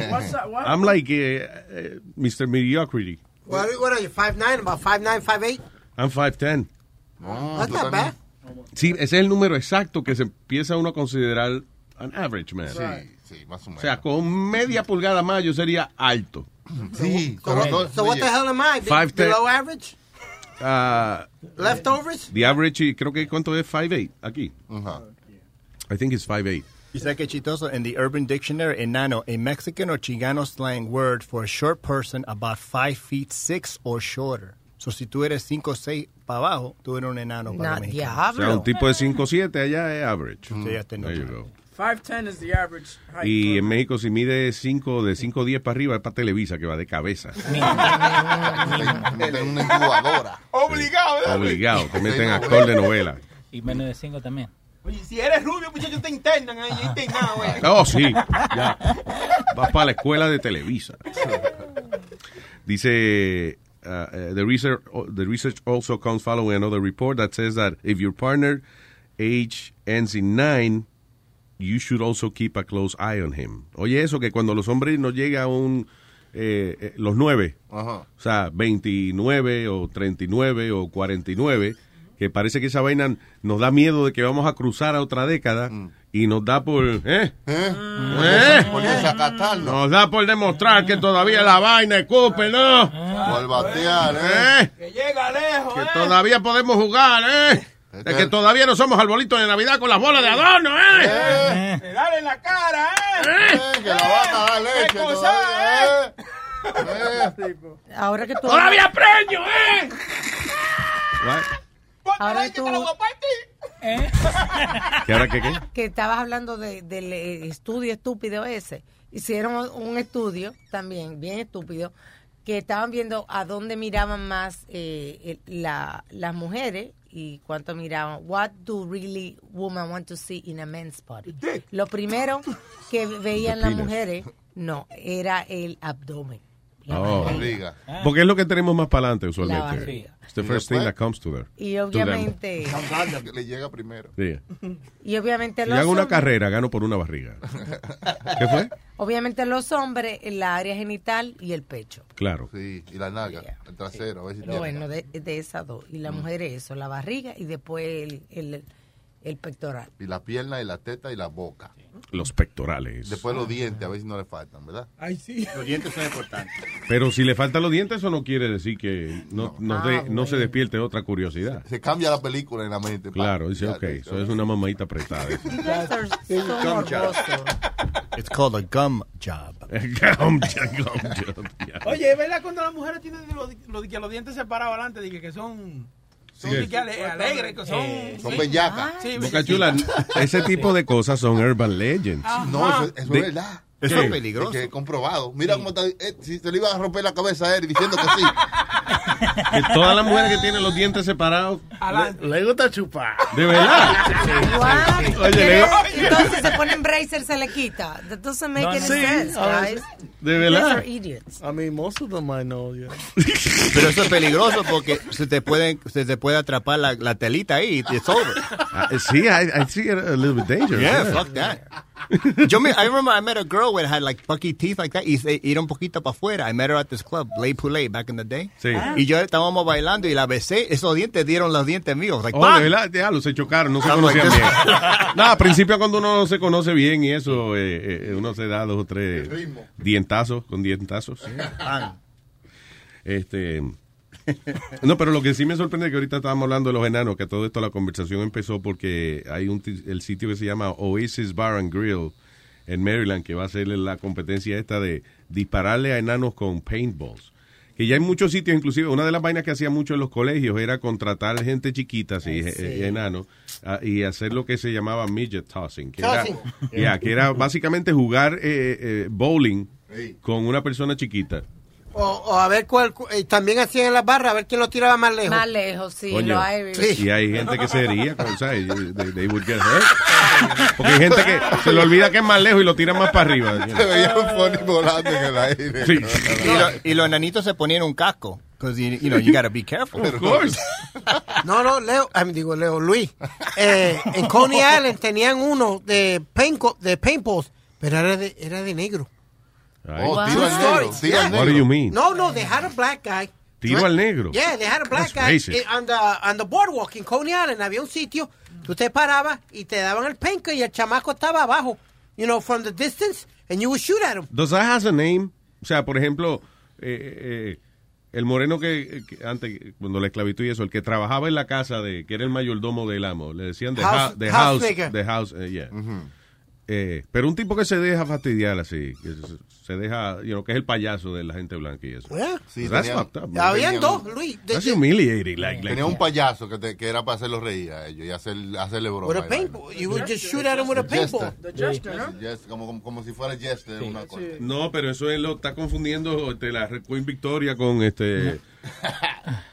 [SPEAKER 4] What's that? What?
[SPEAKER 9] I'm like eh, eh, Mr. Mediocrity.
[SPEAKER 6] What, are- what are you, 5'9", about 5'9", 5'8"?
[SPEAKER 9] I'm 5'10.
[SPEAKER 6] That's not bad.
[SPEAKER 9] Sí, ese es el número exacto que se empieza uno a considerar an average man.
[SPEAKER 7] Sí, sí, más o
[SPEAKER 9] O
[SPEAKER 7] menos.
[SPEAKER 9] sea, con media pulgada más yo sería alto.
[SPEAKER 7] Sí,
[SPEAKER 6] So, what, so what the hell am I? Be-
[SPEAKER 9] Five ten-
[SPEAKER 6] below average?
[SPEAKER 9] Ah,
[SPEAKER 6] Leftovers?
[SPEAKER 9] the average, y creo que cuánto es 5'8 aquí. I think it's 5'8.
[SPEAKER 5] ¿Y sabes qué chistoso? In the Urban Dictionary, enano, a Mexican or Chicano slang word for a short person about five feet six or shorter. So, si tú eres 5 o 6 para abajo, tú eres un enano para
[SPEAKER 4] Nah,
[SPEAKER 5] los mexicanos.
[SPEAKER 9] O sea, un tipo de 5'7 allá es average.
[SPEAKER 5] ya está en
[SPEAKER 9] There you go.
[SPEAKER 4] 5'10 is the average height.
[SPEAKER 9] Y en México si mide 5 de 5'10 para arriba es para Televisa que va de cabeza.
[SPEAKER 7] En una incubadora.
[SPEAKER 16] Obligado, ¿verdad?
[SPEAKER 9] Obligado, te meten actor de novela.
[SPEAKER 8] Y menos de 5 también.
[SPEAKER 16] Oye, si eres rubio, muchachos, te internan ahí, internado, güey.
[SPEAKER 9] Oh, sí. Ya. Vas para la escuela de Televisa. Dice, uh, uh, the, research, the research also comes following another report that says that if your partner age ends in nine, you should also keep a close eye on him. Oye, eso que cuando los hombres nos llega a un... eh, eh, los nueve,
[SPEAKER 7] Ajá.
[SPEAKER 9] o sea, 29 o 39 o 49, que parece que esa vaina nos da miedo de que vamos a cruzar a otra década y nos da por... ¿eh? ¿Eh?
[SPEAKER 7] Por desacatarnos.
[SPEAKER 9] Nos da por demostrar que todavía la vaina escupe, ¿no?
[SPEAKER 7] Por batear,
[SPEAKER 9] ¿eh?
[SPEAKER 16] Que llega lejos.
[SPEAKER 9] Que todavía podemos jugar, ¿eh? De que todavía no somos arbolitos de Navidad con las bolas de adorno, ¿eh?
[SPEAKER 16] Te dale en la cara, ¿eh?
[SPEAKER 7] Que la van a dar leche Eh.
[SPEAKER 16] Qué cosa,
[SPEAKER 7] todavía,
[SPEAKER 16] ¿eh?
[SPEAKER 11] Ahora que tú...
[SPEAKER 16] Todavía preño, ¿eh?
[SPEAKER 11] Ahora tú...
[SPEAKER 16] ¿Eh?
[SPEAKER 9] ¿Que ahora *laughs* qué, qué?
[SPEAKER 11] *laughs* que estabas hablando de- del eh, estudio estúpido ese. Hicieron un estudio también, bien estúpido, que estaban viendo a dónde miraban más eh, el- la- las mujeres y cuánto miraban. What do really women want to see in a man's body? Lo primero que veían
[SPEAKER 9] The
[SPEAKER 11] las
[SPEAKER 9] penis.
[SPEAKER 11] mujeres, no, era el abdomen. la
[SPEAKER 9] Oh.
[SPEAKER 11] barriga.
[SPEAKER 9] Porque es lo que tenemos más para adelante
[SPEAKER 11] La
[SPEAKER 9] usualmente.
[SPEAKER 11] barriga.
[SPEAKER 9] It's the first thing that comes to there.
[SPEAKER 11] Y
[SPEAKER 9] to them.
[SPEAKER 11] obviamente,
[SPEAKER 7] Que Le llega primero. *laughs*
[SPEAKER 9] Sí.
[SPEAKER 11] y obviamente
[SPEAKER 9] Si
[SPEAKER 11] los
[SPEAKER 9] hago una
[SPEAKER 11] hombres-
[SPEAKER 9] carrera, gano por una barriga. ¿Qué fue?
[SPEAKER 11] *laughs* Obviamente los hombres, la área genital y el pecho.
[SPEAKER 9] Claro.
[SPEAKER 7] Sí, y la nalga, el trasero, a ver si
[SPEAKER 11] Pero
[SPEAKER 7] tiene.
[SPEAKER 11] bueno, de, de esas dos. Y la mujer es eso, la barriga y después el, el, el pectoral.
[SPEAKER 7] Y la pierna, y la teta, y la boca.
[SPEAKER 9] Los pectorales.
[SPEAKER 7] Después los dientes, a ver si no le faltan, ¿verdad?
[SPEAKER 16] Ay, sí.
[SPEAKER 5] Los dientes son importantes.
[SPEAKER 9] Pero si le faltan los dientes, eso no quiere decir que no, no
[SPEAKER 7] Ah,
[SPEAKER 9] de-
[SPEAKER 7] bueno.
[SPEAKER 9] no se despierte otra curiosidad.
[SPEAKER 7] Se cambia la película en la mente. pa.
[SPEAKER 9] Claro, dice,
[SPEAKER 7] Ya,
[SPEAKER 9] ok,
[SPEAKER 7] listo.
[SPEAKER 9] eso es una mamadita apretada.
[SPEAKER 7] *laughs*
[SPEAKER 9] eso.
[SPEAKER 5] Gum job. It's called a gum job.
[SPEAKER 9] Gum job, gum job, yeah.
[SPEAKER 16] Oye, es ¿verdad cuando las mujeres tienen los, los, que los dientes separados adelante? Dije que son. Son
[SPEAKER 9] Sí.
[SPEAKER 16] de que ale- alegres, que son.
[SPEAKER 7] Eh, son bellacas.
[SPEAKER 16] Sí,
[SPEAKER 9] *laughs* Boca Chula, ese tipo *laughs* de cosas son urban legends.
[SPEAKER 7] No, eso, eso
[SPEAKER 9] De-
[SPEAKER 7] es verdad.
[SPEAKER 9] Eso es
[SPEAKER 7] Sí.
[SPEAKER 9] peligroso.
[SPEAKER 7] que es comprobado. Mira cómo está. eh, si se le iba a romper la cabeza a él diciendo
[SPEAKER 9] *laughs*
[SPEAKER 7] que sí.
[SPEAKER 9] Que todas las mujeres que tienen los dientes separados,
[SPEAKER 2] Le, le gusta chupar.
[SPEAKER 9] de verdad. Ah. Oye, le- *laughs*
[SPEAKER 11] Entonces se ponen bracer, se le quita. That doesn't make
[SPEAKER 2] No,
[SPEAKER 11] any
[SPEAKER 2] sí,
[SPEAKER 11] sense,
[SPEAKER 2] a
[SPEAKER 11] guys.
[SPEAKER 2] veces.
[SPEAKER 9] De
[SPEAKER 11] verdad.
[SPEAKER 2] I mean, most of them I know,
[SPEAKER 9] *laughs*
[SPEAKER 2] yeah.
[SPEAKER 5] *laughs* Pero eso es peligroso porque se te puede, se te puede atrapar la, la telita ahí y it's over.
[SPEAKER 9] Ah, sí, I, I see it a little bit dangerous.
[SPEAKER 5] Yeah,
[SPEAKER 9] yeah.
[SPEAKER 5] fuck that. Yo me, I remember I met a girl that had like bucky teeth like that y se, y era un poquito para afuera. I met her at this club, Lay Poulet, back in the day.
[SPEAKER 9] Sí.
[SPEAKER 7] Ah.
[SPEAKER 5] Y yo estábamos bailando y la besé, esos dientes dieron los dientes míos. Like,
[SPEAKER 9] Oh,
[SPEAKER 5] ¡pam!
[SPEAKER 9] de verdad, ya los se chocaron, no se
[SPEAKER 5] I'm
[SPEAKER 9] conocían
[SPEAKER 5] like
[SPEAKER 9] bien.
[SPEAKER 5] this.
[SPEAKER 9] *laughs* No, al principio cuando uno no se conoce bien y eso, eh, eh, uno se da dos o tres dientazos con dientazos. Este, no, pero lo que sí me sorprende es que ahorita estábamos hablando de los enanos, que todo esto la conversación empezó porque hay un ti- el sitio que se llama Oasis Bar and Grill en Maryland que va a hacer la competencia esta de dispararle a enanos con paintballs. Que ya hay muchos sitios, inclusive una de las vainas que hacía mucho en los colegios era contratar gente chiquita, así,
[SPEAKER 3] Ay, sí.
[SPEAKER 9] eh, enano, a- y hacer lo que se llamaba midget tossing, que,
[SPEAKER 3] Tossing.
[SPEAKER 9] Era, yeah, que era básicamente jugar eh, eh, bowling con una persona chiquita.
[SPEAKER 6] O, o a ver cuál. cu- eh, también hacían en las barras, a ver quién lo tiraba más lejos.
[SPEAKER 11] Más lejos, sí,
[SPEAKER 9] Coño,
[SPEAKER 11] los Irish.
[SPEAKER 9] Y hay gente que se hería, o sea, y- they, they would get hurt. Porque hay gente que se le olvida que es más lejos y lo tira más para arriba.
[SPEAKER 7] Se veía un funny volando en el aire.
[SPEAKER 9] Sí.
[SPEAKER 5] Y, lo- y los enanitos se ponían un casco. Because, you, you know, you gotta be careful.
[SPEAKER 6] Of course. *laughs* No, no, Leo, ah, digo Leo, Luis. Eh, en Coney Island tenían uno de, paint, de paintballs, pero era de, era de negro.
[SPEAKER 9] Ay.
[SPEAKER 7] Oh, tiro al negro,
[SPEAKER 6] True story.
[SPEAKER 7] tiro al
[SPEAKER 9] What do
[SPEAKER 7] negro.
[SPEAKER 9] you mean?
[SPEAKER 6] No, no, they had a black guy.
[SPEAKER 9] Tiro al negro.
[SPEAKER 6] Yeah, they had a
[SPEAKER 9] That's
[SPEAKER 6] black guy
[SPEAKER 9] racist.
[SPEAKER 6] eh, on the, on the boardwalk in Coney Island. Había un sitio, tú te parabas y te daban el penco y el chamaco estaba abajo, you know, from the distance, and you would shoot at him.
[SPEAKER 9] Does that has a name? O sea, por ejemplo, eh, eh, el moreno que, que antes, cuando la esclavitud y eso, el que trabajaba en la casa de, que era el mayordomo del amo, le decían the
[SPEAKER 6] House-
[SPEAKER 9] house, the
[SPEAKER 6] house
[SPEAKER 9] house,
[SPEAKER 6] nigger.
[SPEAKER 9] the house, eh, yeah. Eh, pero un tipo que se deja fastidiar así, que se- se deja, you know, que es el payaso de la gente blanca y eso.
[SPEAKER 6] Yeah.
[SPEAKER 7] Sí,
[SPEAKER 9] That's
[SPEAKER 7] tenía-
[SPEAKER 9] fucked up, man.
[SPEAKER 6] Está bien, dos, Luis. De-
[SPEAKER 9] That's humiliating. Like, like,
[SPEAKER 7] Tenía un payaso que, te- que era para hacerlos reír a ellos y hacer, hacerle broma.
[SPEAKER 6] With a
[SPEAKER 7] y vaina.
[SPEAKER 6] paintball. You would just shoot at him with a paintball.
[SPEAKER 7] Jester. Jester, como, como, como si fuera Jester. Una cosa.
[SPEAKER 9] No, pero eso es lo está confundiendo este, la Red Queen Victoria con
[SPEAKER 8] *laughs*
[SPEAKER 9] este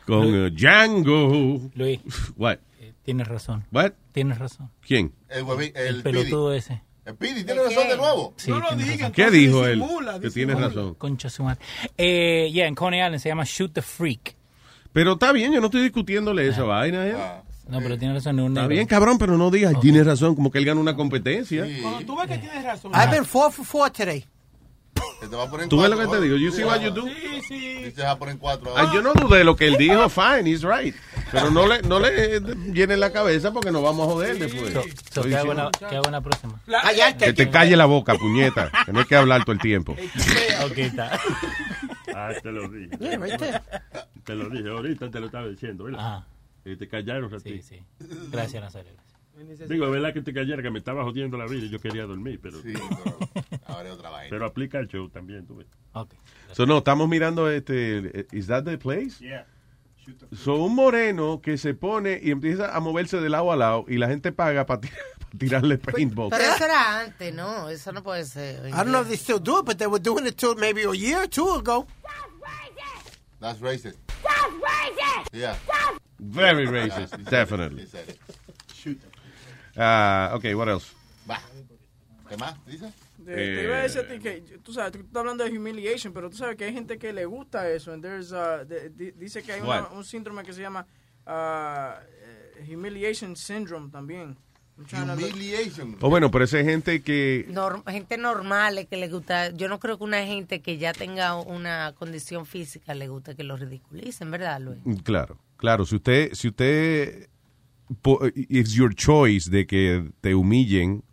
[SPEAKER 9] con eh, Django.
[SPEAKER 8] Luis.
[SPEAKER 9] *laughs*
[SPEAKER 8] Eh,
[SPEAKER 9] What?
[SPEAKER 8] Tienes razón.
[SPEAKER 9] What?
[SPEAKER 8] Tienes razón.
[SPEAKER 9] ¿Quién?
[SPEAKER 7] El huevín- el
[SPEAKER 8] pelotudo
[SPEAKER 7] Pidi.
[SPEAKER 8] ese.
[SPEAKER 7] Eh, Pidi, tiene razón eh, de nuevo.
[SPEAKER 8] Sí, tienes razón.
[SPEAKER 9] ¿Qué dijo él? Que tienes razón.
[SPEAKER 8] Concha su madre. Eh, yeah, en Coney Island se llama Shoot the Freak.
[SPEAKER 9] Pero está bien, yo no estoy discutiéndole esa vaina. ¿eh?
[SPEAKER 8] Ah. No, pero tienes razón. no,
[SPEAKER 9] Está
[SPEAKER 8] no.
[SPEAKER 9] bien, cabrón, pero no digas, tienes razón, como que él gana una competencia.
[SPEAKER 6] Cuando
[SPEAKER 16] tú ves que tienes razón.
[SPEAKER 6] I've been four for four today.
[SPEAKER 9] ¿Tú ves lo que te digo? You see what you do?
[SPEAKER 16] Sí, sí.
[SPEAKER 7] Dice, ah, por en cuatro
[SPEAKER 9] Ah, yo no dudé lo que él dijo, fine, he's right. Pero no le, no le eh, llenen la cabeza porque nos vamos a joder después.
[SPEAKER 8] So,
[SPEAKER 9] Estoy
[SPEAKER 8] ¿qué, hago en la,
[SPEAKER 9] diciendo-
[SPEAKER 8] qué hago en la próxima?
[SPEAKER 11] *laughs*
[SPEAKER 9] Que te calle la boca, puñeta. Que no hay que hablar todo el tiempo.
[SPEAKER 8] Ok, está.
[SPEAKER 15] *laughs* Ah, te lo dije.
[SPEAKER 6] Yeah, right there.
[SPEAKER 15] Te lo dije ahorita, te lo estaba diciendo, ¿verdad?
[SPEAKER 8] Ajá.
[SPEAKER 15] Y te callaron a ti.
[SPEAKER 8] Ah. Sí, sí. Gracias, Nazario.
[SPEAKER 15] Digo, es verdad que te callera, que me estaba jodiendo la vida y yo quería dormir, pero... Sí, *laughs* pero
[SPEAKER 7] ahora es otra vaina.
[SPEAKER 15] Pero aplica el show también, tú ves.
[SPEAKER 9] So, no, estamos mirando este. eh, ¿Is that the place?
[SPEAKER 15] Yeah.
[SPEAKER 9] Son un moreno que se pone y empieza a moverse de lado a lado y la gente paga *laughs* para tirarle paintball.
[SPEAKER 11] Pero eso era antes, ¿no? Eso no puede ser.
[SPEAKER 6] I don't know if they still do it, but they were doing it till maybe a year or two ago.
[SPEAKER 7] That's racist. Yeah.
[SPEAKER 9] Very racist, definitely.
[SPEAKER 7] He said it.
[SPEAKER 9] Ah, ok, what else?
[SPEAKER 7] Va. ¿Qué más? ¿Dices?
[SPEAKER 4] Te, te
[SPEAKER 9] Eh,
[SPEAKER 4] iba a decir a ti que, tú sabes, tú estás hablando de humiliation, pero tú sabes que hay gente que le gusta eso. And there's, uh, de- di- dice que hay una-
[SPEAKER 9] What?
[SPEAKER 4] un síndrome que se llama uh, eh, humiliation syndrome también. I'm trying to look-
[SPEAKER 7] Humiliation.
[SPEAKER 9] O Oh, bueno, pero esa es gente que.
[SPEAKER 11] Nor- gente normal es que le gusta. Yo no creo que una gente que ya tenga una condición física le gusta que lo ridiculicen, ¿verdad, Luis?
[SPEAKER 9] Claro, claro. Si usted, si usted, po- it's your choice de que te humillen,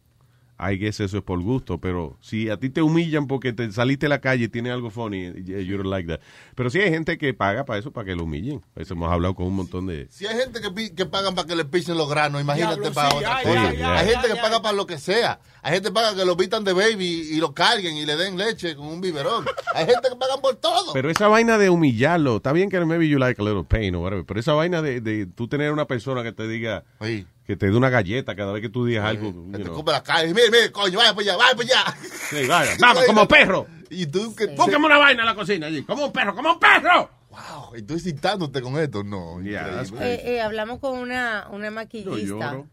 [SPEAKER 9] I guess eso es por gusto, pero si a ti te humillan porque te saliste a la calle y tiene algo funny, eh, yeah, you don't like that. Pero sí hay gente que paga para eso, para que lo humillen. Eso hemos hablado con un montón de...
[SPEAKER 7] Si hay gente que, pi- que pagan para que le pisen los granos, imagínate para otra
[SPEAKER 9] ay,
[SPEAKER 7] cosa.
[SPEAKER 9] ay, ay,
[SPEAKER 7] hay
[SPEAKER 9] ay,
[SPEAKER 7] gente que paga para lo que sea. Hay gente que paga que lo vistan de baby y lo carguen y le den leche con un biberón. Hay gente que pagan por todo.
[SPEAKER 9] Pero esa vaina de humillarlo, está bien que maybe you like a little pain o whatever, pero esa vaina de, de tú tener una persona que te diga, que te dé una galleta cada vez que tú digas algo. you
[SPEAKER 7] Te
[SPEAKER 9] know.
[SPEAKER 7] compra la calle. Mire, mire, coño, vaya para allá, vaya para allá.
[SPEAKER 9] Sí,
[SPEAKER 7] *laughs*
[SPEAKER 9] vaya, vamos, como perro.
[SPEAKER 7] Y tú que
[SPEAKER 9] Búscame una vaina en la cocina allí, como un perro, como un perro.
[SPEAKER 7] Wow, y tú excitándote con esto. No,
[SPEAKER 9] that's
[SPEAKER 7] increíble.
[SPEAKER 11] Eh, eh, hablamos con una, una maquillista.
[SPEAKER 9] lloro.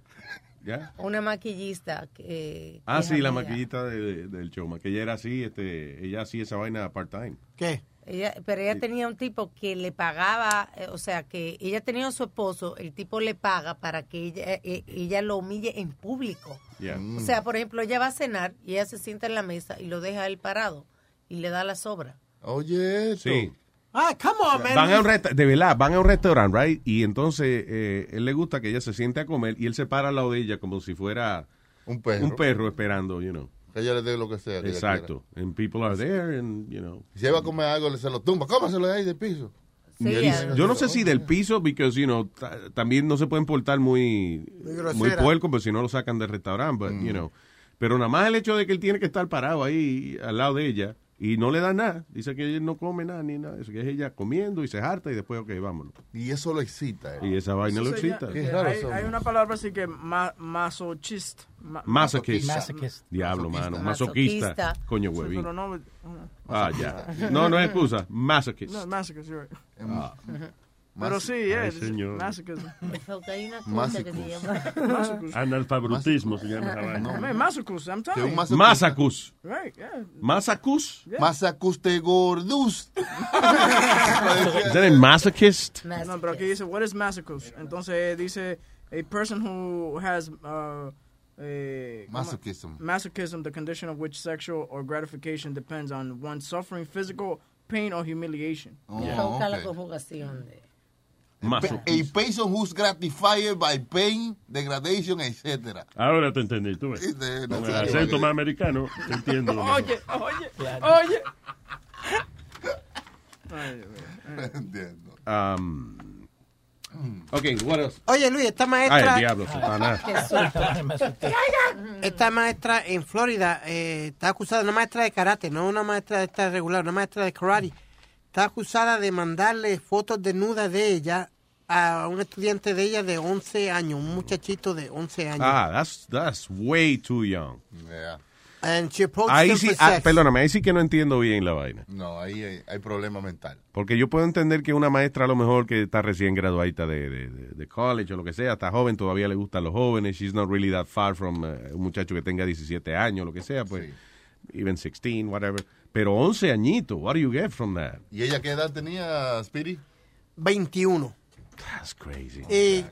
[SPEAKER 9] Ya.
[SPEAKER 11] Una maquillista. que-
[SPEAKER 9] Ah,
[SPEAKER 11] que
[SPEAKER 9] sí, la
[SPEAKER 11] amiga.
[SPEAKER 9] maquillita de- de- del Choma, que ella era así, este, ella hacía esa vaina part-time.
[SPEAKER 6] ¿Qué?
[SPEAKER 11] Ella, pero ella tenía un tipo que le pagaba, eh, o sea, que ella tenía a su esposo, el tipo le paga para que ella, eh, ella lo humille en público.
[SPEAKER 9] Yeah.
[SPEAKER 11] eh,
[SPEAKER 7] Mm.
[SPEAKER 11] O sea, por ejemplo, ella va a cenar y ella se sienta en la mesa y lo deja a él parado y le da la sobra.
[SPEAKER 7] Oye, esto.
[SPEAKER 9] Sí.
[SPEAKER 6] Ah, come on, man.
[SPEAKER 9] Van a un resta- de verdad, van a un restaurante, right? Y entonces eh, él le gusta que ella se siente a comer y él se para al lado de ella como si fuera
[SPEAKER 7] Un perro.
[SPEAKER 9] un perro esperando, you know.
[SPEAKER 7] Que ella le dé lo que sea. que ella
[SPEAKER 9] Exacto. And people are there and, you know.
[SPEAKER 7] Si ella va a comer algo, se lo tumba. Cómaselo de ahí del piso.
[SPEAKER 9] Y- yo no sé si del piso, because, you know, ta- también no se pueden portar muy,
[SPEAKER 7] Muy
[SPEAKER 9] muy
[SPEAKER 7] grosera. Mm.
[SPEAKER 9] puerco, pero si no lo sacan del restaurante, but, you know. Pero nada más el hecho de que él tiene que estar parado ahí al lado de ella y no le da nada, dice que él no come nada ni nada, eso que es ella comiendo y se harta y después, ok, vámonos.
[SPEAKER 7] Y eso lo excita. eh.
[SPEAKER 9] Y esa vaina lo
[SPEAKER 4] Eso se
[SPEAKER 9] excita.
[SPEAKER 4] llama- Eh, hay, hay una palabra así que ma, masochist. ma-
[SPEAKER 9] Masoquista. Diablo, mano. Masoquista. Coño,
[SPEAKER 4] Sí,
[SPEAKER 9] huevín.
[SPEAKER 4] pero no-
[SPEAKER 9] Ah, ya. No, no es excusa. Masoquist.
[SPEAKER 4] No, masochist, you're right.
[SPEAKER 9] Ah.
[SPEAKER 4] Pero sí, es
[SPEAKER 15] señor.
[SPEAKER 4] masochism.
[SPEAKER 11] Ok, hay una cosa que se
[SPEAKER 4] Masochism.
[SPEAKER 11] llama.
[SPEAKER 4] Masochism.
[SPEAKER 15] Analfabetismo se llama esa vaina.
[SPEAKER 4] Man, masochism, I'm telling you.
[SPEAKER 9] Masacus.
[SPEAKER 11] *laughs*
[SPEAKER 4] Right, yeah. *laughs*
[SPEAKER 9] Masacus.
[SPEAKER 4] Yeah.
[SPEAKER 7] Masacuste gordus.
[SPEAKER 9] Is that a masochist?
[SPEAKER 4] No, pero aquí dice, what is masochist? Entonces eh, dice, a person who has... Uh, eh, ¿cómo?
[SPEAKER 7] Masochism.
[SPEAKER 4] Masochism, the condition of which sexual or gratification depends on one suffering physical pain or humiliation.
[SPEAKER 11] Busca la conjugación de.
[SPEAKER 7] A person who's gratified by pain, degradation, etc.
[SPEAKER 15] Ahora te entendí, tú ves.
[SPEAKER 7] de-
[SPEAKER 15] Con el
[SPEAKER 7] Nazario,
[SPEAKER 15] acento
[SPEAKER 7] que-
[SPEAKER 15] más americano, te entiendo.
[SPEAKER 4] Oye, oye, oye. Ay, Dios mío.
[SPEAKER 7] *laughs*
[SPEAKER 4] *laughs*
[SPEAKER 7] Entiendo.
[SPEAKER 9] Um, Ok, what else?
[SPEAKER 6] Oye, Luis, esta maestra. Ah.
[SPEAKER 9] Ay, el diablo, Susana.
[SPEAKER 6] *laughs* Qué susto. Esta maestra en Florida eh, está acusada, una maestra de karate, no una maestra de esta regular, una maestra de karate. Está acusada de mandarle fotos desnudas de ella a un estudiante de ella de 11 años, un muchachito de 11 años.
[SPEAKER 9] Ah, that's, that's way too young.
[SPEAKER 6] And she approached
[SPEAKER 9] Ahí
[SPEAKER 6] him
[SPEAKER 9] sí,
[SPEAKER 6] for
[SPEAKER 9] ah,
[SPEAKER 6] sex.
[SPEAKER 9] perdóname, ahí sí que no entiendo bien la vaina.
[SPEAKER 7] No, ahí hay, hay problema mental.
[SPEAKER 9] Porque yo puedo entender que una maestra a lo mejor que está recién graduadita de, de- de- de college o lo que sea, está joven, todavía le gustan los jóvenes, she's not really that far from eh, un muchacho que tenga 17 años, lo que sea, pues, even 16, whatever. Pero 11 añitos, what do you get from that?
[SPEAKER 7] ¿Y ella qué edad tenía, Speedy?
[SPEAKER 6] 21.
[SPEAKER 9] That's crazy.
[SPEAKER 6] Y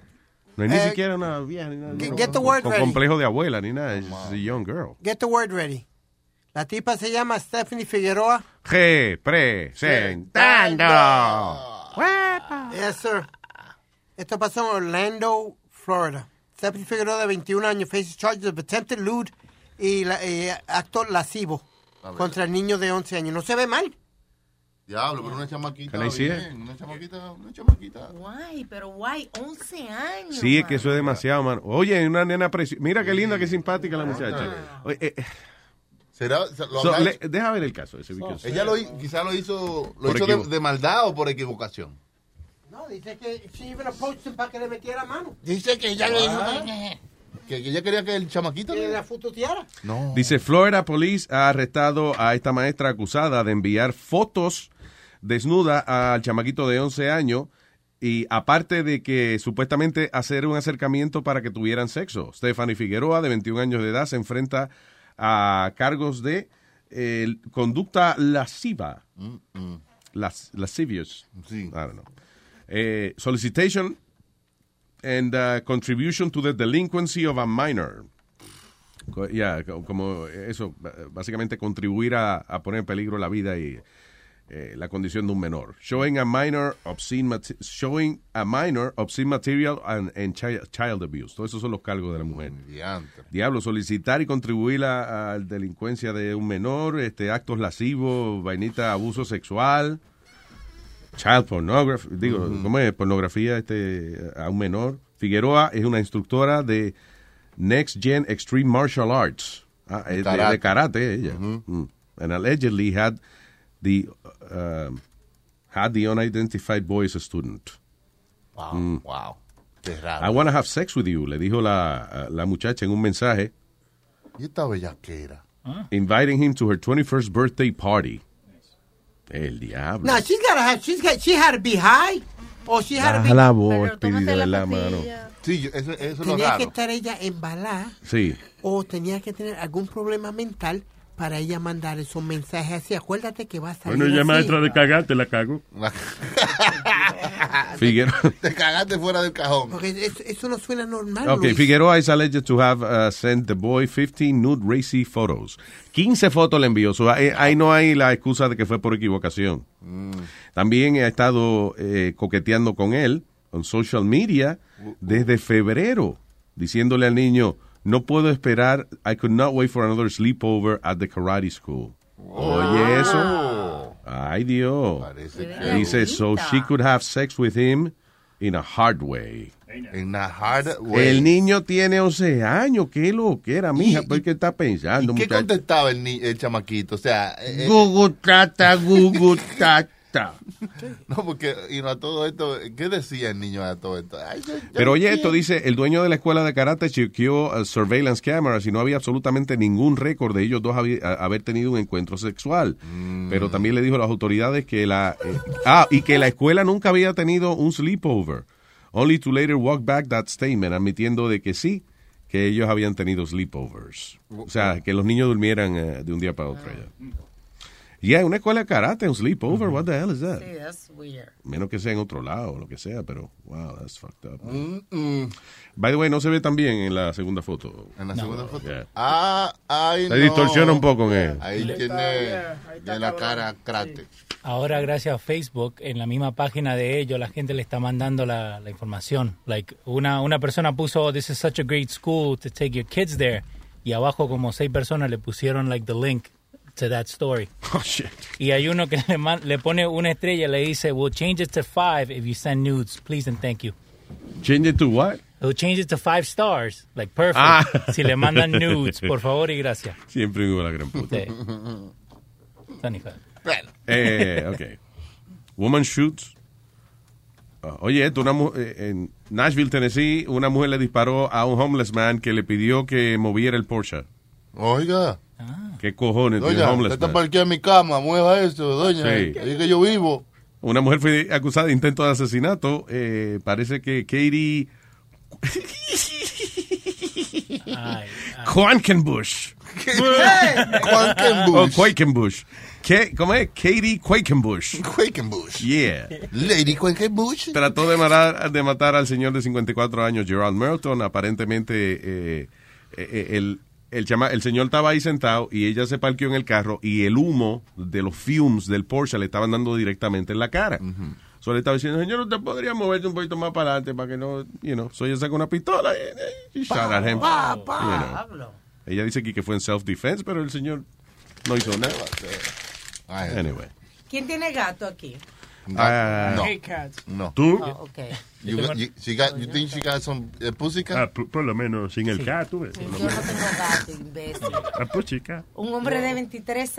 [SPEAKER 9] No es ni
[SPEAKER 6] Eh,
[SPEAKER 9] siquiera una vieja ni nada.
[SPEAKER 6] get- get the word
[SPEAKER 9] con
[SPEAKER 6] ready.
[SPEAKER 9] complejo de abuela ni nada, she's a young girl.
[SPEAKER 6] get the word ready. La tipa se llama Stephanie Figueroa.
[SPEAKER 9] Representando.
[SPEAKER 6] Yes, sir. Esto pasó en Orlando, Florida. Stephanie Figueroa, de 21 años, faces charges of attempted lewd y la- eh, acto lascivo contra el niño de 11 años. No se ve mal.
[SPEAKER 7] Diablo, pero una chamaquita.
[SPEAKER 9] Can I see
[SPEAKER 7] bien, Una chamaquita, una chamaquita.
[SPEAKER 11] Guay, pero guay, 11 años.
[SPEAKER 9] Sí, es que eso es demasiado, man. Oye, una nena preciosa. Mira qué linda, qué simpática la muchacha. Oye, eh, eh.
[SPEAKER 7] ¿Será? se- lo
[SPEAKER 9] So,
[SPEAKER 7] habrá
[SPEAKER 9] le-
[SPEAKER 7] hecho?
[SPEAKER 9] deja ver el caso. Ese, because- eh,
[SPEAKER 7] Ella lo, hi- quizá lo hizo, lo
[SPEAKER 9] Por
[SPEAKER 7] hizo de,
[SPEAKER 9] equivo-
[SPEAKER 7] de maldad o por equivocación.
[SPEAKER 6] No, dice que she even approached him para que le metiera mano. Ah.
[SPEAKER 7] Dice que ella le hizo- que que ella quería que el chamaquito
[SPEAKER 6] Que la fututeara.
[SPEAKER 9] Dice, Florida Police ha arrestado a esta maestra acusada de enviar fotos desnuda al chamaquito de 11 años y aparte de que supuestamente hacer un acercamiento para que tuvieran sexo. Stephanie Figueroa, de 21 años de edad, se enfrenta a cargos de eh, conducta lasciva. Mm. Las, lascivious. I don't know. Eh, solicitation and uh, contribution to the delinquency of a minor. Co- Ya, co- como eso, b- básicamente contribuir a, a poner en peligro la vida y eh, la condición de un menor. Showing a minor obscene, mate- showing a minor obscene material and, and chi- child abuse. Todos esos son los cargos de la mujer. Diablo, solicitar y contribuir a, a la delincuencia de un menor, este actos lascivos, vainita, abuso sexual, child pornography, digo, ¿cómo es? Pornografía este, a un menor. Figueroa es una instructora de Next Gen Extreme Martial Arts, Ah, es de, de
[SPEAKER 7] Karate.
[SPEAKER 9] karate ella. Mm. And allegedly had the, um, had the unidentified boy as a student.
[SPEAKER 7] Wow,
[SPEAKER 9] Mm.
[SPEAKER 7] wow. Qué
[SPEAKER 9] I
[SPEAKER 7] raro.
[SPEAKER 9] wanna have sex with you, le dijo la, uh, la muchacha en un mensaje.
[SPEAKER 7] Y esta bellaquera.
[SPEAKER 9] Ah. inviting him to her 21st birthday party. El diablo.
[SPEAKER 6] No, she's gotta have, she's got, she had to be high. O she had to be...
[SPEAKER 9] Baja la voz, Speedy, de verdad, mano.
[SPEAKER 7] Sí, eso, eso es lo
[SPEAKER 6] Tenía que
[SPEAKER 7] raro.
[SPEAKER 6] estar ella embalada
[SPEAKER 9] Sí.
[SPEAKER 6] o tenía que tener algún problema mental para ella mandar esos mensajes así. Acuérdate que va a salir
[SPEAKER 15] Bueno, ella
[SPEAKER 6] así.
[SPEAKER 15] maestra de cagarte la cago. *laughs*
[SPEAKER 9] Figueroa.
[SPEAKER 6] *laughs*
[SPEAKER 7] Te cagaste fuera del cajón.
[SPEAKER 6] Porque eso, eso no suena normal,
[SPEAKER 9] Okay,
[SPEAKER 6] Luis.
[SPEAKER 9] Figueroa is alleged to have uh, sent the boy 15 nude racy photos. 15 fotos le envió. So, ahí, ahí no hay la excusa de que fue por equivocación. También ha estado eh, coqueteando con él en social media desde febrero, diciéndole al niño, no puedo esperar, I could not wait for another sleepover at the karate school. Oye, eso. Ay, Dios.
[SPEAKER 7] Ah. que-
[SPEAKER 9] Dice, so she could have sex with him in a hard way.
[SPEAKER 7] En la hard way.
[SPEAKER 9] El niño tiene 11 años, qué lo que era, mija, ¿por qué está pensando,
[SPEAKER 7] ¿Qué
[SPEAKER 9] muchacho?
[SPEAKER 7] contestaba el, ni- el chamaquito? O sea, eh, eh,
[SPEAKER 9] Gugutata, gugutata.
[SPEAKER 7] *laughs* no, porque y no, a todo esto, ¿qué decía el niño a todo esto? Ay, yo- yo
[SPEAKER 9] Pero oye
[SPEAKER 7] quiero.
[SPEAKER 9] esto, dice, el dueño de la escuela de karate chequeó uh, surveillance cameras y no había absolutamente ningún récord de ellos dos habi- a- haber tenido un encuentro sexual. Pero también le dijo a las autoridades que la... eh, ah, y que la escuela nunca había tenido un sleepover. Only to later walk back that statement, admitiendo de que sí, que ellos habían tenido sleepovers. O sea, que los niños durmieran eh, de un día para otro. Ya, Yeah, una escuela de karate, un sleepover, what the hell is that?
[SPEAKER 11] Sí, that's weird.
[SPEAKER 9] Menos que sea en otro lado o lo que sea, pero wow, that's fucked up.
[SPEAKER 7] Mm-mm.
[SPEAKER 9] By the way, no se ve tan bien en la segunda foto.
[SPEAKER 7] En la segunda foto.
[SPEAKER 9] Yeah.
[SPEAKER 7] Ah, ay,
[SPEAKER 9] Se
[SPEAKER 7] no.
[SPEAKER 9] distorsiona un poco en él.
[SPEAKER 7] Ahí
[SPEAKER 9] Ahí
[SPEAKER 7] tiene de la cara crate.
[SPEAKER 8] Ahora, gracias a Facebook, en la misma página de ellos, la gente le está mandando la, la información. Like, una, una persona puso, "Oh, this is such a great school to take your kids there. Y abajo como seis personas le pusieron, like, the link to that story.
[SPEAKER 9] *laughs* Oh, shit.
[SPEAKER 8] Y hay uno que le, man- le pone una estrella y le dice, we'll change it to five if you send nudes. Please and thank you.
[SPEAKER 9] Change it to what?
[SPEAKER 8] He'll change it to five stars, like perfect.
[SPEAKER 9] Ah.
[SPEAKER 8] *laughs* Si le
[SPEAKER 9] *laughs*
[SPEAKER 8] mandan nudes, por favor y gracias.
[SPEAKER 9] Siempre hubo la gran puta.
[SPEAKER 8] Sí. Funny fact.
[SPEAKER 9] Eh, ok. Woman shoots. Ah, Oye, esto, una mu- eh, en Nashville, Tennessee, una mujer le disparó a un homeless man que le pidió que moviera el Porsche.
[SPEAKER 7] Oiga.
[SPEAKER 8] Ah.
[SPEAKER 9] ¿Qué cojones tiene
[SPEAKER 7] Doña,
[SPEAKER 9] un homeless
[SPEAKER 7] usted
[SPEAKER 15] pues.
[SPEAKER 7] está
[SPEAKER 9] man?
[SPEAKER 7] parqueada en mi cama, mueva eso, doña. Eh,
[SPEAKER 9] Sí.
[SPEAKER 7] Ahí que yo vivo.
[SPEAKER 9] Una mujer fue acusada de intento de asesinato. Eh, parece que Katie Quackenbush.
[SPEAKER 7] Quackenbush.
[SPEAKER 9] Oh, Quackenbush. ¿Qué, ¿Cómo es? Katie Quackenbush.
[SPEAKER 7] Quackenbush.
[SPEAKER 9] Yeah.
[SPEAKER 7] Lady Quackenbush.
[SPEAKER 9] Trató de matar, de matar al señor de 54 años, Gerald Merton. Aparentemente, eh, eh, el, el, chama- el señor estaba ahí sentado y ella se parqueó en el carro y el humo de los fumes del Porsche le estaban dando directamente en la cara. Solo estaba diciendo, señor, usted podría moverte un poquito más para adelante para que no, you know. So ella sacó una pistola eh, eh, y shot at him.
[SPEAKER 20] pa, pa.
[SPEAKER 9] You know. Ella dice aquí que fue en self-defense, pero el señor no hizo nada. Anyway.
[SPEAKER 11] ¿Quién tiene gato aquí?
[SPEAKER 9] Ah,
[SPEAKER 7] no.
[SPEAKER 11] Hey, cats.
[SPEAKER 7] No.
[SPEAKER 15] ¿Tú?
[SPEAKER 11] Oh, okay.
[SPEAKER 7] You, you, she got, you think she got some eh, pussycat?
[SPEAKER 15] Ah, por, por lo menos sin el K, tú ves.
[SPEAKER 11] Yo no tengo gato, imbécil.
[SPEAKER 15] Ah, pues chica.
[SPEAKER 11] Un hombre de 23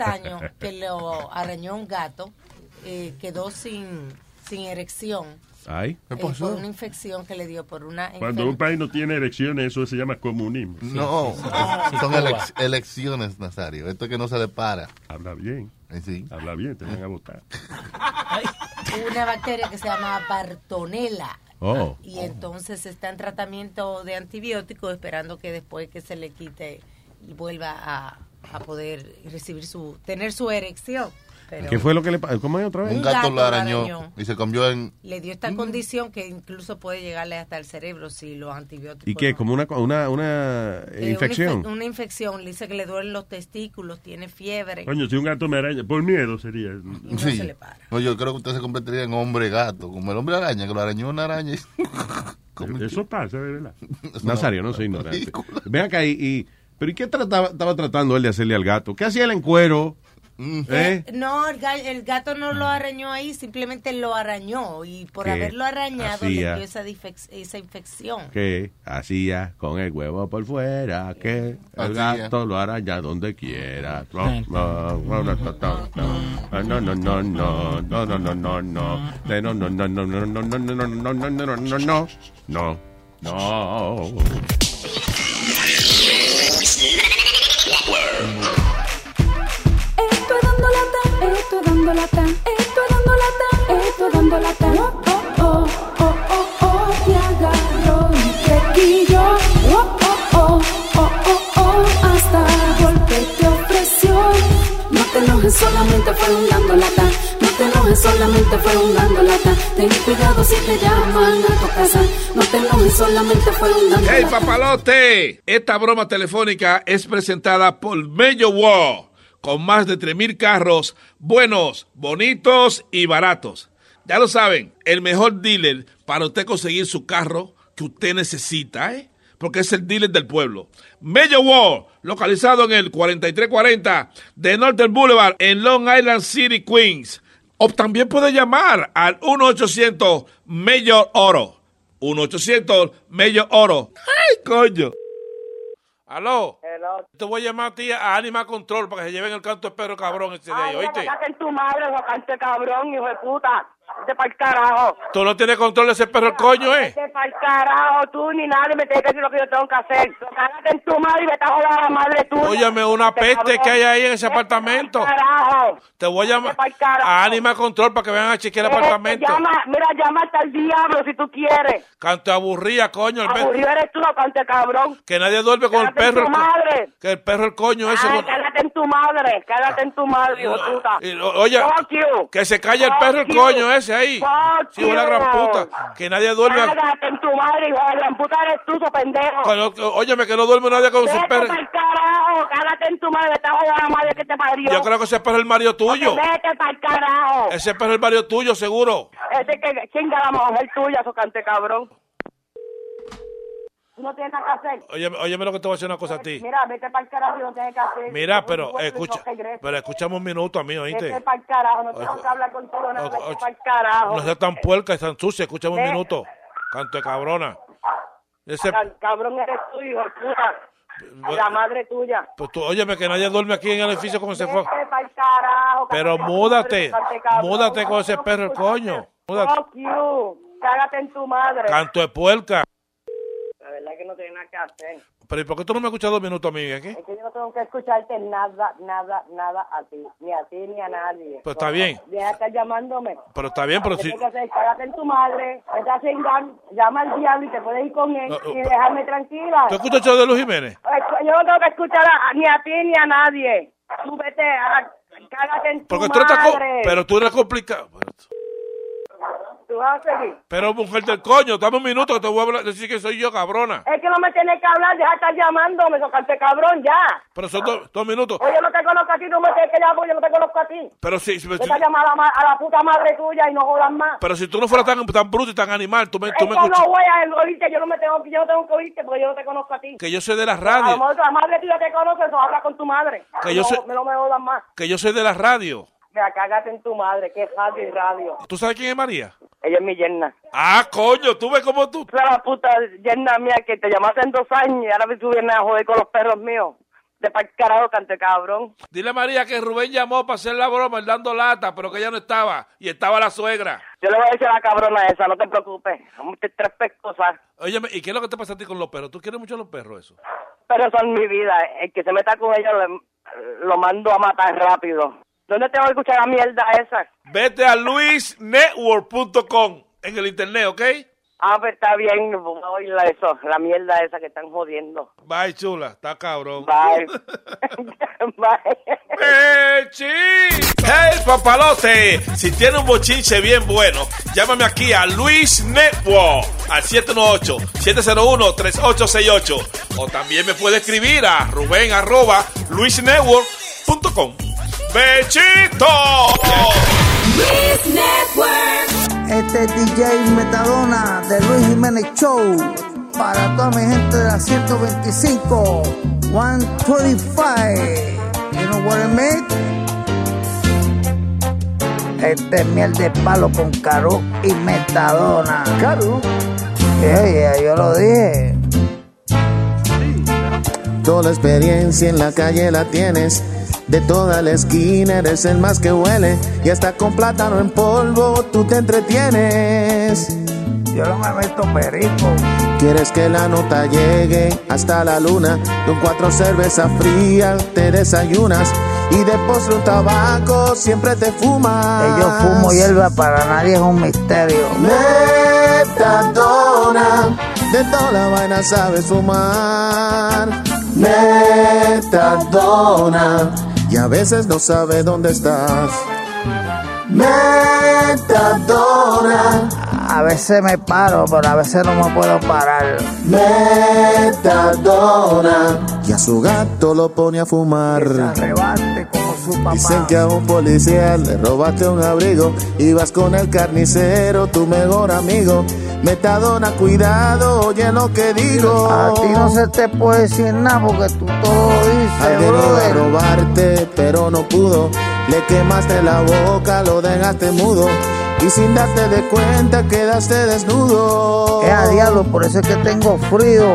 [SPEAKER 9] *laughs*
[SPEAKER 11] años que lo arañó un gato eh, quedó sin, sin erección
[SPEAKER 9] Ay.
[SPEAKER 11] eh, por una infección que le dio por una
[SPEAKER 15] Cuando un país no tiene elecciones, eso se llama comunismo.
[SPEAKER 7] No, Ah,
[SPEAKER 11] sí,
[SPEAKER 7] son
[SPEAKER 11] sí,
[SPEAKER 7] elec-
[SPEAKER 11] Cuba.
[SPEAKER 7] elecciones, Nazario. Esto que no se le para. Eh,
[SPEAKER 15] Habla bien.
[SPEAKER 7] Sí.
[SPEAKER 15] Habla bien, te van a votar.
[SPEAKER 11] una bacteria que se llama Bartonella.
[SPEAKER 15] Oh.
[SPEAKER 11] Y entonces está en tratamiento de antibióticos esperando que después que se le quite vuelva a, a poder recibir su tener su erección. Pero
[SPEAKER 9] ¿Qué fue lo que le pasó? ¿Cómo es otra vez? Mm.
[SPEAKER 7] Un gato lo arañó
[SPEAKER 11] arañó.
[SPEAKER 7] y se cambió en.
[SPEAKER 11] Le dio esta condición que incluso puede llegarle hasta el cerebro si los antibióticos.
[SPEAKER 9] ¿Y qué? ¿Como una, una, una
[SPEAKER 11] Eh,
[SPEAKER 9] infección?
[SPEAKER 11] Una, infe- una infección, le dice que le duelen los testículos, tiene fiebre.
[SPEAKER 15] Coño, si un gato me araña, por miedo sería.
[SPEAKER 11] no se le para.
[SPEAKER 7] No, yo creo que usted se convertiría en hombre gato, como el hombre araña, que lo arañó una *laughs* araña.
[SPEAKER 15] Eso pasa, de verdad.
[SPEAKER 9] Nazario, no soy ignorante. Ven acá y... y- ¿Pero y qué trataba- estaba tratando él de hacerle al gato? ¿Qué hacía él en cuero? ¿Eh?
[SPEAKER 11] Eh, no, el, ga- el gato no
[SPEAKER 15] Ah.
[SPEAKER 11] lo arañó ahí, simplemente lo arañó y por
[SPEAKER 9] ¿Qué
[SPEAKER 11] haberlo arañado le
[SPEAKER 9] hacía?
[SPEAKER 11] dio esa, difec- esa infección.
[SPEAKER 9] ¿Qué hacía con el huevo por fuera? Que el
[SPEAKER 7] Hacía.
[SPEAKER 9] gato lo araña donde quiera. No, no, no, no, no, no, no, no, no, no, no, no, no, no. De no, no, no, no, no, no, no, no, no, no, no, no, no, no. No, no.
[SPEAKER 3] Estoy dando lata, estoy dando lata, estoy dando lata, estoy dando lata. Oh, oh, oh, oh, oh, oh, te agarro un flequillo. Oh, oh, oh, oh, oh, oh, hasta golpe te ofreció. No te enojes, solamente fueron dando lata. No te enojes, solamente fueron dando lata. Ten cuidado si te llaman a tu casa. No te enojes, solamente fueron dando
[SPEAKER 12] ¡Hey,
[SPEAKER 3] lata.
[SPEAKER 12] papalote! Esta broma telefónica es presentada por Mello Wow, con más de 3.000 carros buenos, bonitos y baratos. Ya lo saben, el mejor dealer para usted conseguir su carro que usted necesita, ¿eh? Porque es el dealer del pueblo. Mello Wow, localizado en el 4340 de Northern Boulevard en Long Island City, Queens. O también puede llamar al 1-800 Mayor Oro. 1-800 Mayor Oro. ¡Ay, coño! Aló. Te voy a llamar a ti a Anima Control para que se lleven el canto de perro cabrón ese de ahí, ¿oíste?
[SPEAKER 18] en tu madre, guacante cabrón, hijo de puta. Vete pa'l carajo.
[SPEAKER 12] Tú no tienes control de ese perro el coño, ¿eh?
[SPEAKER 18] Vete pa'l carajo, tú ni nadie me tiene que decir lo que yo tengo que hacer. Cállate en tu madre y vete a joder a la madre tuya.
[SPEAKER 12] Óyeme, una
[SPEAKER 18] Vete,
[SPEAKER 12] peste
[SPEAKER 18] cabrón.
[SPEAKER 12] que hay ahí en ese apartamento.
[SPEAKER 18] Carajo.
[SPEAKER 12] Te voy a llamar a Anima Control para que vengan a chequear el
[SPEAKER 18] Vete,
[SPEAKER 12] apartamento.
[SPEAKER 18] Este, Llama, mira, llama hasta el diablo si tú quieres.
[SPEAKER 12] Canto aburrida, coño. El pe-
[SPEAKER 18] Aburrido eres tú, guacante cabrón.
[SPEAKER 12] Que nadie duerme con el
[SPEAKER 18] Cállate en
[SPEAKER 12] perro.
[SPEAKER 18] tu
[SPEAKER 12] el co-
[SPEAKER 18] madre.
[SPEAKER 12] Que el perro el coño ese.
[SPEAKER 18] Ay,
[SPEAKER 12] con-
[SPEAKER 18] cállate en tu madre, cállate en tu madre, hijo de puta.
[SPEAKER 12] Y lo- Oye,
[SPEAKER 18] Fuck you.
[SPEAKER 12] que se calle el perro el
[SPEAKER 18] Fuck you.
[SPEAKER 12] coño ese ahí.
[SPEAKER 18] Fuck
[SPEAKER 12] Sí, una gran
[SPEAKER 18] you.
[SPEAKER 12] puta. Que nadie duerme.
[SPEAKER 18] Cállate en tu madre, hijo de gran puta, eres tú, tu pendejo.
[SPEAKER 12] Con- Óyeme, que no duerme nadie con su
[SPEAKER 18] Vete
[SPEAKER 12] perro.
[SPEAKER 18] pa'l carajo, cállate en tu madre, te voy a la madre que te parió.
[SPEAKER 12] Yo creo que ese perro es el marido tuyo.
[SPEAKER 18] Vete pa'l carajo.
[SPEAKER 12] Ese perro es el marido tuyo, seguro.
[SPEAKER 18] Ese que chinga la mujer tuya, socante cabrón. Tú no tienes nada que hacer.
[SPEAKER 12] Óyeme, óyeme lo que te voy a decir una cosa a ti.
[SPEAKER 18] Mira, vete pa'l carajo y no tienes que hacer.
[SPEAKER 12] Mira,
[SPEAKER 18] Tú
[SPEAKER 12] pero
[SPEAKER 18] vuelves y no
[SPEAKER 12] escucha,
[SPEAKER 18] regresas.
[SPEAKER 12] pero escuchame un minuto a mí,
[SPEAKER 18] Vete
[SPEAKER 12] oíste.
[SPEAKER 18] pa'l carajo, no
[SPEAKER 12] Oye,
[SPEAKER 18] tengo que hablar contigo nada,
[SPEAKER 12] oye,
[SPEAKER 18] vete pa'l carajo.
[SPEAKER 12] No seas tan puerca y tan sucia, escúchame un
[SPEAKER 18] Ve-
[SPEAKER 12] minuto. Canto de cabrona. Ese,
[SPEAKER 18] Ca- Cabrón eres tú, hijo de puta. La madre tuya.
[SPEAKER 12] pues tú, óyeme, que nadie duerme aquí en el edificio como se fue.
[SPEAKER 18] Vete pa'l carajo,
[SPEAKER 12] Pero
[SPEAKER 18] cabrón.
[SPEAKER 12] múdate.
[SPEAKER 18] Vete, cabrón.
[SPEAKER 12] Múdate con ese perro el coño. Múdate.
[SPEAKER 18] Fuck you. Cágate en tu madre.
[SPEAKER 12] Canto de puerca.
[SPEAKER 18] La verdad es que no tiene nada que hacer.
[SPEAKER 12] Pero ¿y por qué tú no me escuchas dos minutos, eh, amiga? aquí?
[SPEAKER 18] Es que yo no tengo que escucharte nada, nada, nada a ti. Ni a ti ni a nadie.
[SPEAKER 12] Pues está bien.
[SPEAKER 18] Deja de estar llamándome.
[SPEAKER 12] Pero está bien, pero
[SPEAKER 18] Lo que
[SPEAKER 12] si...
[SPEAKER 18] tienes que hacer es cágate en tu madre. Vete a cingar, Llama al diablo y te puedes ir con él.
[SPEAKER 12] No, no,
[SPEAKER 18] y dejarme tranquila.
[SPEAKER 12] ¿Tú escuchas el show de Luis Jiménez?
[SPEAKER 18] Escu- Yo no tengo que escuchar a, ni a ti ni a nadie. Tú vete a... Cágate en tu
[SPEAKER 12] Porque tú
[SPEAKER 18] madre.
[SPEAKER 12] eres tan co- Pero tú eres complicado.
[SPEAKER 18] Tú vas a seguir.
[SPEAKER 12] Pero mujer del coño, dame un minuto que te voy a hablar- decir que soy yo, cabrona.
[SPEAKER 18] Es que no me tienes que hablar, deja de estar llamándome, socarte cabrón, ya.
[SPEAKER 12] Pero son dos, dos minutos.
[SPEAKER 18] Oye, yo no te conozco a ti, no me tienes que llamar, yo no te conozco a ti.
[SPEAKER 12] Pero si, si-
[SPEAKER 18] Vete a llamar a la, ma- a la puta madre tuya y no jodas más.
[SPEAKER 12] pero si tú no fueras tan, tan bruto y tan animal, tú me,
[SPEAKER 18] Es
[SPEAKER 12] tú
[SPEAKER 18] que
[SPEAKER 12] me escuchas.
[SPEAKER 18] no voy a oírte, yo no, me tengo, que- yo no tengo que oírte porque yo no te conozco a ti.
[SPEAKER 12] Que yo soy de las
[SPEAKER 18] A lo
[SPEAKER 12] radios.
[SPEAKER 18] mejor la madre tuya te conoce, eso habla con tu madre.
[SPEAKER 12] Que yo
[SPEAKER 18] no,
[SPEAKER 12] sé-
[SPEAKER 18] me- no me jodas más.
[SPEAKER 12] Que yo soy de las radios.
[SPEAKER 18] Mira, cágate en tu madre, que es radio y radio.
[SPEAKER 12] ¿Tú sabes quién es María?
[SPEAKER 18] Ella es mi yerna.
[SPEAKER 12] Ah, coño, tú ves cómo tú.
[SPEAKER 18] Esa es la puta yerna mía que te llamaste en dos años y ahora tú vienes a joder con los perros míos. De pa'l carajo, cante cabrón.
[SPEAKER 12] Dile a María que Rubén llamó para hacer la broma, él dando lata, pero que ella no estaba. Y estaba la suegra.
[SPEAKER 18] Yo le voy a decir a la cabrona esa, no te preocupes. Vamos a hacer tres pescosas.
[SPEAKER 12] Óyeme, ¿y qué es lo que te pasa a ti con los perros? ¿Tú quieres mucho a los perros eso?
[SPEAKER 18] Pero son mi vida. El que se meta con ellos le- lo mando a matar rápido. ¿Dónde te voy a escuchar la mierda esa?
[SPEAKER 12] Vete a luisnetwork.com en el internet, ¿ok?
[SPEAKER 18] Ah, pues está bien, voy a oír la- eso, la mierda esa que están jodiendo.
[SPEAKER 12] Bye, chula. Está cabrón.
[SPEAKER 18] Bye.
[SPEAKER 12] ¡Hey, papalote! Si tiene un bochinche bien bueno, llámame aquí a Luis Network al 718-701-3868. O también me puede escribir a ruben arroba luisnetwork.com. ¡Bechito!
[SPEAKER 21] Este es DJ Metadona de Luis Jiménez Show para toda mi gente de la 125, 125. You know what I mean? Este es miel de palo con Caro y Metadona. Caro. yo lo dije.
[SPEAKER 10] Toda la experiencia en la calle la tienes. De toda la esquina eres el más que huele. Y hasta con plátano en polvo tú te entretienes.
[SPEAKER 21] Yo no me meto perico.
[SPEAKER 10] Quieres que la nota llegue hasta la luna. Con cuatro cervezas frías te desayunas. Y de postre un tabaco siempre te fumas.
[SPEAKER 21] Que yo fumo hierba para nadie es un misterio.
[SPEAKER 10] Metadona, de toda la vaina sabes fumar. Metadona, y a veces no sabe dónde estás. Metadona,
[SPEAKER 21] A veces me paro, pero a veces no me puedo parar.
[SPEAKER 10] Metadona, y a su gato lo pone a fumar. Dicen que a un policía le robaste un abrigo y vas con el carnicero, tu mejor amigo. Metadona, cuidado, oye lo que digo.
[SPEAKER 21] A ti no se te puede decir nada porque tú todo lo
[SPEAKER 10] Al
[SPEAKER 21] dices,
[SPEAKER 10] dedo de
[SPEAKER 21] brother.
[SPEAKER 10] robarte, pero no pudo. Le quemaste la boca, lo dejaste mudo. Y sin darte de cuenta, quedaste desnudo.
[SPEAKER 21] Es Eh, a diablo, por eso es que tengo frío.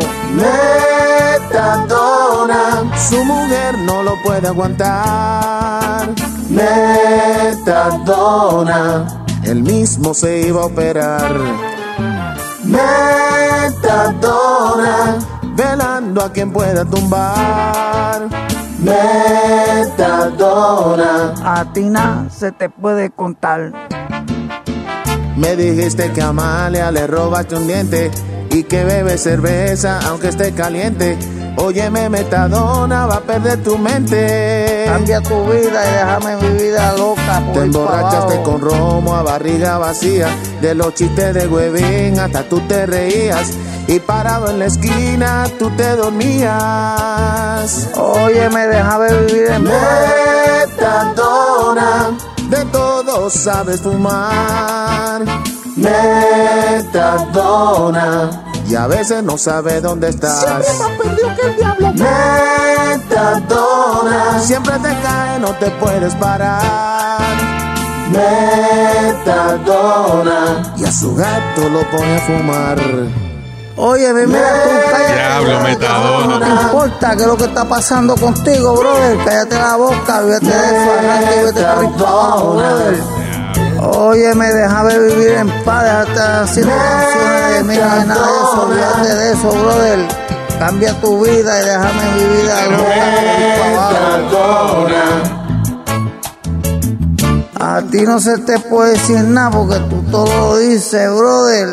[SPEAKER 10] Metadona, su mujer no lo puede aguantar. Metadona, él mismo se iba a operar. Metadona, velando a quien pueda tumbar. Metadona.
[SPEAKER 21] A ti nada se te puede contar.
[SPEAKER 10] Me dijiste que a Amalia le robaste un diente y que bebe cerveza aunque esté caliente. Óyeme, metadona, va a perder tu mente.
[SPEAKER 21] Cambia tu vida y déjame mi vida loca. por
[SPEAKER 10] Te
[SPEAKER 21] ahí pa'
[SPEAKER 10] emborrachaste
[SPEAKER 21] abajo.
[SPEAKER 10] con romo a barriga vacía. De los chistes de huevín hasta tú te reías. Y parado en la esquina tú te dormías.
[SPEAKER 21] Oye, me dejaba vivir en
[SPEAKER 10] Metadona, de todo sabes fumar. Metadona, y a veces no sabes dónde estás. Metadona, siempre te cae, no te puedes parar. Metadona. Metadona y a su gato lo pone a fumar.
[SPEAKER 21] Oye, mi, mira, tú cállate.
[SPEAKER 9] Diablo,
[SPEAKER 21] No te
[SPEAKER 9] metadona.
[SPEAKER 21] importa qué es lo que está pasando contigo, brother. Cállate la boca, vete de fanático y vete para mi trabajo, brother. Óyeme, déjame vivir en paz, déjate haciendo canciones de mí, no hay nada de eso, olvídate de eso, brother. Cambia tu vida y déjame mi vida. A ti no se te puede decir nada porque tú todo lo dices, brother.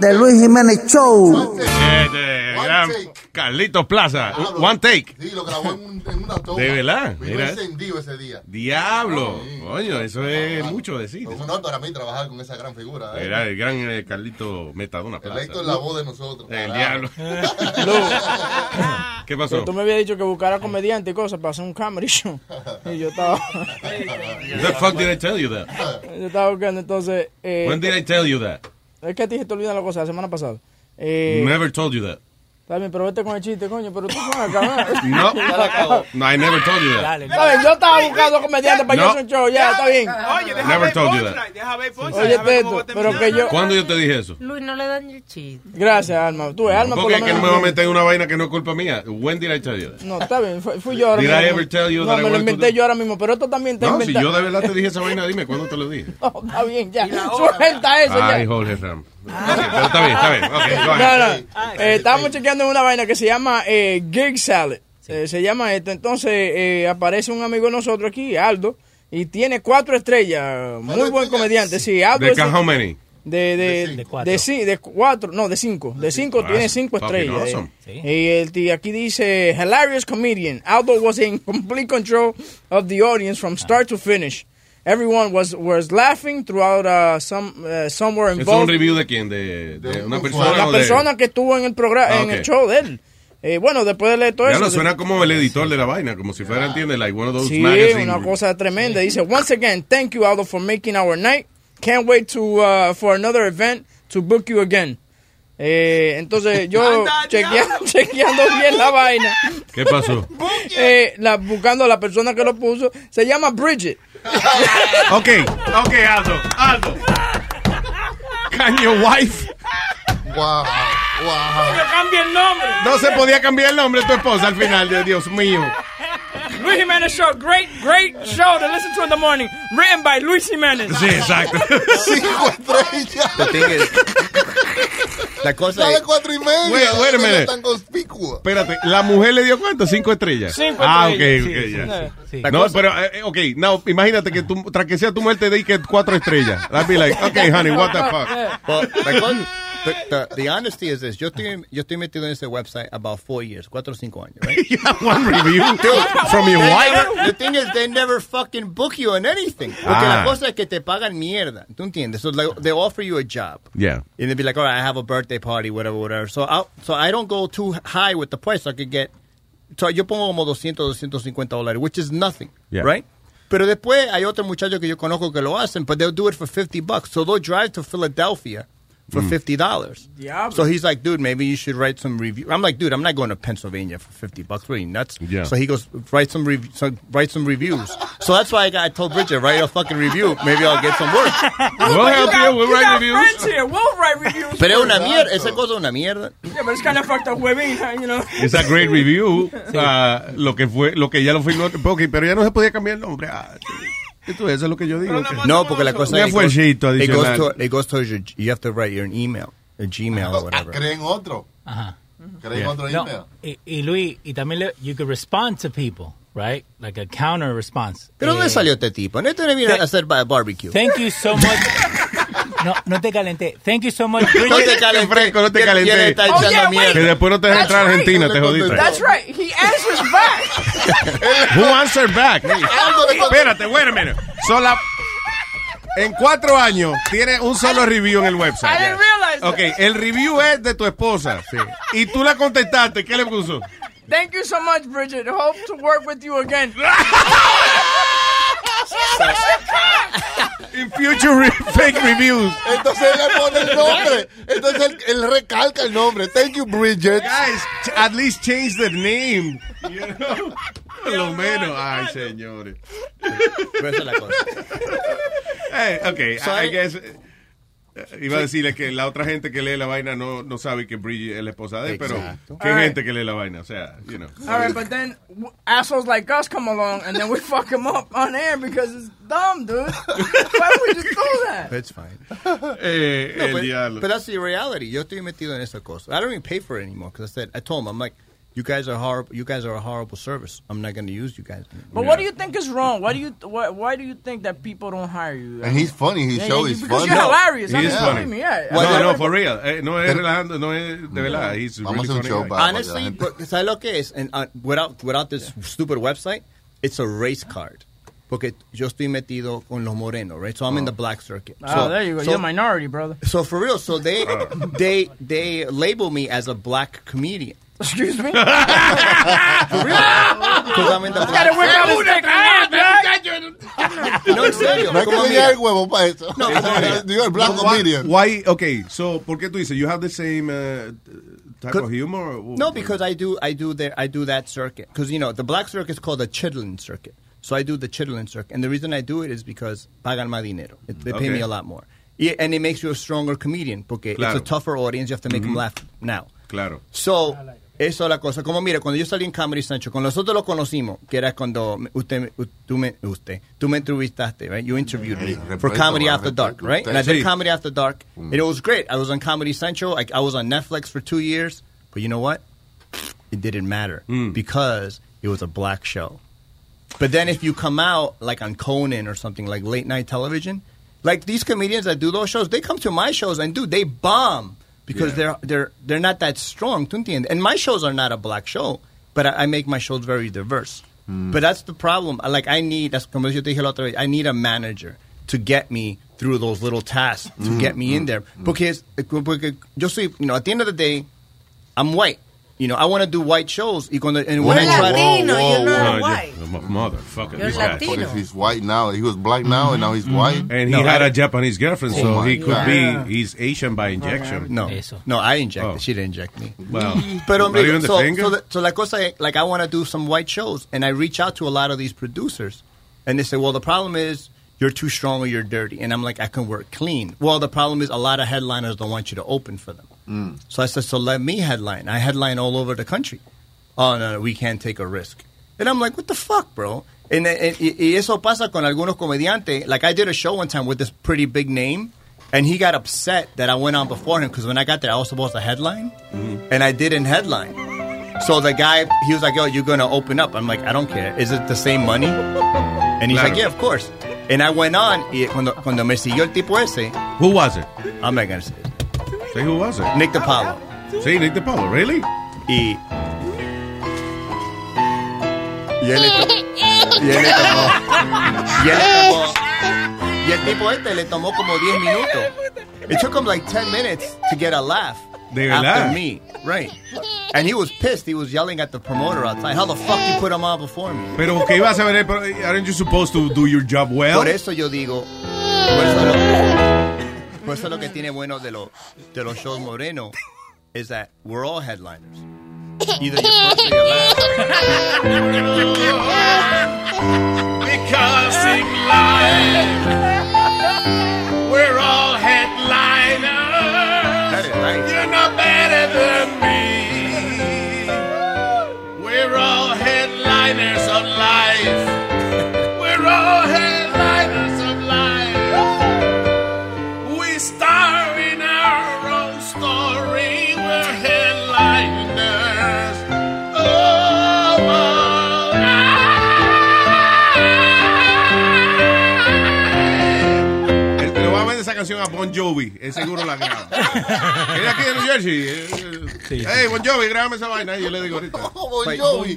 [SPEAKER 21] De Luis Jiménez Show.
[SPEAKER 9] Este, gran Carlitos Plaza. One take.
[SPEAKER 7] Sí, lo grabó en, un- en una toma.
[SPEAKER 9] De verdad,
[SPEAKER 7] Vino
[SPEAKER 9] mira.
[SPEAKER 7] encendido ese día.
[SPEAKER 9] Diablo. Coño, eso es mucho decir.
[SPEAKER 7] Fue un honor Pues, para mí trabajar con esa gran figura. ¿eh?
[SPEAKER 9] Era el gran eh, Carlito Metadona Plaza.
[SPEAKER 7] Electo es la voz de nosotros.
[SPEAKER 9] El
[SPEAKER 7] carajo. *laughs*
[SPEAKER 9] diablo. ¿Qué pasó?
[SPEAKER 4] Pero tú me habías dicho que buscara comediante y cosas para hacer un comedy show. Y yo estaba.
[SPEAKER 9] The fuck did I tell you that?
[SPEAKER 4] yo estaba buscando, entonces. eh,
[SPEAKER 9] When did I tell you that?
[SPEAKER 4] Es que a ti se te olvidan las cosas la semana pasada. Eh,
[SPEAKER 9] Never told you that.
[SPEAKER 4] Está bien, pero vete con el chiste, coño, pero tú vas a acabar.
[SPEAKER 9] No,
[SPEAKER 4] *laughs*
[SPEAKER 9] no, I never told you that.
[SPEAKER 4] Está bien, Yo estaba buscando comediante para
[SPEAKER 9] No. Ah,
[SPEAKER 4] yo hacer un show, ya, está bien.
[SPEAKER 16] Oye, deja
[SPEAKER 9] Never
[SPEAKER 16] ver
[SPEAKER 9] told you
[SPEAKER 16] Pontra, deja ver
[SPEAKER 9] pues,
[SPEAKER 16] Pontra.
[SPEAKER 4] Oye, Teto, pero que yo.
[SPEAKER 9] ¿Cuándo yo te dije eso?
[SPEAKER 11] Luis, no le dan el chiste.
[SPEAKER 4] Gracias, Alma. Tú, Alma, por
[SPEAKER 9] Porque
[SPEAKER 4] lo
[SPEAKER 9] es que no
[SPEAKER 4] menos.
[SPEAKER 9] me va a meter en una vaina que no es culpa mía. When did I tell you that?
[SPEAKER 4] No, está bien, fue- fui yo ahora
[SPEAKER 9] Did
[SPEAKER 4] mismo.
[SPEAKER 9] I ever tell you
[SPEAKER 4] no,
[SPEAKER 9] that I
[SPEAKER 4] me lo
[SPEAKER 9] wanted to
[SPEAKER 4] inventé yo ahora mismo, pero esto también te
[SPEAKER 9] No, si
[SPEAKER 4] inventas.
[SPEAKER 9] yo de
[SPEAKER 4] *laughs*
[SPEAKER 9] verdad te dije esa vaina, dime cuándo te lo dije.
[SPEAKER 4] No, está bien, ya. Suelta eso, ya.
[SPEAKER 9] Ay, Jorge Ram. Ok, pero está bien, está
[SPEAKER 4] *laughs*
[SPEAKER 9] bien. Ok, go
[SPEAKER 4] No,
[SPEAKER 9] ahead.
[SPEAKER 4] no. Eh, estábamos chequeando una vaina que se llama eh, Gig Salad. Eh, se llama esto. Entonces eh, aparece un amigo de nosotros aquí, Aldo, y tiene cuatro estrellas. Muy buen comediante. Ah, pues Sí, Aldo.
[SPEAKER 9] ¿De
[SPEAKER 4] es-
[SPEAKER 9] ca- how many?
[SPEAKER 4] De, de, de,
[SPEAKER 9] cinco.
[SPEAKER 4] de ci- de cuatro, no, de cinco. De cinco
[SPEAKER 9] Ah,
[SPEAKER 4] tiene cinco
[SPEAKER 9] fucking
[SPEAKER 4] estrellas. eh.
[SPEAKER 9] awesome. Sí.
[SPEAKER 4] Y el tío aquí dice, hilarious comedian. Aldo was in complete control of the audience from start to finish. Everyone was was laughing throughout uh, some uh, somewhere
[SPEAKER 9] ¿Es un
[SPEAKER 4] involved.
[SPEAKER 9] review de quién? ¿De, de una persona?
[SPEAKER 4] la
[SPEAKER 9] o de-
[SPEAKER 4] persona que estuvo en el programa,
[SPEAKER 9] Ah,
[SPEAKER 4] en el
[SPEAKER 9] ok.
[SPEAKER 4] show de él. Eh, bueno, después de leer todo
[SPEAKER 9] Ya
[SPEAKER 4] eso.
[SPEAKER 9] lo suena como el editor de la vaina, como si fuera, ¿entiendes? Like one of those
[SPEAKER 4] Sí,
[SPEAKER 9] magazine-
[SPEAKER 4] una cosa tremenda. Dice, once again, thank you Aldo for making our night. Can't wait to uh, for another event to book you again. Eh, entonces *laughs* yo chequea- chequeando bien la *laughs* vaina,
[SPEAKER 7] *laughs*
[SPEAKER 9] ¿Qué pasó?
[SPEAKER 4] eh, la, buscando a la persona que lo puso, se llama Bridget.
[SPEAKER 9] ok, ok, Aldo, Aldo. Can your wife? Wow, wow.
[SPEAKER 4] cambia el nombre.
[SPEAKER 9] No se podía cambiar el nombre de tu esposa al final, de- Dios mío.
[SPEAKER 4] Luis Jiménez Show, great, great show to listen to in the morning, written by Luis Jiménez.
[SPEAKER 9] Sí, exacto. *laughs*
[SPEAKER 7] Cinco estrellas.
[SPEAKER 5] The thing is, la cosa
[SPEAKER 7] Sale
[SPEAKER 5] es,
[SPEAKER 7] cuatro y media.
[SPEAKER 9] Wait, wait a
[SPEAKER 7] No
[SPEAKER 9] minute.
[SPEAKER 7] tan conspicua.
[SPEAKER 9] Espérate, ¿la mujer le dio cuánto? ¿Cinco estrellas?
[SPEAKER 7] Cinco
[SPEAKER 9] ah,
[SPEAKER 7] estrellas.
[SPEAKER 9] ok, ok,
[SPEAKER 7] Sí,
[SPEAKER 9] ya.
[SPEAKER 7] sí.
[SPEAKER 9] La No, pero, eh, eh, ok, now, imagínate que tú, tras que sea tu muerte, de que cuatro estrellas. I'd be like, okay, honey, what the fuck. *laughs*
[SPEAKER 5] Well, la cosa- the, the, the honesty is this. Yo estoy, yo estoy metido en ese website about four years, cuatro o cinco años,
[SPEAKER 9] *laughs*
[SPEAKER 5] right?
[SPEAKER 9] you have one
[SPEAKER 5] *laughs*
[SPEAKER 9] review from your
[SPEAKER 5] They
[SPEAKER 9] wife?
[SPEAKER 5] never- the thing is, they never fucking book you on anything. Porque
[SPEAKER 9] Ah.
[SPEAKER 5] la cosa es que te pagan mierda. ¿Tú entiendes? So like, they offer you a job.
[SPEAKER 9] Yeah.
[SPEAKER 5] And they'd be like, all right, I have a birthday party, whatever, whatever. So, I'll, so I don't go too high with the price. I could get, so yo pongo como 200, 250 dólares, which is nothing,
[SPEAKER 9] Yeah.
[SPEAKER 5] right? Pero después hay otro muchacho que yo conozco que lo hacen, but they'll do it for 50 bucks. So they'll drive to Philadelphia for
[SPEAKER 9] Mm.
[SPEAKER 5] $50.
[SPEAKER 4] Diablo.
[SPEAKER 5] So he's like, dude, maybe you should write some review. I'm like, dude, I'm not going to Pennsylvania for 50 bucks. What are you nuts?
[SPEAKER 9] Yeah.
[SPEAKER 5] So he goes, write some rev- so write some reviews. so that's why I, got, I told Bridget, write a fucking review. Maybe I'll get some work.
[SPEAKER 9] we'll help you. We'll write reviews.
[SPEAKER 4] Friends here, we'll write reviews.
[SPEAKER 5] Pero es una mierda. Esa cosa es una mierda.
[SPEAKER 4] Yeah, but it's kind of fucked up huevina, you know.
[SPEAKER 9] *laughs* It's a great review. Ah, lo que fue, lo que ya lo firmó. Ok, pero ya no se podía cambiar el nombre. Ah, esto, eso es lo que yo digo. que-
[SPEAKER 5] No, porque la cosa
[SPEAKER 9] Un fuellito
[SPEAKER 5] it goes
[SPEAKER 9] adicional.
[SPEAKER 5] to, it goes to your, you have to write your email, your Gmail or whatever.
[SPEAKER 7] Creen otro.
[SPEAKER 8] Ajá.
[SPEAKER 7] Creen
[SPEAKER 5] Yeah.
[SPEAKER 7] otro
[SPEAKER 8] No,
[SPEAKER 7] email.
[SPEAKER 8] y, y Luis, y también le, you could respond to people, right? Like a counter response.
[SPEAKER 5] Pero
[SPEAKER 8] Eh,
[SPEAKER 5] ¿dónde salió este tipo? No te viene a hacer ba- barbecue.
[SPEAKER 8] Thank you so much. No, no te calenté. Thank you so much, Oh, Bridget.
[SPEAKER 5] *laughs* No te calenté.
[SPEAKER 9] Fresco, no te calenté.
[SPEAKER 7] Oh,
[SPEAKER 5] está echando
[SPEAKER 9] Que después no te dejan entrar a Argentina, te jodiste.
[SPEAKER 4] That's right. He answers back.
[SPEAKER 9] Who answered back? Espérate, wait a minute. So la- en cuatro años tiene un solo review en el website.
[SPEAKER 4] I didn't realize that.
[SPEAKER 9] Ok, el review es de tu esposa. Y tú la contestaste. ¿Qué le puso?
[SPEAKER 4] Thank you so much, Bridget. Hope to work with you
[SPEAKER 9] *laughs*
[SPEAKER 4] again.
[SPEAKER 9] In future re- fake reviews.
[SPEAKER 4] *laughs*
[SPEAKER 7] Entonces él le pone el nombre. Entonces él, él recalca el nombre. Thank you, Bridget.
[SPEAKER 9] Guys, at least change the name. Por lo menos. Ay, señores.
[SPEAKER 5] Pero esa es la cosa.
[SPEAKER 9] Eh, ok,
[SPEAKER 20] So,
[SPEAKER 9] I, I
[SPEAKER 20] eh,
[SPEAKER 9] guess. eh, Iba a decirle que la otra gente que lee la vaina no, no sabe que Bridget es la esposa de él, pero
[SPEAKER 4] Exacto.
[SPEAKER 9] ¿qué
[SPEAKER 4] All right.
[SPEAKER 9] gente que lee la vaina? O sea, you know.
[SPEAKER 4] All right, but then w- assholes like us come along and then we *laughs* fuck him up on air because it's dumb, dude. Why would you do that?
[SPEAKER 5] That's fine.
[SPEAKER 9] Eh,
[SPEAKER 5] *laughs* No,
[SPEAKER 9] el
[SPEAKER 5] but,
[SPEAKER 9] diablo.
[SPEAKER 5] but that's the reality. Yo estoy metido en esa cosa. I don't even pay for it anymore because I said I told him I'm like, you guys are horrible. You guys are a horrible service. I'm not going to use you guys.
[SPEAKER 4] But what do you think is wrong? Why do you why, why do you think that people don't hire you?
[SPEAKER 9] And he's funny. His show is
[SPEAKER 4] because
[SPEAKER 9] funny.
[SPEAKER 4] You're hilarious.
[SPEAKER 9] He
[SPEAKER 4] I
[SPEAKER 9] is
[SPEAKER 4] mean,
[SPEAKER 9] funny.
[SPEAKER 4] believe me, yeah.
[SPEAKER 9] No,
[SPEAKER 4] I-
[SPEAKER 9] no,
[SPEAKER 4] I-
[SPEAKER 9] for real. Eh, no es relajando, no es de verdad. He's
[SPEAKER 5] Vamos
[SPEAKER 9] really
[SPEAKER 5] a hacer un
[SPEAKER 9] funny
[SPEAKER 5] show
[SPEAKER 9] guy.
[SPEAKER 5] para- Honestly, porque ¿sabes lo que es? And, uh, without, without this stupid website, it's a race card. Porque yo estoy metido con los morenos, right? So I'm in the black circuit.
[SPEAKER 4] Oh,
[SPEAKER 5] so,
[SPEAKER 4] there you go.
[SPEAKER 5] so-
[SPEAKER 4] You're a minority, brother.
[SPEAKER 5] So for real, so they
[SPEAKER 9] Ah.
[SPEAKER 5] they they label me as a black comedian.
[SPEAKER 4] Excuse
[SPEAKER 5] *laughs*
[SPEAKER 4] me.
[SPEAKER 5] for real, because I'm in the black.
[SPEAKER 17] Ah,
[SPEAKER 5] No, en serio.
[SPEAKER 7] No es que
[SPEAKER 5] Como
[SPEAKER 7] tenía
[SPEAKER 5] mira.
[SPEAKER 7] el huevo para eso.
[SPEAKER 5] No, como mira.
[SPEAKER 7] Digo, el black
[SPEAKER 9] Why-
[SPEAKER 7] comedian.
[SPEAKER 9] Why, okay, so, ¿por qué tú dices? You have the same uh, type of humor? or-
[SPEAKER 5] No, because I do I do the, I do that circuit because you know the black circuit is called the Chitlin circuit. So I do the Chitlin circuit, and the reason I do it is because pagan más dinero. It, they pay
[SPEAKER 9] Okay.
[SPEAKER 5] me a lot more, yeah, and it makes you a stronger comedian. Porque
[SPEAKER 9] Claro.
[SPEAKER 5] it's a tougher audience. You have to make them
[SPEAKER 9] Mhm.
[SPEAKER 5] laugh now.
[SPEAKER 9] Claro.
[SPEAKER 5] So, eso es la cosa. Como mira, cuando yo salí en Comedy Central, con nosotros lo conocimos, que era cuando me- usted, me- u- tú me, usted, tú me entrevistaste, right? You interviewed me for
[SPEAKER 9] respeto,
[SPEAKER 5] Comedy
[SPEAKER 9] man,
[SPEAKER 5] After Dark,
[SPEAKER 9] respeto.
[SPEAKER 5] right? And I did
[SPEAKER 9] Sí.
[SPEAKER 5] Comedy After Dark, and it was great. I was on Comedy Central. I, I was on Netflix for two years, but you know what? It didn't matter because it was a black show. But then if you come out like on Conan or something like late night television, like these comedians that do those shows, they come to my shows and dude, they bomb because they're they're they're not that strong. ¿tú entiendes? And my shows are not a black show, but I, I make my shows very diverse.
[SPEAKER 7] Hmm.
[SPEAKER 5] But that's the problem. I- Like I need that's como yo te dije la otra vez, I need a manager to get me through those little tasks to
[SPEAKER 7] Hmm.
[SPEAKER 9] Mm,
[SPEAKER 5] get me in
[SPEAKER 9] mm,
[SPEAKER 5] there because because yo soy you know at the end of the day I'm white. You know, I want to do white shows. Y cuando, and when
[SPEAKER 7] Whoa,
[SPEAKER 5] I try to-
[SPEAKER 7] whoa, whoa, whoa.
[SPEAKER 9] Motherfucker.
[SPEAKER 5] You're
[SPEAKER 7] This guy.
[SPEAKER 5] Latino.
[SPEAKER 7] He's white now. He was black now, and now he's
[SPEAKER 9] Mm-hmm.
[SPEAKER 7] white.
[SPEAKER 9] And he had a Japanese girlfriend,
[SPEAKER 7] Oh
[SPEAKER 9] so
[SPEAKER 7] my
[SPEAKER 9] he could
[SPEAKER 7] God. Yeah.
[SPEAKER 9] be, he's Asian by injection.
[SPEAKER 5] No, no, I injected.
[SPEAKER 17] Oh.
[SPEAKER 5] She didn't inject me.
[SPEAKER 9] Wow.
[SPEAKER 17] Mm-hmm.
[SPEAKER 5] But um,
[SPEAKER 9] Not even the
[SPEAKER 5] so,
[SPEAKER 9] finger?
[SPEAKER 5] so, the, so la cosa es, like I want to do some white shows, and I reach out to a lot of these producers, and they say, well, the problem is you're too strong or you're dirty, and I'm like, I can work clean. Well, the problem is a lot of headliners don't want you to open for them.
[SPEAKER 17] Mm.
[SPEAKER 5] So I said, so let me headline. I headline all over the country. Oh no, no, we can't take a risk. And I'm like, what the fuck, bro? And, and, y- y eso pasa con algunos comediantes. Like I did a show one time with this pretty big name, and he got upset that I went on before him because when I got there, I was supposed to headline, and I didn't headline. So the guy, he was like, yo, you're gonna open up. I'm like, I don't care. Is it the same money? And he's
[SPEAKER 9] Claro.
[SPEAKER 5] like, yeah, of course. And I went on. Y cuando, cuando me siguió el tipo ese,
[SPEAKER 9] who was it?
[SPEAKER 5] I'm not gonna say.
[SPEAKER 9] Say who was it?
[SPEAKER 5] Nick DiPaolo.
[SPEAKER 9] Sí, Nick DiPaolo, really?
[SPEAKER 5] Y. Y él
[SPEAKER 17] *laughs*
[SPEAKER 5] le tomó. Y él le tomó. Y él le tomó. Y el tipo este le tomó como 10 minutos. It took him like 10 minutes to get a laugh
[SPEAKER 9] De
[SPEAKER 5] after
[SPEAKER 9] verdad.
[SPEAKER 5] me. Right. And he was pissed. He was yelling at the promoter outside. How the fuck you put him on before me?
[SPEAKER 9] Pero que ibas a ver, pero, eh, aren't you supposed to do your job well?
[SPEAKER 5] Por eso yo digo, por eso lo, por eso lo que tiene bueno de, lo, de los shows moreno is that we're all headliners. Either you're first or you're
[SPEAKER 17] *laughs* Because in life, we're all headliners. You're not better than me. We're all headliners of life. *laughs* We're all headliners of life. We star in our own story. We're headliners. Oh, oh,
[SPEAKER 9] Eh, Le voy a vender esa canción a Bon Jovi, es seguro la
[SPEAKER 7] *laughs*
[SPEAKER 9] graba. Era aquí de New Jersey. eh, eh, Hey, Bon Jovi, grábame esa vaina. Y yo le digo ahorita.
[SPEAKER 7] *laughs* Bon Jovi.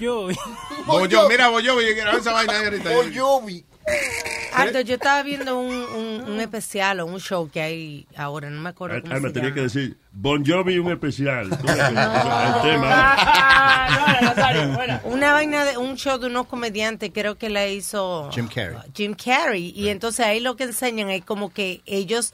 [SPEAKER 9] Bon Jovi, mira, Bon Jovi, graba esa vaina ahí ahorita.
[SPEAKER 7] Bon Jovi.
[SPEAKER 11] Aldo, yo estaba viendo un, un, un especial o un show que hay ahora, no me acuerdo cómo
[SPEAKER 15] Alma
[SPEAKER 11] se
[SPEAKER 15] tenía
[SPEAKER 11] llama.
[SPEAKER 15] que decir Bon Jovi un especial. Tú
[SPEAKER 11] *laughs*
[SPEAKER 15] ves, Al tema.
[SPEAKER 11] Una vaina de un show de unos comediantes, creo que la hizo
[SPEAKER 5] Jim Carrey.
[SPEAKER 11] Jim Carrey. Y entonces ahí lo que enseñan es como que ellos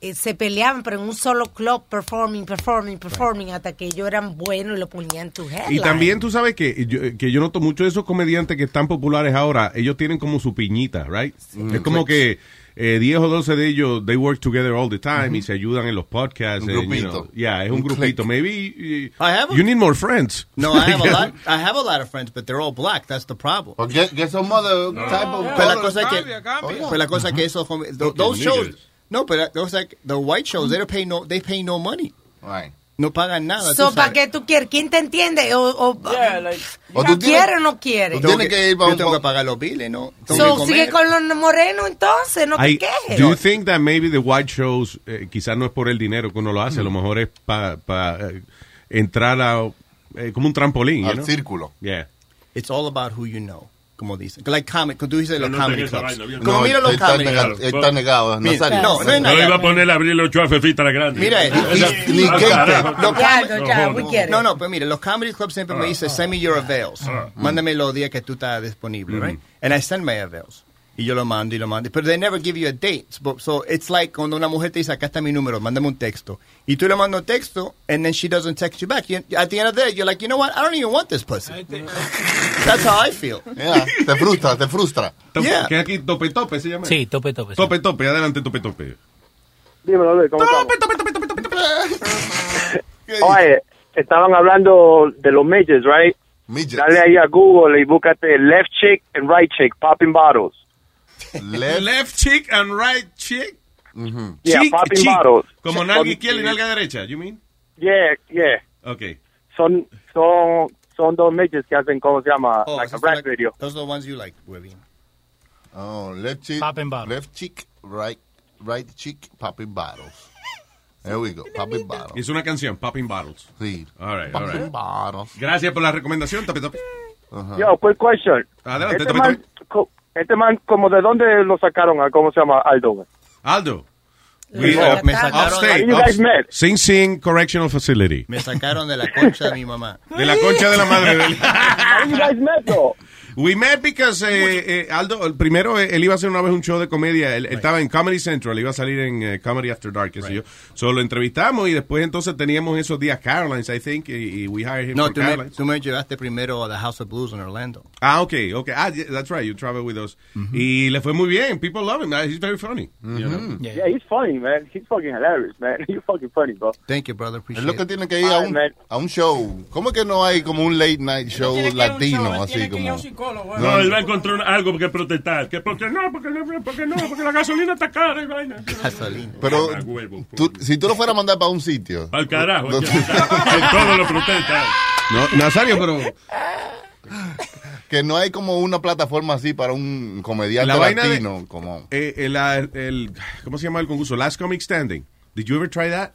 [SPEAKER 11] eh, se peleaban, pero en un solo club, performing, performing, performing, hasta que ellos eran buenos y lo ponían en tu headline.
[SPEAKER 9] Y también tú sabes que yo, que yo noto mucho de esos comediantes que están populares ahora, ellos tienen como su piñita, right? Es como que eh, 10 o 12 de ellos, they work together all the time
[SPEAKER 5] Mm-hmm.
[SPEAKER 9] y se ayudan en los podcasts.
[SPEAKER 7] Un
[SPEAKER 9] and, you
[SPEAKER 7] grupito.
[SPEAKER 9] know, yeah, es un,
[SPEAKER 7] Un
[SPEAKER 9] grupito. Maybe eh,
[SPEAKER 5] I have a-
[SPEAKER 9] you need more friends. *laughs*
[SPEAKER 5] No, I have a lot. I have a lot of friends, but they're all black. That's the problem.
[SPEAKER 7] get, get some other type of
[SPEAKER 5] Pero la
[SPEAKER 7] color.
[SPEAKER 5] cosa es que,
[SPEAKER 7] Cambia, cambia.
[SPEAKER 5] pero la cosa es que esos hombres- tho- those
[SPEAKER 7] Fucking
[SPEAKER 5] shows.
[SPEAKER 7] niggas.
[SPEAKER 5] No, pero those like the white shows, they don't pay no, they pay no money. No pagan nada.
[SPEAKER 11] So,
[SPEAKER 5] tú
[SPEAKER 11] ¿Para
[SPEAKER 5] sabes.
[SPEAKER 11] qué tú quieres? ¿Quién te entiende? ¿O, o,
[SPEAKER 5] O
[SPEAKER 11] ¿la
[SPEAKER 5] tú tienes-
[SPEAKER 11] quiere o no quiere?
[SPEAKER 5] Yo tengo yo tengo que pagar los biles, ¿no? Tengo que
[SPEAKER 11] So,
[SPEAKER 5] comer.
[SPEAKER 11] sigue con los morenos entonces, no te
[SPEAKER 9] I-
[SPEAKER 11] quejes.
[SPEAKER 9] do you think that maybe the white shows, eh, quizás no es por el dinero que uno lo
[SPEAKER 5] Mm.
[SPEAKER 9] hace, a lo mejor es para entrar a, eh, como un trampolín. you
[SPEAKER 5] Al
[SPEAKER 9] know?
[SPEAKER 5] círculo.
[SPEAKER 9] Yeah.
[SPEAKER 5] It's all about who you know, como dicen. Like comic, cuando tú dices los
[SPEAKER 15] no
[SPEAKER 5] comedy
[SPEAKER 15] tenga esa
[SPEAKER 5] clubs.
[SPEAKER 15] vaina, bien.
[SPEAKER 5] Como
[SPEAKER 15] No,
[SPEAKER 5] mira los
[SPEAKER 15] él está
[SPEAKER 5] comedy
[SPEAKER 15] negado,
[SPEAKER 5] clubs.
[SPEAKER 15] él está negado, no
[SPEAKER 5] Mira,
[SPEAKER 15] salió.
[SPEAKER 5] No, no es
[SPEAKER 15] Yo
[SPEAKER 5] nada.
[SPEAKER 15] iba a ponerle a abrirle ocho a Fefita la Grande.
[SPEAKER 5] Mira, y-
[SPEAKER 15] Esa-
[SPEAKER 5] y-
[SPEAKER 15] Ah, carajo.
[SPEAKER 5] no,
[SPEAKER 15] Ya, ya, we get it.
[SPEAKER 5] no, no, pero mira, los comedy clubs siempre me
[SPEAKER 15] Ah,
[SPEAKER 5] dicen,
[SPEAKER 15] ah,
[SPEAKER 5] send me your avails. Mándame los días que tú estás disponible,
[SPEAKER 9] Mm.
[SPEAKER 5] right? And I send my avails. Y yo lo mando y lo mando. Pero they never give you a date. So, so it's like cuando una mujer te dice, acá está mi número, mándame un texto. Y tú le mandas un texto, and then she doesn't text you back. You- at the end of the day, you're like, you know what? I don't even want this pussy. That's how I feel.
[SPEAKER 7] Yeah, *laughs* te frustra, te frustra.
[SPEAKER 9] Top- Que aquí tope tope se llama.
[SPEAKER 7] Sí,
[SPEAKER 9] tope tope. Tope tope, adelante tope tope.
[SPEAKER 14] Dímelo, Luis, ¿cómo estamos? Oye, estaban hablando de los midgets, right? Dale ahí a Google y búscate left cheek and right cheek, popping bottles.
[SPEAKER 9] Left, cheek and right cheek.
[SPEAKER 14] Yeah,
[SPEAKER 9] Cheek,
[SPEAKER 14] popping
[SPEAKER 9] cheek.
[SPEAKER 14] bottles.
[SPEAKER 9] Como nalga izquierda y nalga derecha, you mean?
[SPEAKER 14] Yeah, yeah.
[SPEAKER 9] Okay.
[SPEAKER 14] Son, son, son dos midgets que hacen, ¿cómo se llama? like a rap video.
[SPEAKER 5] Oh, Those are the ones you like, Willie.
[SPEAKER 7] Oh, left cheek, left cheek, right, right cheek, popping bottles. There we go, popping bottles.
[SPEAKER 9] Es una canción, Popping Bottles. Ah,
[SPEAKER 7] Sí.
[SPEAKER 9] All right, all
[SPEAKER 7] Popping
[SPEAKER 9] right.
[SPEAKER 7] bottles.
[SPEAKER 9] Gracias por la recomendación, tope tope.
[SPEAKER 14] Yo, quick question.
[SPEAKER 9] Adelante,
[SPEAKER 14] este,
[SPEAKER 9] tope
[SPEAKER 14] man,
[SPEAKER 9] tope.
[SPEAKER 14] co- este man, como de dónde lo sacaron a, ¿cómo se llama? Aldo. güey?
[SPEAKER 9] Aldo. uh,
[SPEAKER 14] Me sacaron- Me sacaron-
[SPEAKER 9] Upstate,
[SPEAKER 14] You guys
[SPEAKER 9] ups-
[SPEAKER 14] met?
[SPEAKER 9] Sing Sing Correctional Facility.
[SPEAKER 5] Me sacaron de *laughs* la concha de mi mamá.
[SPEAKER 9] De la concha de la madre de él.
[SPEAKER 14] you guys met, though?
[SPEAKER 9] We met because, eh, eh, Aldo, el primero, eh, él iba a hacer una vez un show de comedia. Él, él estaba en Comedy Central, iba a salir en eh, Comedy After Dark, qué sé yo. So lo entrevistamos y después entonces teníamos esos días Carolines, I think, y, y we hired him
[SPEAKER 5] No,
[SPEAKER 9] for
[SPEAKER 5] tú me,
[SPEAKER 9] Carolines.
[SPEAKER 5] tú me llevaste primero a The House of Blues en Orlando.
[SPEAKER 9] Ah, okay, okay. Ah, yeah, that's right, you traveled with us. Y le fue muy bien. People love him. He's very funny. you know.
[SPEAKER 14] Yeah. he's funny, man. He's fucking hilarious, man. *laughs* He's fucking funny, bro.
[SPEAKER 5] Thank you, brother.
[SPEAKER 7] Es lo que tiene que ir a
[SPEAKER 14] Ay,
[SPEAKER 7] un,
[SPEAKER 14] man.
[SPEAKER 7] a un show. ¿Cómo que no hay como un late night show latino? así como.
[SPEAKER 15] No, él va a encontrar un- algo que protestar. Que porque no, porque no, porque no, porque la gasolina está cara y vaina.
[SPEAKER 5] Gasolina.
[SPEAKER 7] Pero
[SPEAKER 15] Ah, huevo.
[SPEAKER 7] tú- si tú lo fueras a mandar para un sitio.
[SPEAKER 15] Al carajo.
[SPEAKER 7] No,
[SPEAKER 15] ya. Todo lo protesta.
[SPEAKER 9] No, Nazario, pero
[SPEAKER 7] que no hay como una plataforma así para un comediante
[SPEAKER 9] La vaina de-
[SPEAKER 7] latino. como...
[SPEAKER 9] eh, el, ah, el- ¿cómo se llama el concurso? Last Comic Standing. Did you ever try that?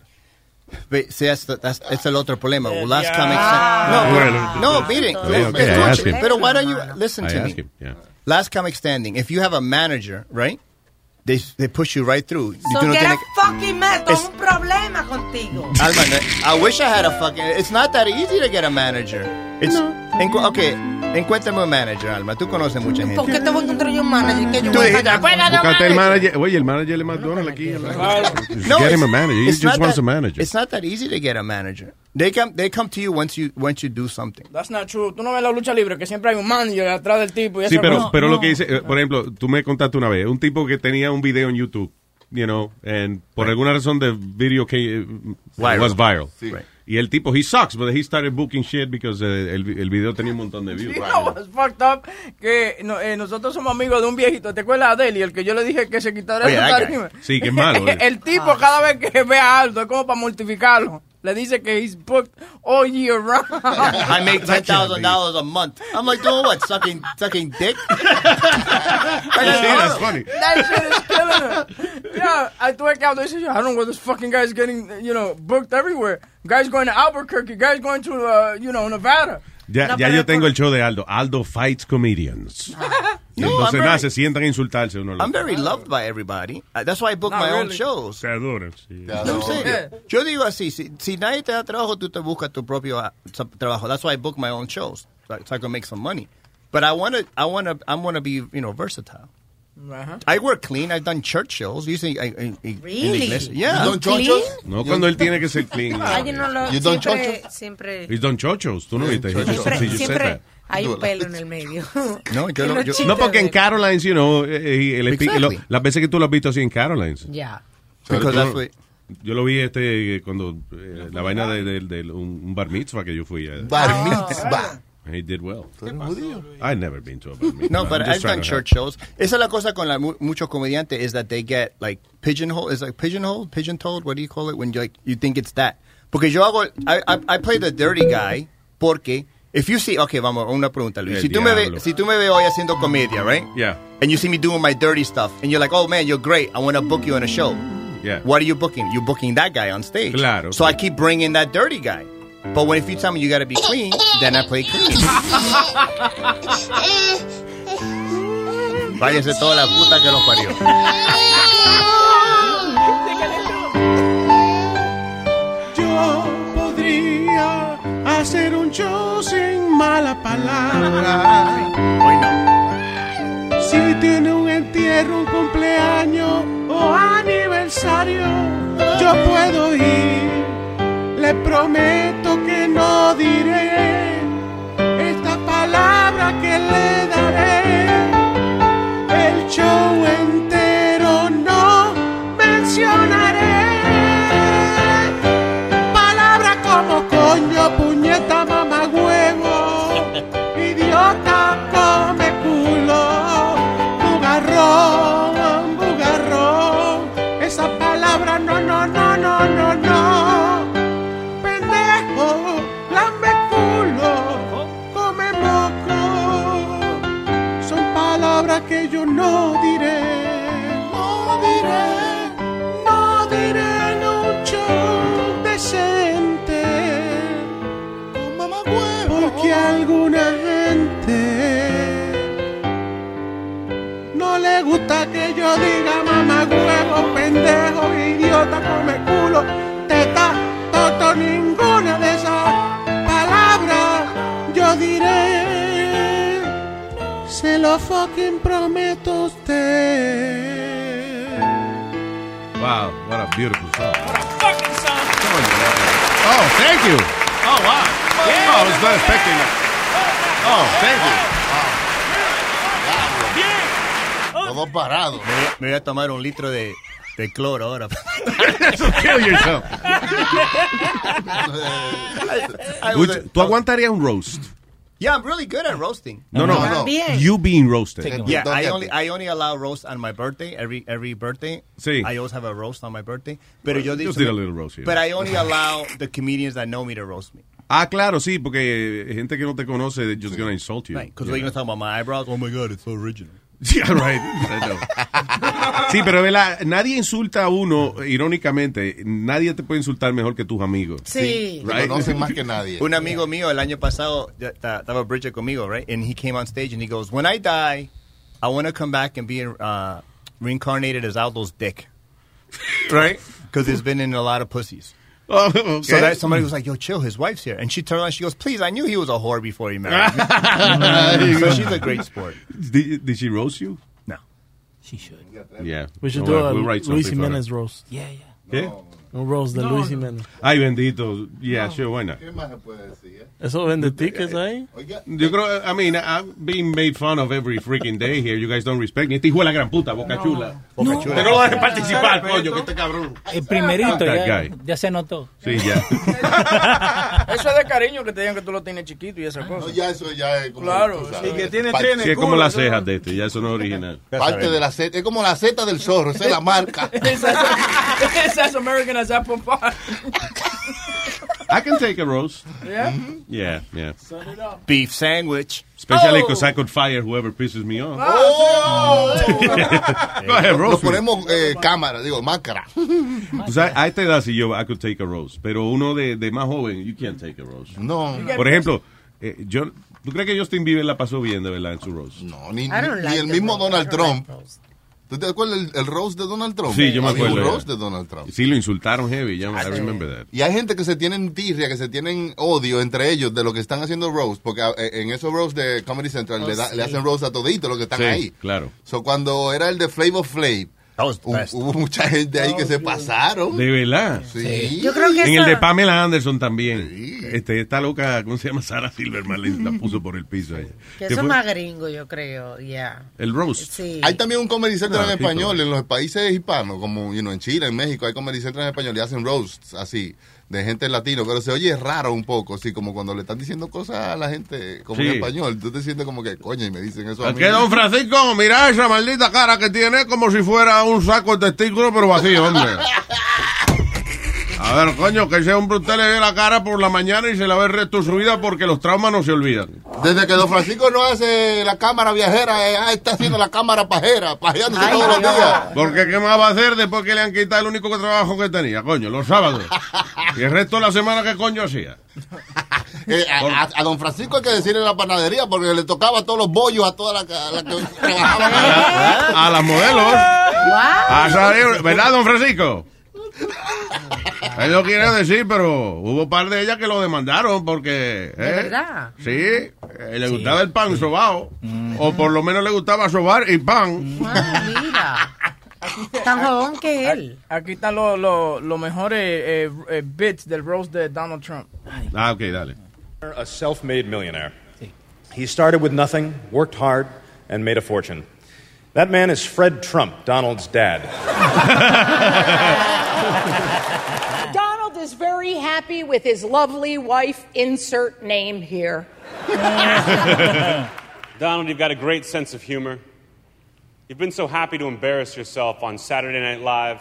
[SPEAKER 5] Ve, sí, that's the- that's- es el otro problema. Well, last
[SPEAKER 9] ya.
[SPEAKER 5] comic
[SPEAKER 9] Ah,
[SPEAKER 5] standing.
[SPEAKER 9] bueno.
[SPEAKER 5] No, no, miren.
[SPEAKER 9] Yeah, okay, I asked
[SPEAKER 5] Escuchen,
[SPEAKER 9] him.
[SPEAKER 5] pero why don't you listen
[SPEAKER 9] I
[SPEAKER 5] to
[SPEAKER 9] asked
[SPEAKER 5] me?
[SPEAKER 9] him, yeah.
[SPEAKER 5] Last comic standing. If you have a manager, right? They, they push you right through.
[SPEAKER 11] So,
[SPEAKER 5] Tú no
[SPEAKER 11] que era
[SPEAKER 5] tienes que-
[SPEAKER 11] fucking mad, todo
[SPEAKER 5] Es-
[SPEAKER 11] un problema contigo.
[SPEAKER 5] Alma, I wish I had a fucking. It's not that easy to get a manager. It's, encu- okay, encuéntrame un manager, Alma. Tú conoces mucha gente.
[SPEAKER 11] ¿Por qué te voy a encontrar yo un manager? Que yo
[SPEAKER 5] Tú
[SPEAKER 11] voy a
[SPEAKER 5] dijiste,
[SPEAKER 11] pagar?
[SPEAKER 5] "Afuera, no
[SPEAKER 9] Buscate el manager. Oye, el manager de McDonald's aquí.
[SPEAKER 5] No,
[SPEAKER 9] Get him a
[SPEAKER 5] it's-
[SPEAKER 9] manager. He
[SPEAKER 5] it's
[SPEAKER 9] just
[SPEAKER 5] not
[SPEAKER 9] wants
[SPEAKER 5] that-
[SPEAKER 9] a manager.
[SPEAKER 5] It's not that easy to get a manager. They come, they come to you once you once you do something.
[SPEAKER 4] That's not true. Tú no ves la lucha libre, que siempre hay un manager atrás del tipo. Y
[SPEAKER 9] Sí,
[SPEAKER 4] esa
[SPEAKER 9] pero,
[SPEAKER 4] cosa.
[SPEAKER 9] pero lo que dice, eh, por ejemplo, tú me contaste una vez, un tipo que tenía un video en YouTube, you know, and por alguna razón the video que eh,
[SPEAKER 5] Viral.
[SPEAKER 9] was viral.
[SPEAKER 5] Sí. Right.
[SPEAKER 9] Y el tipo, he sucks, but he started booking shit because eh, el, el video tenía un montón de views.
[SPEAKER 4] *laughs* You know what's fucked up? Que no- eh, nosotros somos amigos de un viejito, ¿te acuerdas de él? Y el que yo le dije que se quitara
[SPEAKER 9] Oye,
[SPEAKER 4] esa
[SPEAKER 9] that guy.
[SPEAKER 4] tarima.
[SPEAKER 9] Sí, que es
[SPEAKER 4] *laughs*
[SPEAKER 9] malo, eh.
[SPEAKER 4] el tipo cada vez que ve a Aldo es como para mortificarlo. Le dice que he's booked all year round.
[SPEAKER 9] *laughs*
[SPEAKER 5] I make ten thousand dollars a month. I'm like doing what? Sucking sucking
[SPEAKER 9] *laughs*
[SPEAKER 5] dick.
[SPEAKER 9] that's funny.
[SPEAKER 4] *laughs* That shit is killing him. Yeah, I thought out this shit. I don't know where this fucking guy's getting, you know, booked everywhere. Guys going to Albuquerque. Guys going to, uh, you know, Nevada.
[SPEAKER 9] Ya,
[SPEAKER 4] No,
[SPEAKER 9] ya
[SPEAKER 4] pero-
[SPEAKER 9] yo tengo el show de Aldo. Aldo fights comedians. Y
[SPEAKER 5] No,
[SPEAKER 9] entonces
[SPEAKER 5] I'm
[SPEAKER 9] nada,
[SPEAKER 5] very-
[SPEAKER 9] se sientan a insultarse uno al
[SPEAKER 5] I'm
[SPEAKER 9] otro.
[SPEAKER 5] very loved by everybody. Uh, That's why I book
[SPEAKER 9] Not
[SPEAKER 5] my own
[SPEAKER 9] really.
[SPEAKER 5] shows.
[SPEAKER 15] Te adoran, sí.
[SPEAKER 5] You know what I'm saying? Yo digo así, si, si nadie te da trabajo, tú te buscas tu propio ah, sa- trabajo. That's why I book my own shows, so, so I can make some money. But I want to, I want to, I want to be, you know, versatile. I work clean. I've done church shows. Usually, I, I, I, in the
[SPEAKER 11] Really?
[SPEAKER 5] iglesia. Yeah.
[SPEAKER 11] You done church shows?
[SPEAKER 9] No, cuando él tiene que ser clean.
[SPEAKER 11] Ay, yo no lo.
[SPEAKER 9] You done
[SPEAKER 11] Siempre, siempre.
[SPEAKER 9] He's done chochos. Tú no viste. He just-
[SPEAKER 11] Siempre,
[SPEAKER 9] he just said
[SPEAKER 11] siempre
[SPEAKER 9] that.
[SPEAKER 11] Hay un
[SPEAKER 9] Dula.
[SPEAKER 11] pelo en el medio.
[SPEAKER 9] No,
[SPEAKER 11] Que *laughs* no chiste
[SPEAKER 9] no porque *laughs*
[SPEAKER 11] de
[SPEAKER 9] en Carolines, you know, eh, eh, el espi-
[SPEAKER 11] Exactly.
[SPEAKER 9] lo- las veces que tú lo has visto así en Carolines.
[SPEAKER 11] Ya.
[SPEAKER 9] Pero
[SPEAKER 5] Because
[SPEAKER 9] tú-
[SPEAKER 5] that's what-
[SPEAKER 9] Yo lo vi este eh, cuando eh, la vaina de, de- de un, un bar mitzvah que yo fui. eh.
[SPEAKER 5] Bar mitzvah.
[SPEAKER 9] He did well. I've never been to a bar mitzvah.
[SPEAKER 5] No,
[SPEAKER 9] I'm
[SPEAKER 5] but
[SPEAKER 9] just
[SPEAKER 5] I've
[SPEAKER 9] trying
[SPEAKER 5] done
[SPEAKER 9] to
[SPEAKER 5] church shows. Esa es la cosa con la mu- muchos comediantes is that they get like pigeonhole. Is like pigeonhole, pigeon-toed. What do you call it when you like you think it's that? Porque yo hago, I, I, I play the dirty guy porque if you see, okay, vamos una pregunta, Luis.
[SPEAKER 9] El
[SPEAKER 5] Si tú me
[SPEAKER 9] diablo.
[SPEAKER 5] ves, si tú me ves hoy haciendo comedia, right?
[SPEAKER 9] help. Yeah.
[SPEAKER 5] And you see me doing my dirty stuff, and you're like, oh man, you're great. I want to book you on a show.
[SPEAKER 9] Yeah.
[SPEAKER 5] What are you booking? You're booking that guy on stage. Claro. So I keep bringing that dirty guy. But when if you tell me you got to be clean, then I play clean. Váyase toda la puta que los parió.
[SPEAKER 17] Yo podría hacer un show sin mala palabra. Si tiene un entierro, un cumpleaños o aniversario, yo puedo ir. Le prometo que no diré esta palabra que le daré. El show entero no mencionaré. Palabras como coño, puñeta, mamá huevo, idiota, come culo, bugarrón, bugarrón. Esa palabra no, no, no, no, no, no. Pendejo, lambe culo, come moco. Son palabras que yo no diré, no diré no dirán un show decente. Porque alguna gente no le gusta que yo diga mamá huevo, pendejo, idiota, come culo, teta, toto, ninguna de esas palabras yo diré. Se lo fucking prometo a usted.
[SPEAKER 9] Wow, what a beautiful song. What a fucking song. Oh, thank you. Oh, wow. Oh, I was not expecting that. Oh, thank you.
[SPEAKER 5] Todo parado. Me, voy a- me voy a tomar un litro de, de cloro *laughs* ahora.
[SPEAKER 9] Kill
[SPEAKER 5] *laughs*
[SPEAKER 9] yourself. Which- ¿Tú aguantarías un roast?
[SPEAKER 5] Yeah, I'm really good at roasting.
[SPEAKER 9] No, no,
[SPEAKER 5] Ah,
[SPEAKER 9] no. You being roasted.
[SPEAKER 5] Yeah, I only I only allow roast on my birthday. Every every birthday,
[SPEAKER 9] Sí.
[SPEAKER 5] I always have a roast on my birthday. Pero
[SPEAKER 9] Well,
[SPEAKER 5] yo
[SPEAKER 9] you
[SPEAKER 5] digo,
[SPEAKER 9] did a little roast here.
[SPEAKER 5] But I only allow the comedians that know me to roast me.
[SPEAKER 9] Ah, claro, sí, porque gente que no te conoce, they're just gonna insult you.
[SPEAKER 5] Right? Because we're gonna talk about my eyebrows. Oh my god, it's so original.
[SPEAKER 9] *laughs* Yeah, right. I know. Sí, pero ¿verdad? nadie insulta a uno, irónicamente, nadie te puede insultar mejor que tus amigos. Right? *laughs*
[SPEAKER 5] Un amigo mío el año pasado ya ta- estaba Bridget conmigo, right? And he came on stage and he goes, "When I die, I want to come back and be uh, reincarnated as Aldo's dick, right? Because he's been in a lot of pussies."
[SPEAKER 9] *laughs* Oh, okay.
[SPEAKER 5] So that somebody was like, "Yo, chill, his wife's here," and she turned around, she goes, "Please, I knew he was a whore before he
[SPEAKER 9] *laughs*
[SPEAKER 5] married me." so she's a great sport.
[SPEAKER 9] Did, did she roast you?
[SPEAKER 5] No.
[SPEAKER 9] She should. Yeah.
[SPEAKER 5] Yeah.
[SPEAKER 19] We should
[SPEAKER 9] No,
[SPEAKER 19] do a
[SPEAKER 9] we'll write
[SPEAKER 19] Luis
[SPEAKER 9] something for
[SPEAKER 19] Jimenez
[SPEAKER 9] her.
[SPEAKER 19] roast.
[SPEAKER 9] Yeah, yeah. ¿Qué?
[SPEAKER 19] Un roast de
[SPEAKER 9] No,
[SPEAKER 19] Luis
[SPEAKER 9] no.
[SPEAKER 19] Jimenez.
[SPEAKER 9] Ay, bendito. Yeah, sure, why not?
[SPEAKER 7] más se puede decir? eh?
[SPEAKER 19] Eso vende tickets ahí.
[SPEAKER 9] Yo creo, I mean, I'm being made fun of every freaking day here. You guys don't respect me. Este hijo de la gran puta, Boca Chula.
[SPEAKER 8] Boca
[SPEAKER 9] Chula.
[SPEAKER 8] Chula.
[SPEAKER 9] Te no vas a participar, coño, que este cabrón.
[SPEAKER 8] El primerito
[SPEAKER 9] That
[SPEAKER 8] ya,
[SPEAKER 9] guy.
[SPEAKER 8] ya se notó.
[SPEAKER 9] Sí, ya.
[SPEAKER 4] Eso es de cariño que te digan que tú lo tienes chiquito y esas cosas.
[SPEAKER 7] ya eso ya es como-
[SPEAKER 4] Claro.
[SPEAKER 7] tú sabes.
[SPEAKER 4] sí, que tiene
[SPEAKER 7] Parte-
[SPEAKER 4] *laughs* tres en el
[SPEAKER 9] Sí, es como
[SPEAKER 7] culo,
[SPEAKER 9] las
[SPEAKER 7] ¿no?
[SPEAKER 9] cejas de este, ya eso no es original.
[SPEAKER 7] Parte de la Z, es como la Z del zorro, esa es la
[SPEAKER 9] *laughs*
[SPEAKER 7] marca.
[SPEAKER 4] Esas American as apple pie.
[SPEAKER 9] I can take a roast. Mm-hmm.
[SPEAKER 4] Yeah.
[SPEAKER 9] Yeah, yeah.
[SPEAKER 5] Beef sandwich.
[SPEAKER 9] Especially
[SPEAKER 4] Oh.
[SPEAKER 9] because I could fire whoever pisses me off.
[SPEAKER 7] oh.
[SPEAKER 9] *laughs* Go ahead,
[SPEAKER 7] Nos
[SPEAKER 9] roast me.
[SPEAKER 7] ponemos eh, cámara, digo, máscara.
[SPEAKER 9] O sea, a esta edad si yo, I could take a roast. Pero uno de, de más joven, you can't take a roast.
[SPEAKER 7] No.
[SPEAKER 9] Por ejemplo, eh, yo, ¿tú crees que Justin Bieber la pasó bien de verdad en su roast?
[SPEAKER 7] No, ni,
[SPEAKER 9] I don't
[SPEAKER 7] ni
[SPEAKER 9] like
[SPEAKER 7] el
[SPEAKER 9] the
[SPEAKER 7] mismo
[SPEAKER 9] roast.
[SPEAKER 7] Donald
[SPEAKER 9] I
[SPEAKER 7] Trump. ¿Tú te acuerdas el, el roast de Donald Trump?
[SPEAKER 9] Sí, yo me
[SPEAKER 7] Había
[SPEAKER 9] acuerdo.
[SPEAKER 7] Un
[SPEAKER 9] ya.
[SPEAKER 7] roast de Donald Trump. Ah,
[SPEAKER 9] Sí, lo insultaron heavy. ya, I remember that.
[SPEAKER 7] Y hay gente que se tienen tirria, que se tienen odio entre ellos de lo que están haciendo roast, porque ah, eh, en esos roast de Comedy Central
[SPEAKER 9] Oh,
[SPEAKER 7] le, da-
[SPEAKER 9] sí.
[SPEAKER 7] le hacen roast a todito los que están
[SPEAKER 9] Sí,
[SPEAKER 7] ahí.
[SPEAKER 9] claro.
[SPEAKER 7] So, cuando era el de Flavor Flav, hu- hubo mucha
[SPEAKER 9] Oh,
[SPEAKER 7] gente ahí que se pasaron.
[SPEAKER 9] De verdad.
[SPEAKER 7] Sí.
[SPEAKER 9] En el de Pamela Anderson también. este, esta loca, ¿cómo se llama? Sara Silverman la la puso por el piso ahí.
[SPEAKER 11] Que
[SPEAKER 9] Que
[SPEAKER 11] eso
[SPEAKER 9] fue
[SPEAKER 11] es más gringo, yo creo, ya.
[SPEAKER 9] El roast.
[SPEAKER 11] Sí.
[SPEAKER 7] Hay también un comedy central
[SPEAKER 9] Ah,
[SPEAKER 7] en
[SPEAKER 9] sí,
[SPEAKER 7] español en los países hispanos, como you know, en Chile, en México, hay comedy central en español y hacen roasts así, de gente latino, pero se oye raro un poco, así como cuando le están diciendo cosas a la gente como en
[SPEAKER 9] Sí.
[SPEAKER 7] español. Tú te sientes como que, coño, y me dicen eso. a
[SPEAKER 9] Aquí
[SPEAKER 7] mí.
[SPEAKER 9] Ah, don Francisco, mira esa maldita cara que tiene como si fuera un saco de testículo pero vacío, hombre.
[SPEAKER 7] *laughs*
[SPEAKER 9] A ver, coño, que ese hombre usted le ve la cara por la mañana y se la ve el resto de su vida porque los traumas no se olvidan.
[SPEAKER 7] Desde que don Francisco no hace la cámara viajera, eh, ah, está haciendo la cámara pajera, pajeándose todos los días.
[SPEAKER 9] Porque qué más va a hacer después que le han quitado el único trabajo que tenía, coño, los sábados. Y el resto de la semana, ¿qué coño hacía?
[SPEAKER 7] Eh, a, a- a don Francisco hay que decirle la panadería porque le tocaba todos los bollos a toda la, ca- la
[SPEAKER 4] *laughs*
[SPEAKER 7] que trabajaban.
[SPEAKER 9] A las modelos. A salir- ¿Verdad, don Francisco? Él lo quiere decir, pero hubo par de ellas que lo demandaron porque... ¿eh?
[SPEAKER 11] ¿De verdad?
[SPEAKER 9] Sí, eh, le gustaba el pan sobao, o por lo menos le gustaba sobar y pan. *laughs*
[SPEAKER 11] Mira. Tan jodón que él.
[SPEAKER 4] Aquí están los los- los mejores eh, eh, bits del roast de Donald Trump.
[SPEAKER 9] Ah, ok, dale.
[SPEAKER 13] A self made millionaire. He started with nothing, worked hard, and made a fortune. That man is Fred Trump, Donald's
[SPEAKER 11] *laughs*
[SPEAKER 13] dad.
[SPEAKER 23] Donald is very happy with his lovely wife, insert name here.
[SPEAKER 22] *laughs* Donald, you've got a great sense of humor. You've been so happy to embarrass yourself on Saturday Night Live,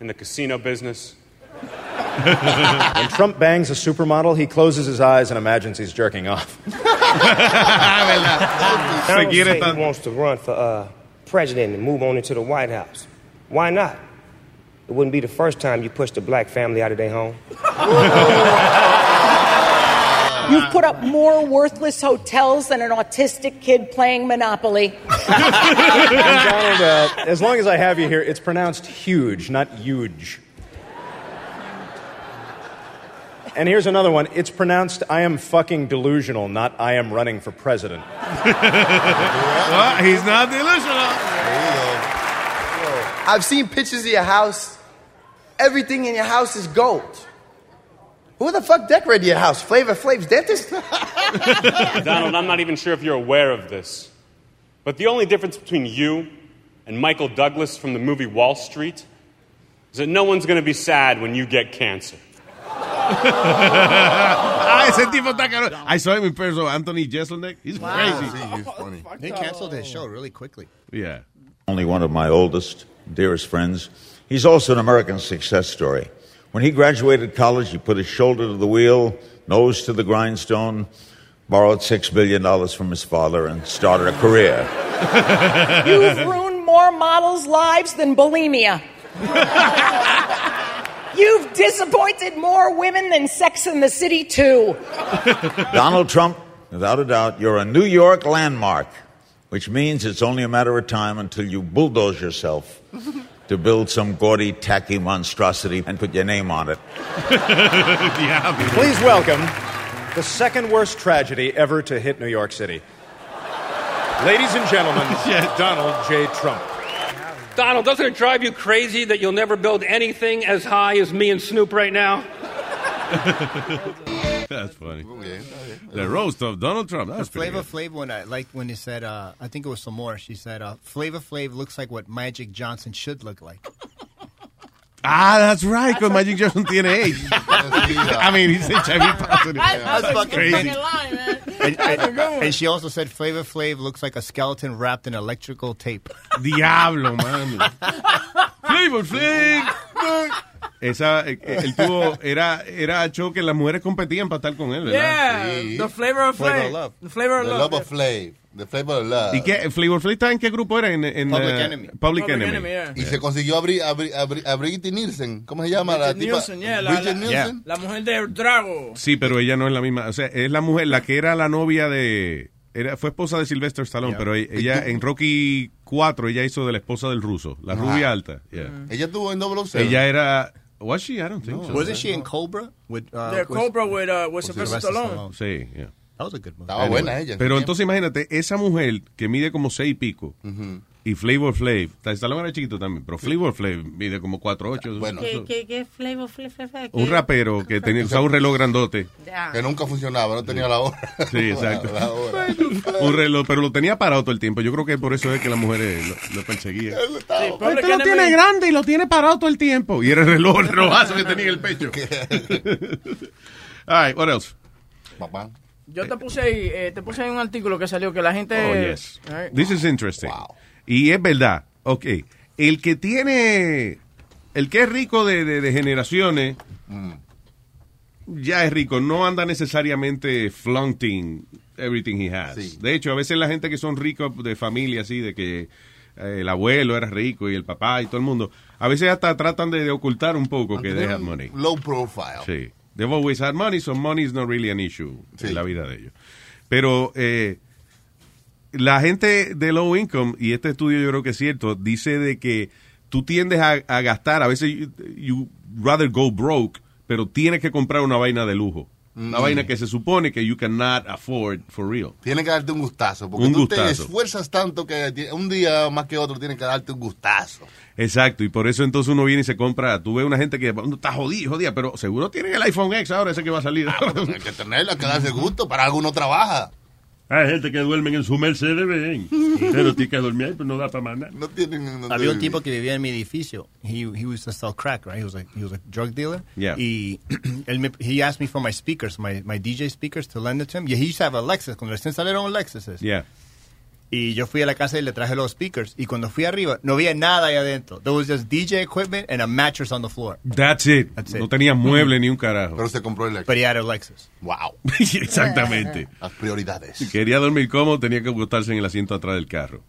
[SPEAKER 22] in the casino business.
[SPEAKER 13] when Trump bangs a supermodel, he closes his eyes and imagines he's jerking off.
[SPEAKER 24] Donald
[SPEAKER 13] quiere
[SPEAKER 24] Trump
[SPEAKER 13] tan-
[SPEAKER 24] wants to run for uh, president and move on into the White House. Why not? It wouldn't be the first time you pushed a black family out of their home.
[SPEAKER 23] You've put up more worthless hotels than an autistic kid playing Monopoly.
[SPEAKER 13] And Donald, uh, as long as I have you here, it's pronounced huge, not huge. And here's another one. It's pronounced I am fucking delusional, not I am running
[SPEAKER 9] *laughs*
[SPEAKER 13] for president.
[SPEAKER 9] he's not *laughs* delusional.
[SPEAKER 25] I've seen pictures of your house. Everything in your house is
[SPEAKER 9] *laughs*
[SPEAKER 25] gold. Who the fuck decorated your house? Flavor Flav's dentist? *laughs*
[SPEAKER 22] Donald, I'm not even sure if you're aware of this, but the only difference between you and Michael Douglas from the movie Wall Street is that no one's going to be sad when you get cancer.
[SPEAKER 9] ah, ese tipo está caro. I saw him in person, Anthony Jeselnik. He's crazy.
[SPEAKER 5] They canceled his show really quickly.
[SPEAKER 9] Yeah.
[SPEAKER 26] only one of my oldest, dearest friends. He's also an American success story. When he graduated college, he put his shoulder to the wheel, nose to the grindstone, borrowed $6 billion from his father, and started a career.
[SPEAKER 23] You've ruined more models' lives than bulimia. You've disappointed more women than Sex in the City 2.
[SPEAKER 26] Donald Trump, without a doubt, you're a New York landmark, which means it's only a matter of time until you bulldoze yourself to build some gaudy, tacky monstrosity and put your name on it.
[SPEAKER 13] Please welcome the second worst tragedy ever to hit New York City. Ladies and
[SPEAKER 9] *laughs*
[SPEAKER 13] gentlemen, Donald J. Trump.
[SPEAKER 27] Donald, doesn't it drive you crazy that you'll never build anything as high as me and Snoop right now?
[SPEAKER 9] *laughs* That's funny. The roast of Donald Trump. That's
[SPEAKER 5] The
[SPEAKER 9] pretty
[SPEAKER 5] Flavor
[SPEAKER 9] good.
[SPEAKER 5] Flav one, I liked when he said, uh, I think it was some more. She said, uh, Flavor Flav looks like what Magic Johnson should look like.
[SPEAKER 9] Ah, that's right, because Magic Johnson tiene AIDS. *laughs* I mean, he's
[SPEAKER 5] *laughs*
[SPEAKER 9] HIV positive.
[SPEAKER 5] That's
[SPEAKER 9] That's
[SPEAKER 5] fucking
[SPEAKER 9] crazy.
[SPEAKER 5] And, and- and she also said, Flavor Flav looks like a skeleton wrapped in electrical tape.
[SPEAKER 9] Diablo, mami. Flavor Flav. Esa, eh, eh, él tuvo, era, era show que las mujeres competían para estar con él, ¿verdad?
[SPEAKER 4] Yeah, the flavor of
[SPEAKER 9] Flavor of
[SPEAKER 4] flavor.
[SPEAKER 9] love.
[SPEAKER 4] The flavor of
[SPEAKER 7] The
[SPEAKER 4] love.
[SPEAKER 7] love of Flav. The flavor of love.
[SPEAKER 9] ¿Y qué? ¿Flavor Flav estaba en qué grupo era? En, en,
[SPEAKER 7] Public
[SPEAKER 9] eh,
[SPEAKER 7] Enemy.
[SPEAKER 9] Public, Enemy.
[SPEAKER 7] Y se consiguió abrir abrir abrir Brigitte Nielsen. ¿Cómo se llama la
[SPEAKER 4] Bridget
[SPEAKER 7] tipa?
[SPEAKER 4] Nielsen, yeah, la,
[SPEAKER 7] Bridget
[SPEAKER 4] la-
[SPEAKER 7] Nielsen.
[SPEAKER 4] la mujer de Drago.
[SPEAKER 9] Sí, pero ella no es la misma. O sea, es la mujer, la que era la novia de. Era, fue esposa de Sylvester Stallone, pero e- ella en Rocky 4 ella hizo de la esposa del ruso, la
[SPEAKER 7] Ah. Mm.
[SPEAKER 9] rubia alta. yeah.
[SPEAKER 7] Ella estuvo en 007.
[SPEAKER 9] Ella era. ¿Was she? I don't think so.
[SPEAKER 5] *laughs* Wasn't she in Cobra? With, uh,
[SPEAKER 4] The Cobra with, uh, with Sylvester Stallone.
[SPEAKER 9] Sí, yeah.
[SPEAKER 5] That was a good movie.
[SPEAKER 7] Estaba buena ella.
[SPEAKER 9] Pero entonces imagínate, esa mujer que mide como seis y pico, y Flavor Flav. Stallone era chiquito también, pero Flavor Flav mide como 4, 8.
[SPEAKER 11] ¿Qué, qué, qué flavor, flavor, flavor?
[SPEAKER 9] un rapero que tenía, usaba un reloj grandote.
[SPEAKER 11] Ya.
[SPEAKER 7] Que nunca funcionaba, no tenía la hora.
[SPEAKER 9] Sí, exacto.
[SPEAKER 7] La hora.
[SPEAKER 9] *laughs* Un reloj, pero lo tenía parado todo el tiempo. Yo creo que por eso es que las mujeres lo, lo perseguían.
[SPEAKER 17] Este lo tiene grande y lo tiene parado todo el tiempo.
[SPEAKER 9] Y era el reloj, el relojazo que tenía en el pecho. All right, what else?
[SPEAKER 7] Papá.
[SPEAKER 4] Yo te puse ahí, eh, te puse ahí un artículo que salió que la gente.
[SPEAKER 9] Oh, yes.
[SPEAKER 4] Ay,
[SPEAKER 9] This is interesting. Y es verdad. Ok. El que tiene. El que es rico de, de- de generaciones. Ya es rico. No anda necesariamente flaunting everything he has. De hecho, a veces la gente que son ricos de familia, así, de que eh, el abuelo era rico y el papá y todo el mundo. A veces hasta tratan de, de ocultar un poco que they
[SPEAKER 7] Tiene
[SPEAKER 9] had
[SPEAKER 7] un
[SPEAKER 9] money.
[SPEAKER 7] Low profile.
[SPEAKER 9] Sí. They've always had money, so money is not really an issue en la vida de ellos. Pero eh, la gente de low income, y este estudio yo creo que es cierto, dice de que tú tiendes a, a gastar, a veces you, you rather go broke, pero tienes que comprar una vaina de lujo. Una
[SPEAKER 7] Mm.
[SPEAKER 9] vaina que se supone que you cannot afford for real.
[SPEAKER 7] Tiene que darte un gustazo, porque
[SPEAKER 9] Un
[SPEAKER 7] tú te
[SPEAKER 9] gustazo.
[SPEAKER 7] esfuerzas tanto que ti- un día más que otro tienes que darte un gustazo.
[SPEAKER 9] Exacto, y por eso entonces uno viene y se compra. Tú ves una gente que uno está jodida, jodida, pero seguro tienen el iPhone X ahora, ese que va a salir.
[SPEAKER 7] Ah, pues, Hay que tenerla, que darse gusto, para algo uno trabaja.
[SPEAKER 15] Ah, Hay gente que duermen en su Mercedes, ven. Pero tiene que dormir ahí, pero no da para más nada.
[SPEAKER 7] No tienen.
[SPEAKER 5] Había un tipo que vivía en mi edificio. He, he used to sell crack, right? He was a, he was a drug dealer.
[SPEAKER 9] Yeah.
[SPEAKER 5] Y *clears throat* él me- he asked me for my speakers, my, my DJ speakers to lend it to him. Yeah, he used to have a Lexus. Cuando recién salieron los
[SPEAKER 9] *laughs*
[SPEAKER 5] Lexuses.
[SPEAKER 9] Yeah.
[SPEAKER 5] Y yo fui a la casa y le traje los speakers. Y cuando fui arriba, no había nada ahí adentro. There was just DJ equipment and a mattress on the floor.
[SPEAKER 9] That's it.
[SPEAKER 5] That's it.
[SPEAKER 9] No tenía mueble ni un carajo.
[SPEAKER 7] Mm. Pero se compró el Lexus.
[SPEAKER 5] But he had a Lexus.
[SPEAKER 7] Wow.
[SPEAKER 9] *laughs* Exactamente.
[SPEAKER 7] *laughs* Las prioridades.
[SPEAKER 9] Si quería dormir cómodo, tenía que acostarse en el asiento atrás del carro.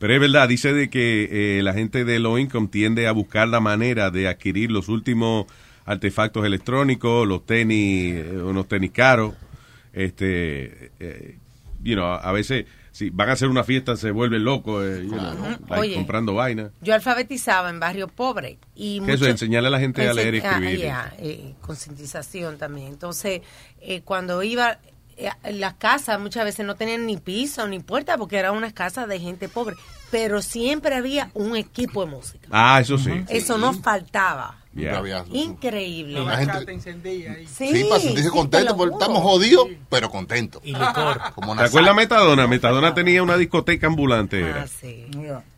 [SPEAKER 9] Pero es verdad, dice de que eh, la gente de low income tiende a buscar la manera de adquirir los últimos artefactos electrónicos, los tenis, eh, unos tenis caros. Este, eh, you know, a veces, si van a hacer una fiesta, se vuelven locos eh, you know, like,
[SPEAKER 11] Oye.
[SPEAKER 9] comprando vainas.
[SPEAKER 11] Yo alfabetizaba en barrio pobre. Y
[SPEAKER 9] Que eso,
[SPEAKER 11] mucho-
[SPEAKER 9] enseñarle a la gente a
[SPEAKER 11] Ense-
[SPEAKER 9] leer y
[SPEAKER 11] ah,
[SPEAKER 9] escribir.
[SPEAKER 11] ya, eh, concientización también. Entonces, eh, cuando iba eh, en las casas, muchas veces no tenían ni piso ni puerta porque eran unas casas de gente pobre. Pero siempre había un equipo de música.
[SPEAKER 9] Ah, eso sí.
[SPEAKER 11] Eso no faltaba.
[SPEAKER 9] Yeah.
[SPEAKER 11] Increíble.
[SPEAKER 7] La gente-
[SPEAKER 11] Sí,
[SPEAKER 7] Sí, para sentirse
[SPEAKER 11] sí, te
[SPEAKER 7] contento, pues,
[SPEAKER 11] lo
[SPEAKER 7] porque
[SPEAKER 11] juro.
[SPEAKER 7] estamos jodidos, pero contentos.
[SPEAKER 11] Y licor.
[SPEAKER 7] *laughs* Como
[SPEAKER 9] ¿Te
[SPEAKER 7] una
[SPEAKER 9] acuerdas
[SPEAKER 7] saca.
[SPEAKER 9] Metadona? Metadona tenía una discoteca ambulante. era.
[SPEAKER 11] Ah, sí.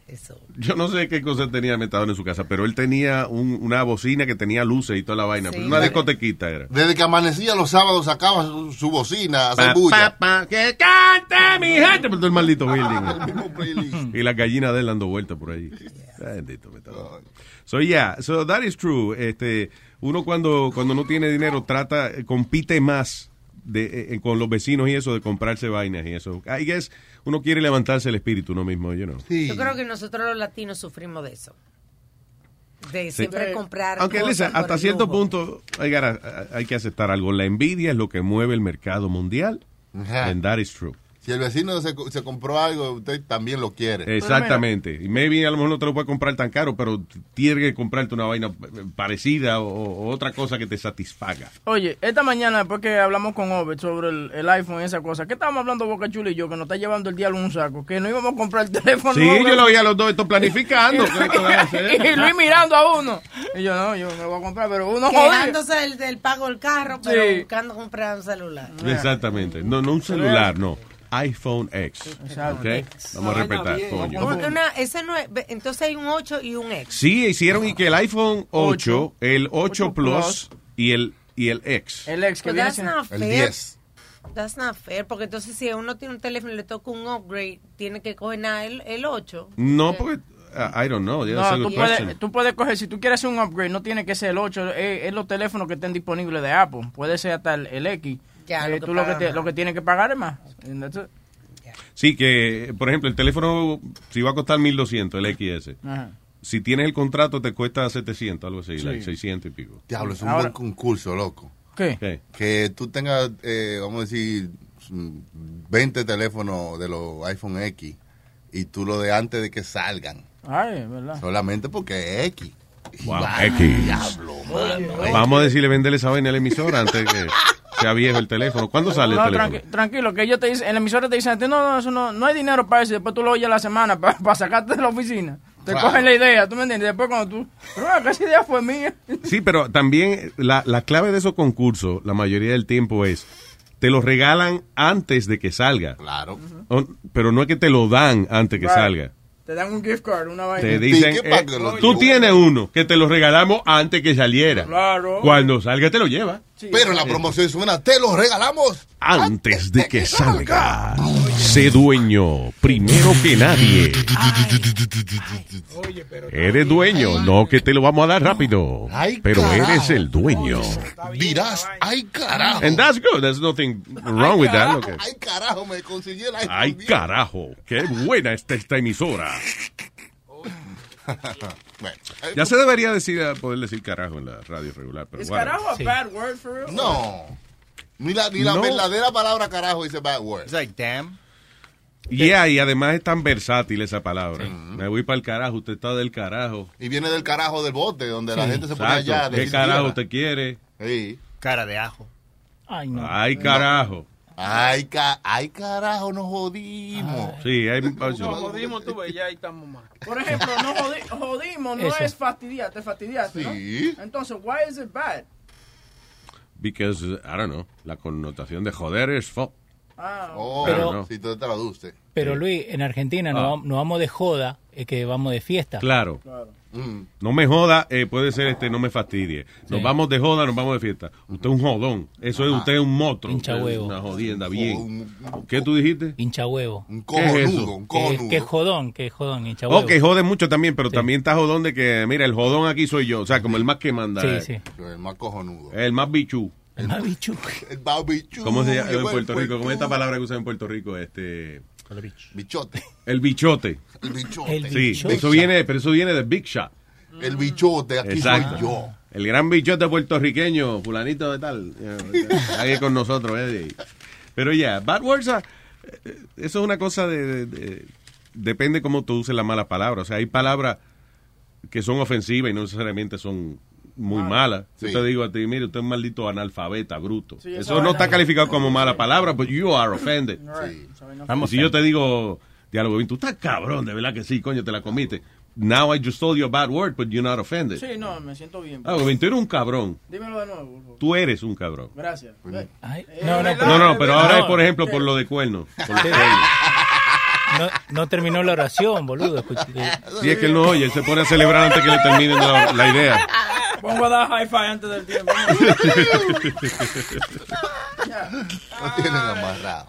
[SPEAKER 11] Eso.
[SPEAKER 9] Yo no sé qué cosa tenía Metadona en su casa, pero él tenía un- una bocina que tenía luces y toda la vaina.
[SPEAKER 7] Sí.
[SPEAKER 9] pero una discotequita era.
[SPEAKER 7] Desde que amanecía los sábados sacaba su, su bocina, a hacer
[SPEAKER 9] Pa,
[SPEAKER 7] bulla. Mm.
[SPEAKER 9] que cante mi gente. Todo el maldito
[SPEAKER 11] Ah,
[SPEAKER 9] building. y las gallinas de él dando vueltas por ahí. Bendito Metadona. So yeah, so that is true. Este, uno cuando, cuando no tiene dinero trata, eh, compite más de, eh, con los vecinos y eso de comprarse vainas y eso. I guess uno quiere levantarse el espíritu uno mismo, you know.
[SPEAKER 11] Yo creo que nosotros los latinos sufrimos de eso. De
[SPEAKER 9] Sí.
[SPEAKER 11] siempre comprar.
[SPEAKER 9] Aunque
[SPEAKER 11] cosas
[SPEAKER 9] listen,
[SPEAKER 11] por
[SPEAKER 9] hasta
[SPEAKER 11] el
[SPEAKER 9] cierto
[SPEAKER 11] lujo.
[SPEAKER 9] punto hay, gara- hay que aceptar algo. La envidia es lo que mueve el mercado mundial.
[SPEAKER 7] Ajá.
[SPEAKER 9] And that is true.
[SPEAKER 7] Si el vecino se, se compró algo, usted también lo quiere.
[SPEAKER 9] Exactamente. Y maybe a lo mejor no te lo puedes comprar tan caro, pero tiene que comprarte una vaina parecida o, o otra cosa que te satisfaga.
[SPEAKER 4] Oye, esta mañana después que hablamos con Obed sobre el, el iPhone y esa cosa, ¿qué estábamos hablando Boca Chula y yo que nos está llevando el diablo en un saco? Que no íbamos a comprar el teléfono.
[SPEAKER 9] Sí,
[SPEAKER 4] nuevo.
[SPEAKER 9] yo lo vi a los dos estos planificando. ¿Qué es lo que
[SPEAKER 4] *laughs*
[SPEAKER 9] van a hacer?
[SPEAKER 4] y Luis mirando a uno. Y yo no, yo me lo voy a comprar, pero uno jodido.
[SPEAKER 11] Quejándose del, del pago del carro, pero
[SPEAKER 4] Sí.
[SPEAKER 11] buscando comprar un celular.
[SPEAKER 9] Exactamente. No, no un celular, no. iPhone X.
[SPEAKER 11] Exacto.
[SPEAKER 9] ¿Ok? Vamos a respetar, coño.
[SPEAKER 11] Porque una- ese no es- ve, entonces hay un 8 y un X.
[SPEAKER 9] Sí, hicieron y que el iPhone 8, el 8 Plus y el, y el X.
[SPEAKER 4] El ex que
[SPEAKER 11] But
[SPEAKER 4] viene
[SPEAKER 11] that's
[SPEAKER 4] siendo-
[SPEAKER 11] not fair. That's not fair, porque entonces si uno tiene un teléfono y le toca un upgrade, tiene que coger nada el, el 8.
[SPEAKER 9] No, porque. uh, I I don't know. That's a
[SPEAKER 4] No,
[SPEAKER 9] good
[SPEAKER 4] tú
[SPEAKER 9] question.
[SPEAKER 4] puedes, tú puedes coger, si tú quieres hacer un upgrade, no tiene que ser el 8, es, es los teléfonos que estén disponibles de Apple, puede ser hasta el, el X.
[SPEAKER 11] Ya,
[SPEAKER 4] Eh,
[SPEAKER 11] lo que
[SPEAKER 4] tú lo que,
[SPEAKER 11] pagan
[SPEAKER 4] te-
[SPEAKER 11] más.
[SPEAKER 4] lo que tienes que pagar es más. And that's it.
[SPEAKER 9] Sí, que, por ejemplo, el teléfono, si va a costar 1200, el XS.
[SPEAKER 4] Ajá.
[SPEAKER 9] Si tienes el contrato, te cuesta 700, algo así,
[SPEAKER 7] Sí.
[SPEAKER 9] like 600 y pico.
[SPEAKER 7] Diablo, es un
[SPEAKER 9] Ahora-
[SPEAKER 7] buen concurso, loco.
[SPEAKER 4] ¿Qué?
[SPEAKER 7] Que tú tengas, eh, vamos a decir, mm, 20 teléfonos de los iPhone X y tú lo de antes de que salgan.
[SPEAKER 4] Ay, es verdad.
[SPEAKER 7] Solamente porque es X.
[SPEAKER 9] Wow,
[SPEAKER 7] Vaya,
[SPEAKER 9] X.
[SPEAKER 7] Diablo, mano.
[SPEAKER 9] Vamos a decirle, venderle esa vaina a la emisora antes que. sea viejo el teléfono. ¿Cuándo sale el
[SPEAKER 4] No,
[SPEAKER 9] teléfono?
[SPEAKER 4] tranqui- tranquilo, que ellos te dicen, en la emisora te dicen, a ti, no, no, eso no, no hay dinero para eso, y después tú lo oyes la semana para sacarte de la oficina. Te
[SPEAKER 9] Claro.
[SPEAKER 4] cogen la idea, ¿tú me entiendes? Después cuando tú, pero ah, que esa idea fue mía.
[SPEAKER 9] Sí, pero también la, la clave de esos concursos, la mayoría del tiempo es, te los regalan antes de que salga.
[SPEAKER 4] *laughs*
[SPEAKER 7] Claro.
[SPEAKER 9] O- Pero no es que te lo dan antes que
[SPEAKER 4] Right.
[SPEAKER 9] salga.
[SPEAKER 4] Te dan un gift card, una vaina.
[SPEAKER 9] Te dicen, eh, tú tienes uno que te lo regalamos antes que saliera.
[SPEAKER 4] Claro.
[SPEAKER 9] Cuando salga te lo lleva.
[SPEAKER 7] Pero la promoción suena, te lo regalamos.
[SPEAKER 9] Antes de que salga. Sé dueño, primero que nadie. Eres dueño, no que te lo vamos a dar rápido.
[SPEAKER 7] Ay,
[SPEAKER 9] Pero
[SPEAKER 7] carajo.
[SPEAKER 9] eres el dueño.
[SPEAKER 7] Dirás, ay carajo.
[SPEAKER 9] And that's good. There's nothing wrong with that. look at-
[SPEAKER 7] Ay carajo, me conseguí el iPhone.
[SPEAKER 9] Ay, carajo. Qué buena está esta emisora. Ya se debería decir, eh, poder decir carajo en la radio regular. Pero
[SPEAKER 4] Is
[SPEAKER 9] bueno.
[SPEAKER 4] carajo a bad word for real?
[SPEAKER 7] No. Ni la, ni la
[SPEAKER 9] No.
[SPEAKER 7] verdadera palabra carajo dice bad word. It's
[SPEAKER 5] like damn.
[SPEAKER 9] Yeah, y además es tan versátil esa palabra. Me voy para el carajo, usted está del carajo.
[SPEAKER 7] Y viene del carajo del bote, donde la gente se pone
[SPEAKER 9] Exacto.
[SPEAKER 7] allá. a
[SPEAKER 9] ¿Qué
[SPEAKER 7] decir
[SPEAKER 9] carajo
[SPEAKER 7] mierda.
[SPEAKER 9] usted quiere?
[SPEAKER 5] Cara de ajo.
[SPEAKER 8] Ay,
[SPEAKER 9] Ay, carajo.
[SPEAKER 7] Ay, ca- ay carajo, nos jodimos.
[SPEAKER 9] Sí, hay...
[SPEAKER 7] No,
[SPEAKER 27] jodimos tú, ve, ya ahí estamos mal.
[SPEAKER 4] Por ejemplo, no jodi- jodimos, no
[SPEAKER 9] Eso.
[SPEAKER 4] es fastidiar, te fastidiaste, ¿no?
[SPEAKER 9] Sí.
[SPEAKER 4] Entonces, why is it bad?
[SPEAKER 9] Because, uh, I don't know, la connotación de joder es fo.
[SPEAKER 4] Ah,
[SPEAKER 7] Oh,
[SPEAKER 8] Pero-
[SPEAKER 7] si tú traduces.
[SPEAKER 8] Pero
[SPEAKER 9] Sí.
[SPEAKER 8] Luis, en Argentina no,
[SPEAKER 9] Ah.
[SPEAKER 8] vam- no vamos de joda, es que vamos de fiesta.
[SPEAKER 9] Claro. Mm. No me joda, eh, puede ser este, no me fastidie. Nos
[SPEAKER 8] Sí.
[SPEAKER 9] vamos de joda, nos vamos de fiesta. Usted es un jodón. Eso es,
[SPEAKER 8] Ajá.
[SPEAKER 9] usted es un motro.
[SPEAKER 8] Hincha
[SPEAKER 9] Usted es
[SPEAKER 8] huevo.
[SPEAKER 9] Una jodienda, bien. ¿Qué tú dijiste?
[SPEAKER 8] Hincha huevo. Un
[SPEAKER 9] cojonudo, un
[SPEAKER 8] Que, que jodón, que jodón, hincha huevo.
[SPEAKER 9] Ok, jode mucho también, pero también está jodón de que, mira, el jodón aquí soy yo. O sea, como el más que manda. eh.
[SPEAKER 8] Sí, sí.
[SPEAKER 7] El más cojonudo.
[SPEAKER 9] El más bichú.
[SPEAKER 8] El más bichu.
[SPEAKER 7] El babichu.
[SPEAKER 9] ¿Cómo se llama en
[SPEAKER 7] Llegó el
[SPEAKER 9] Puerto Rico? ¿Cómo es
[SPEAKER 7] puerto-
[SPEAKER 9] esta palabra que usan en Puerto Rico? Este...
[SPEAKER 7] Bichote.
[SPEAKER 9] El bichote.
[SPEAKER 7] El bichote. El
[SPEAKER 9] sí,
[SPEAKER 7] bichote.
[SPEAKER 9] Eso viene, pero eso viene de Big Shot.
[SPEAKER 7] El bichote, aquí
[SPEAKER 9] Exacto.
[SPEAKER 7] soy yo.
[SPEAKER 9] El gran bichote puertorriqueño, fulanito de tal. Aquí con nosotros, Eddie. Pero ya, bad words are- eh, Eso es una cosa de, de- de- Depende cómo tú uses la mala palabra. O sea, hay palabras que son ofensivas y no necesariamente son muy malas. Yo te digo a ti, mire, usted es un maldito analfabeta, bruto.
[SPEAKER 5] Sí, esa
[SPEAKER 9] Eso no
[SPEAKER 5] vaina.
[SPEAKER 9] está calificado como mala palabra, but you are offended. Vamos, si yo te digo, diálogo, tú estás cabrón, de verdad que sí, coño, te la comiste. Now I just told you a bad word, but you're not offended.
[SPEAKER 4] Sí, no, me siento bien.
[SPEAKER 9] Ah, Gobin, tú eres un cabrón.
[SPEAKER 4] Dímelo de nuevo, por favor.
[SPEAKER 9] Tú eres un cabrón.
[SPEAKER 4] Gracias. Eh,
[SPEAKER 8] no, no,
[SPEAKER 9] No, no, pero ahora
[SPEAKER 8] No.
[SPEAKER 9] es, por ejemplo, por lo de cuerno. Por los cuernos.
[SPEAKER 8] No, no terminó la oración, boludo. escucha-
[SPEAKER 9] Si es que él no oye, él se pone a celebrar antes que le terminen la, la idea.
[SPEAKER 4] Pongo a dar hi-fi antes del tiempo.
[SPEAKER 7] Lo tienen amarrado.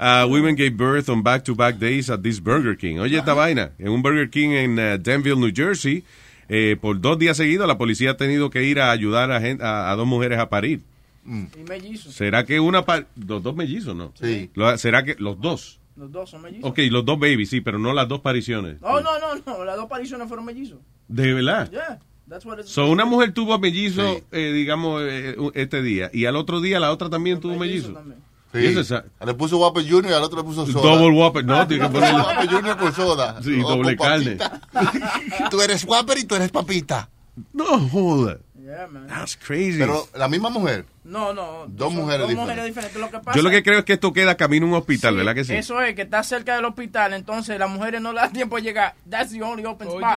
[SPEAKER 9] Uh, women gave birth on back-to-back days at this Burger King. Oye, esta vaina. En un Burger King en uh, Danville, New Jersey, eh, por dos días seguidos la policía ha tenido que ir a ayudar a, gen- a- a dos mujeres a parir.
[SPEAKER 4] Y mellizos.
[SPEAKER 9] ¿Será que una... par- los dos mellizos, ¿no?
[SPEAKER 7] Sí.
[SPEAKER 9] ¿Será que los dos?
[SPEAKER 4] *laughs* Los dos son mellizos.
[SPEAKER 9] Ok, los dos babies, sí, pero no las dos pariciones.
[SPEAKER 4] No, no, no, no. Las dos pariciones fueron mellizos.
[SPEAKER 9] ¿De verdad?
[SPEAKER 4] Yeah, that's what it's.
[SPEAKER 9] Ah. So, una mujer tuvo a mellizo, eh, digamos, eh, u- este día, y al otro día la otra también tuvo mellizo.
[SPEAKER 7] Sí.
[SPEAKER 9] Y eso es-
[SPEAKER 7] Le puso Whopper Junior y al otro le puso soda.
[SPEAKER 9] Double Whopper, no, tiene que ponerle-
[SPEAKER 7] Whopper Junior con soda.
[SPEAKER 9] *laughs* Sí,
[SPEAKER 7] O
[SPEAKER 9] doble
[SPEAKER 7] con
[SPEAKER 9] carne.
[SPEAKER 7] papita. tú eres Whopper y tú eres papita.
[SPEAKER 9] No joda.
[SPEAKER 4] Yeah, man.
[SPEAKER 9] That's crazy.
[SPEAKER 7] Pero la misma mujer.
[SPEAKER 4] No, no.
[SPEAKER 7] Dos
[SPEAKER 4] son
[SPEAKER 7] mujeres
[SPEAKER 4] Dos
[SPEAKER 7] diferentes.
[SPEAKER 4] mujeres diferentes. Lo que pasa
[SPEAKER 9] Yo lo que creo es que esto queda camino a un hospital, ¿verdad que sí?
[SPEAKER 4] Eso es, que está cerca del hospital, entonces las mujeres no le da tiempo de llegar. That's the only open spot.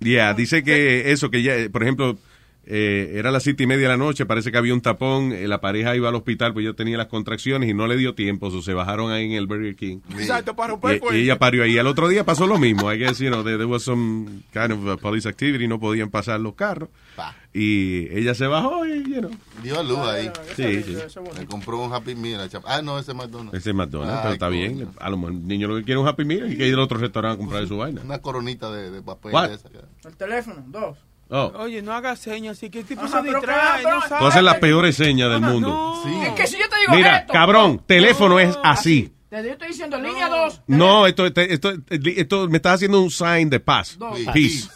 [SPEAKER 9] Ya, dice que eso, que ya, eh, por ejemplo, Eh, era las siete y media de la noche, parece que había un tapón. eh, la pareja iba al hospital, pues yo tenía las contracciones y no le dio tiempo. so se bajaron ahí en el Burger King.
[SPEAKER 21] Exacto, para romper
[SPEAKER 12] Pues,
[SPEAKER 21] el
[SPEAKER 9] Y, y
[SPEAKER 21] cuello.
[SPEAKER 9] ella parió ahí. Al otro día pasó lo mismo. I guess, you know, there, there was some kind of uh, police activity. No podían pasar los carros. Y ella se bajó y, you know.
[SPEAKER 7] Dio a luz ahí.
[SPEAKER 9] Sí, sí.
[SPEAKER 7] Me compró un Happy Meal. la chapa. Ah, no, ese es McDonald's.
[SPEAKER 9] Ese es McDonald's, pero
[SPEAKER 7] Ay,
[SPEAKER 9] está bien.
[SPEAKER 7] coño.
[SPEAKER 9] A lo mejor el niño lo que quiere es un Happy Meal y que ir a otro restaurante a comprar su vaina.
[SPEAKER 7] Una coronita de, de papel.
[SPEAKER 9] What?
[SPEAKER 7] de esa.
[SPEAKER 4] El teléfono, dos.
[SPEAKER 9] Oh,
[SPEAKER 21] Oye, no hagas señas así, que
[SPEAKER 9] este
[SPEAKER 21] el tipo
[SPEAKER 4] Ajá,
[SPEAKER 21] se
[SPEAKER 4] pero
[SPEAKER 21] distrae,
[SPEAKER 4] claro,
[SPEAKER 21] no sabe.
[SPEAKER 9] tú haces las peores señas del mundo.
[SPEAKER 4] Es que si yo te digo
[SPEAKER 9] Mira,
[SPEAKER 4] esto,
[SPEAKER 9] cabrón, teléfono es así.
[SPEAKER 4] te- yo estoy diciendo línea dos.
[SPEAKER 9] No, esto, esto, esto, esto me está haciendo un sign de paz.
[SPEAKER 4] Dos.
[SPEAKER 9] Peace.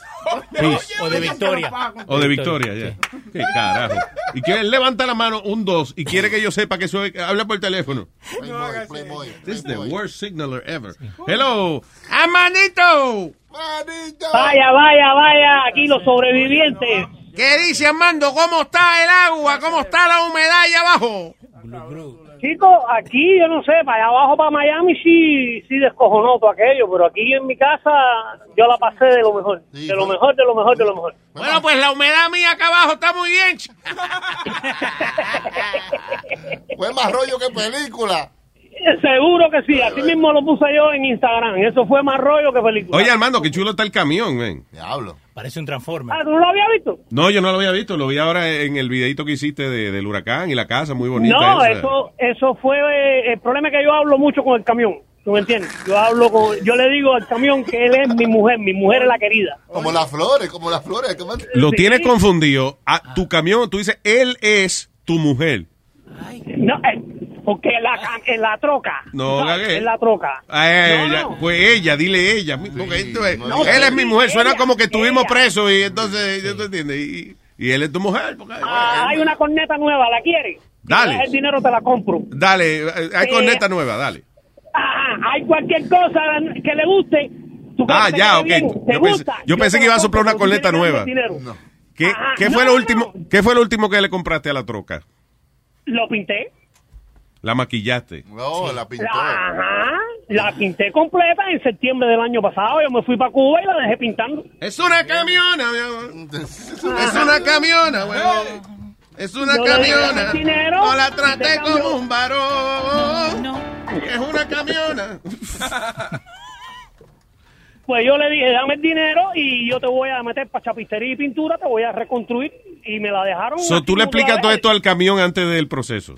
[SPEAKER 9] Peace.
[SPEAKER 8] O de victoria.
[SPEAKER 9] O de victoria, ya. Qué carajo. Y que él levanta la mano un dos y quiere que yo sepa que soy. Habla por teléfono. This is the worst signaler ever. Hello. ¡Amanito!
[SPEAKER 3] Vaya, vaya, vaya, aquí los sobrevivientes.
[SPEAKER 9] ¿Qué dice Armando? ¿Cómo está el agua? ¿Cómo está la humedad allá abajo?
[SPEAKER 3] Chicos, aquí yo no sé, para allá abajo, para Miami sí, sí descojonó todo aquello, pero aquí en mi casa yo la pasé de lo mejor, de lo mejor, de lo mejor, de lo mejor.
[SPEAKER 9] Bueno, pues la humedad mía acá abajo está muy bien.
[SPEAKER 7] *laughs* Fue más rollo que película.
[SPEAKER 3] Eh, Seguro que sí, así mismo lo puse yo en Instagram, eso fue más rollo que película.
[SPEAKER 9] Oye, Armando, qué chulo está el camión, ven.
[SPEAKER 7] Diablo.
[SPEAKER 9] Parece un transformer.
[SPEAKER 3] Ah, ¿tú no lo habías visto?
[SPEAKER 9] No, yo no lo había visto. Lo vi ahora en el videito que hiciste de- del huracán y la casa, muy bonita.
[SPEAKER 3] no,
[SPEAKER 9] esa.
[SPEAKER 3] eso, eso fue eh, el problema es que yo hablo mucho con el camión, ¿tú me entiendes? Yo hablo con, yo le digo al camión que él es mi mujer, mi mujer es la querida.
[SPEAKER 7] Como las flores, como las flores. ¿cómo es?
[SPEAKER 9] Lo tienes confundido. A tu camión, tú dices, él es tu mujer.
[SPEAKER 3] No, eh, porque en la, en la troca.
[SPEAKER 9] No, gagué.
[SPEAKER 3] en la troca.
[SPEAKER 9] A ella, Pues ella, dile ella. Porque esto es-
[SPEAKER 3] no,
[SPEAKER 9] él es
[SPEAKER 3] sí,
[SPEAKER 9] mi mujer. Suena
[SPEAKER 3] ella,
[SPEAKER 9] como que estuvimos
[SPEAKER 3] ella.
[SPEAKER 9] presos y entonces, ¿tú entiendes? Y, y él es tu mujer. porque-
[SPEAKER 3] Ah, hay una corneta nueva, ¿la quieres?
[SPEAKER 9] Dale.
[SPEAKER 3] El dinero te la compro.
[SPEAKER 9] Dale, eh, hay
[SPEAKER 3] Eh,
[SPEAKER 9] corneta nueva, dale.
[SPEAKER 3] Ajá, Ah, hay cualquier cosa que le guste. tu
[SPEAKER 9] Ah,
[SPEAKER 3] corneta
[SPEAKER 9] ya,
[SPEAKER 3] que viene,
[SPEAKER 9] ok.
[SPEAKER 3] ¿te
[SPEAKER 9] Yo pensé,
[SPEAKER 3] gusta?
[SPEAKER 9] yo
[SPEAKER 3] Yo
[SPEAKER 9] pensé
[SPEAKER 3] te
[SPEAKER 9] que iba a
[SPEAKER 3] la
[SPEAKER 9] soplar
[SPEAKER 3] compro,
[SPEAKER 9] una corneta
[SPEAKER 3] pero tú tienes
[SPEAKER 9] nueva.
[SPEAKER 3] que darme el dinero.
[SPEAKER 9] ¿Qué,
[SPEAKER 3] Ajá,
[SPEAKER 9] qué fue
[SPEAKER 3] no,
[SPEAKER 9] lo último, ¿Qué fue lo último que le compraste a la troca?
[SPEAKER 3] Lo pinté.
[SPEAKER 9] La maquillaste.
[SPEAKER 7] No, la pintó.
[SPEAKER 3] Ajá. La pinté completa en septiembre del año pasado. Yo me fui para Cuba y la dejé pintando.
[SPEAKER 9] Es una camiona, mi amor. Es una camiona, huevón. Es una
[SPEAKER 3] Yo le dije
[SPEAKER 9] camiona.
[SPEAKER 3] al dinero,
[SPEAKER 9] No la traté
[SPEAKER 3] te cambió.
[SPEAKER 9] como un varón. Es una camiona.
[SPEAKER 3] Pues yo le dije, dame el dinero y yo te voy a meter para chapistería y pintura, te voy a reconstruir. Y me la dejaron.
[SPEAKER 9] So,
[SPEAKER 3] así
[SPEAKER 9] tú le
[SPEAKER 3] como tú la
[SPEAKER 9] explicas todo
[SPEAKER 3] ves.
[SPEAKER 9] esto al camión antes del proceso.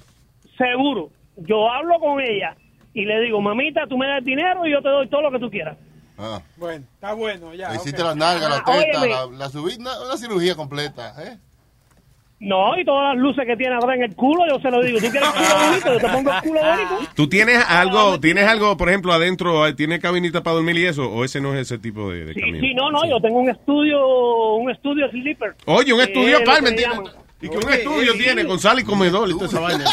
[SPEAKER 3] Seguro. Yo hablo con ella y le digo, mamita, tú me das el dinero y yo te doy todo lo que tú quieras.
[SPEAKER 21] Bueno, está bueno, ya.
[SPEAKER 7] Le hiciste
[SPEAKER 21] ok.
[SPEAKER 7] Ah. las nalgas, la
[SPEAKER 3] Ah,
[SPEAKER 7] testa,
[SPEAKER 3] óyeme.
[SPEAKER 7] la, la subí- na- una cirugía completa. ¿eh?
[SPEAKER 3] No, y todas las luces que tiene atrás en el culo, yo se lo digo. ¿Tú quieres
[SPEAKER 9] *laughs*
[SPEAKER 3] culo bonito? Yo te pongo el
[SPEAKER 9] Ah,
[SPEAKER 3] culo bonito.
[SPEAKER 9] ¿Tú tienes algo, tienes algo, por ejemplo, adentro, eh, tiene cabinita para dormir y eso? ¿O ese no es ese tipo de, de
[SPEAKER 3] Sí,
[SPEAKER 9] camión?
[SPEAKER 3] sí, no, no, yo tengo un estudio, un estudio sleeper.
[SPEAKER 9] Oye, un
[SPEAKER 3] Que
[SPEAKER 9] estudio
[SPEAKER 3] es Eh, lo
[SPEAKER 9] aparte,
[SPEAKER 3] que le
[SPEAKER 9] ¿entiendes?
[SPEAKER 3] llaman.
[SPEAKER 9] Y que un estudio tiene con sal y comedor y toda esa vaina.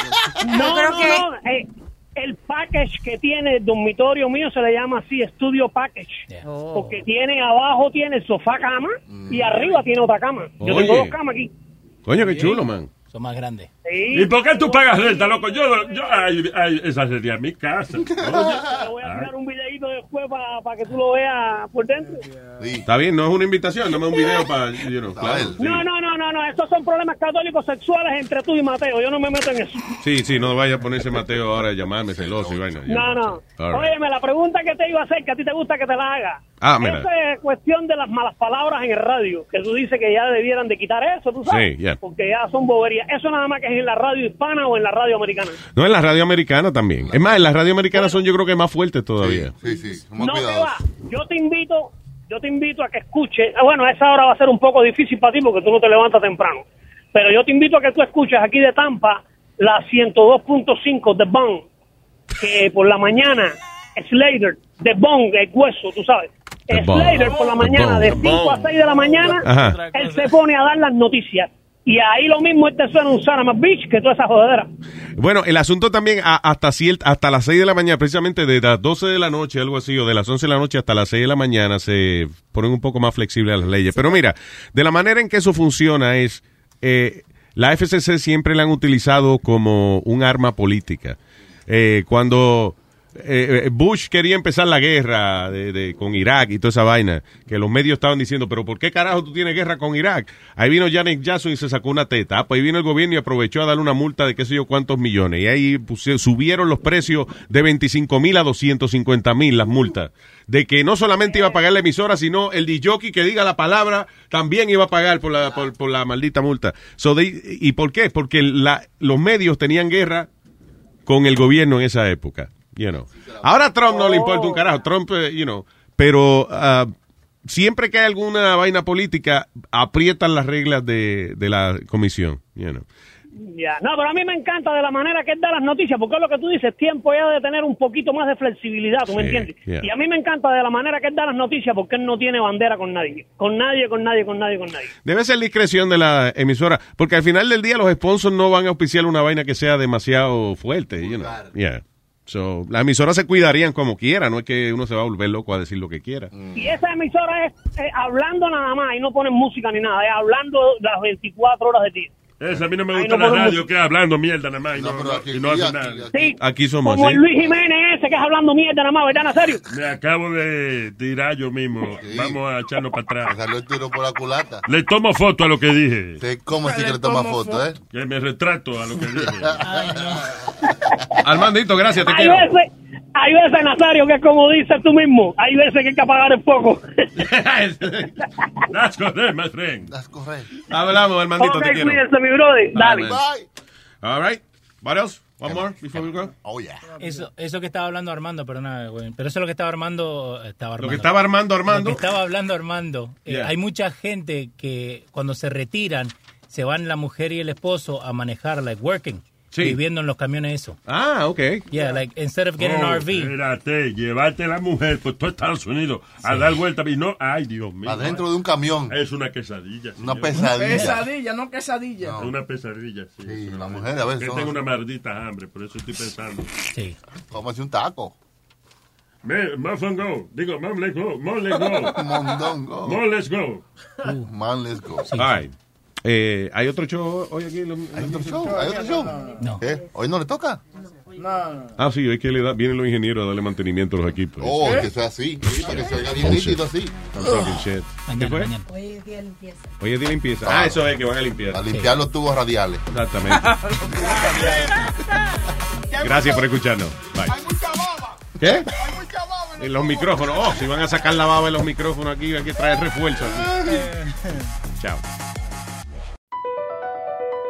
[SPEAKER 3] No,
[SPEAKER 11] creo
[SPEAKER 3] no,
[SPEAKER 11] que-
[SPEAKER 3] no, eh, el package que tiene el dormitorio mío se le llama así, estudio package.
[SPEAKER 11] Oh.
[SPEAKER 3] Porque tiene abajo, tiene el sofá cama y arriba tiene otra cama. Yo
[SPEAKER 9] Mm. Oye.
[SPEAKER 3] tengo dos camas aquí.
[SPEAKER 9] Coño, qué chulo, man.
[SPEAKER 8] Son más grandes.
[SPEAKER 3] Sí.
[SPEAKER 15] ¿Y por qué tú pagas renta, loco? Yo, yo, ay, ay, esa sería mi
[SPEAKER 3] *laughs*
[SPEAKER 15] casa. Oye.
[SPEAKER 3] Te voy a enviar un videito después para que tú lo veas por dentro.
[SPEAKER 9] Está bien, no es una invitación, no me un video para, you know, claro. sí.
[SPEAKER 3] No, no, no, no, no, estos son problemas católicos sexuales entre tú y Mateo. Yo no me meto en eso.
[SPEAKER 9] Sí, sí, no vaya a ponerse Mateo ahora a llamarme celoso y vaina.
[SPEAKER 3] No, no.
[SPEAKER 9] All right.
[SPEAKER 3] Óyeme, la pregunta que te iba a hacer, que a ti te gusta que te la haga.
[SPEAKER 9] Ah, mira.
[SPEAKER 3] Esa es cuestión de las malas palabras en el radio, que tú dices que ya debieran de quitar eso, tú sabes.
[SPEAKER 9] Sí, ya.
[SPEAKER 3] Porque ya son boberías. Eso nada más que es en la radio hispana o en la radio americana.
[SPEAKER 9] No, en la radio americana también. Es más, en las radio americanas son yo creo que más fuertes todavía.
[SPEAKER 7] Sí, sí.
[SPEAKER 3] no te va. Yo te invito, yo te invito a que escuches. Ah, Bueno, a esa hora va a ser un poco difícil para ti porque tú no te levantas temprano. Pero yo te invito a que tú escuches aquí de Tampa la 102.5 de Bong, que por la mañana Slater, de Bong, el hueso, tú sabes.
[SPEAKER 9] The Bone.
[SPEAKER 3] Slater por la
[SPEAKER 9] The
[SPEAKER 3] mañana,
[SPEAKER 9] Bone.
[SPEAKER 3] de
[SPEAKER 9] The
[SPEAKER 3] 5 a
[SPEAKER 9] Bone.
[SPEAKER 3] 6 de la mañana,
[SPEAKER 9] Ajá.
[SPEAKER 3] él se pone a dar las noticias. Y ahí lo mismo él te suena un Sarama Beach que toda esa jodedera.
[SPEAKER 9] Bueno, el asunto también a- hasta cier- hasta las 6 de la mañana, precisamente de las 12 de la noche, algo así, o de las 11 de la noche hasta las 6 de la mañana, se ponen un poco más flexibles las leyes. Pero mira, de la manera en que eso funciona es, eh, la FCC siempre la han utilizado como un arma política. Eh, cuando eh, eh, Bush quería empezar la guerra de- de- con Irak y toda esa vaina, que los medios estaban diciendo, pero ¿por qué carajo tú tienes guerra con Irak? Ahí vino Janet Jackson y se sacó una teta. Ah, pues ahí vino el gobierno y aprovechó a darle una multa de qué sé yo cuántos millones. Y ahí puse- subieron los precios de 25 mil a 250 mil las multas. De que no solamente iba a pagar la emisora, sino el DJ que diga la palabra también iba a pagar por la, por, por la maldita multa. So they- ¿Y por qué? Porque la- los medios tenían guerra con el gobierno en esa época. You know. Ahora a Trump no le importa un
[SPEAKER 3] Oh.
[SPEAKER 9] carajo. Trump, eh, you know. Pero ah, siempre que hay alguna vaina política, aprietan las reglas de, de la comisión. You know.
[SPEAKER 3] Ya, No, pero a mí me encanta de la manera que él da las noticias, porque es lo que tú dices, tiempo ya de tener un poquito más de flexibilidad, ¿tú me
[SPEAKER 9] Sí,
[SPEAKER 3] entiendes?
[SPEAKER 9] ya.
[SPEAKER 3] Y a mí me encanta de la manera que él da las noticias, porque él no tiene bandera con nadie, con nadie, con nadie, con nadie, con nadie.
[SPEAKER 9] Debe ser discreción de la emisora, porque al final del día los sponsors no van a auspiciar una vaina que sea demasiado fuerte. You know. Yeah. So, las emisoras se cuidarían como quiera, no es que uno se va a volver loco a decir lo que quiera.
[SPEAKER 3] Y esa emisora es eh, hablando nada más, y no ponen música ni nada, es hablando las 24 horas de día.
[SPEAKER 15] Esa a mí no me
[SPEAKER 3] Ay,
[SPEAKER 15] gusta
[SPEAKER 3] no
[SPEAKER 15] la
[SPEAKER 3] podemos-
[SPEAKER 15] radio que hablando mierda nada más y no, y no hace nada.
[SPEAKER 3] Sí,
[SPEAKER 9] Aquí somos
[SPEAKER 3] como
[SPEAKER 9] así.
[SPEAKER 3] el Luis Jiménez ese que es hablando mierda nada más, ¿verdad, Nazario?
[SPEAKER 15] Me acabo de tirar yo
[SPEAKER 7] *laughs*
[SPEAKER 15] mismo. Vamos a echarnos para atrás.
[SPEAKER 7] Salió el tiro por la culata.
[SPEAKER 15] Le tomo foto a lo que dije.
[SPEAKER 7] ¿Cómo así que le toma foto, eh?
[SPEAKER 15] Que me retrato a lo que
[SPEAKER 7] *laughs*
[SPEAKER 15] dije.
[SPEAKER 9] Armandito, gracias, te
[SPEAKER 3] Hay
[SPEAKER 9] quiero.
[SPEAKER 3] veces, hay veces, Nazario, que es como dices tú mismo, hay veces que hay que apagar el foco.
[SPEAKER 15] *laughs* That's correct, my friend.
[SPEAKER 7] That's correct.
[SPEAKER 9] Hablamos, Armandito,
[SPEAKER 3] Ok,
[SPEAKER 9] te quiero.
[SPEAKER 3] cuídense, mi brother. Dale.
[SPEAKER 9] All right. All right. What else? One more before we go? Oh, yeah.
[SPEAKER 8] Eso, eso que estaba hablando Armando, pero nada, güey. Pero eso es lo que estaba Armando. Estaba Armando.
[SPEAKER 9] Lo que estaba Armando, Armando.
[SPEAKER 8] Lo que estaba hablando Armando. Eh,
[SPEAKER 9] Yeah.
[SPEAKER 8] hay mucha gente que cuando se retiran, se van la mujer y el esposo a manejar, like working. Viviendo en los camiones, eso.
[SPEAKER 9] Ah, ok.
[SPEAKER 8] Yeah, like instead of getting
[SPEAKER 15] Oh,
[SPEAKER 8] an RV.
[SPEAKER 15] Espérate, llevarte la mujer por todo Estados Unidos a
[SPEAKER 7] Sí.
[SPEAKER 15] dar vuelta y no, ay Dios mío.
[SPEAKER 7] Adentro de un camión.
[SPEAKER 15] Es una quesadilla. señor.
[SPEAKER 4] Pesadilla, no quesadilla.
[SPEAKER 15] Es una pesadilla, sí. Sí,
[SPEAKER 7] la mujer a veces
[SPEAKER 15] Yo
[SPEAKER 7] son
[SPEAKER 15] tengo
[SPEAKER 7] así.
[SPEAKER 15] una maldita hambre, por eso estoy pensando.
[SPEAKER 8] Sí.
[SPEAKER 7] ¿Cómo hace un taco?
[SPEAKER 15] Man, Mofongo. Digo, mom, let's go. Mom, let's go.
[SPEAKER 7] *laughs* Mondongo.
[SPEAKER 15] Mom, let's go.
[SPEAKER 7] Man, let's go.
[SPEAKER 9] All right. Eh, ¿Hay otro show hoy aquí? ¿Hay otro
[SPEAKER 7] show? ¿Hay otro show?
[SPEAKER 8] No.
[SPEAKER 7] ¿Eh? ¿Hoy no le toca?
[SPEAKER 4] No, no.
[SPEAKER 9] Ah, sí, es que le da- vienen los ingenieros a darle mantenimiento a los equipos.
[SPEAKER 7] Oh, que sea así. Para que se oiga bien nítido así.
[SPEAKER 9] I'm talking shit. ¿Qué fue?
[SPEAKER 11] Hoy es día de limpieza.
[SPEAKER 9] Hoy es de limpieza. Ah, eso es que van a limpiar.
[SPEAKER 7] A limpiar los tubos radiales.
[SPEAKER 9] Exactamente.
[SPEAKER 7] *laughs*
[SPEAKER 9] Gracias por escucharnos. Bye. ¿Qué? En los micrófonos. Oh, si van a sacar la baba en los micrófonos aquí, hay que traer refuerzo. aquí.
[SPEAKER 3] *laughs*
[SPEAKER 7] Eh.
[SPEAKER 9] Chao.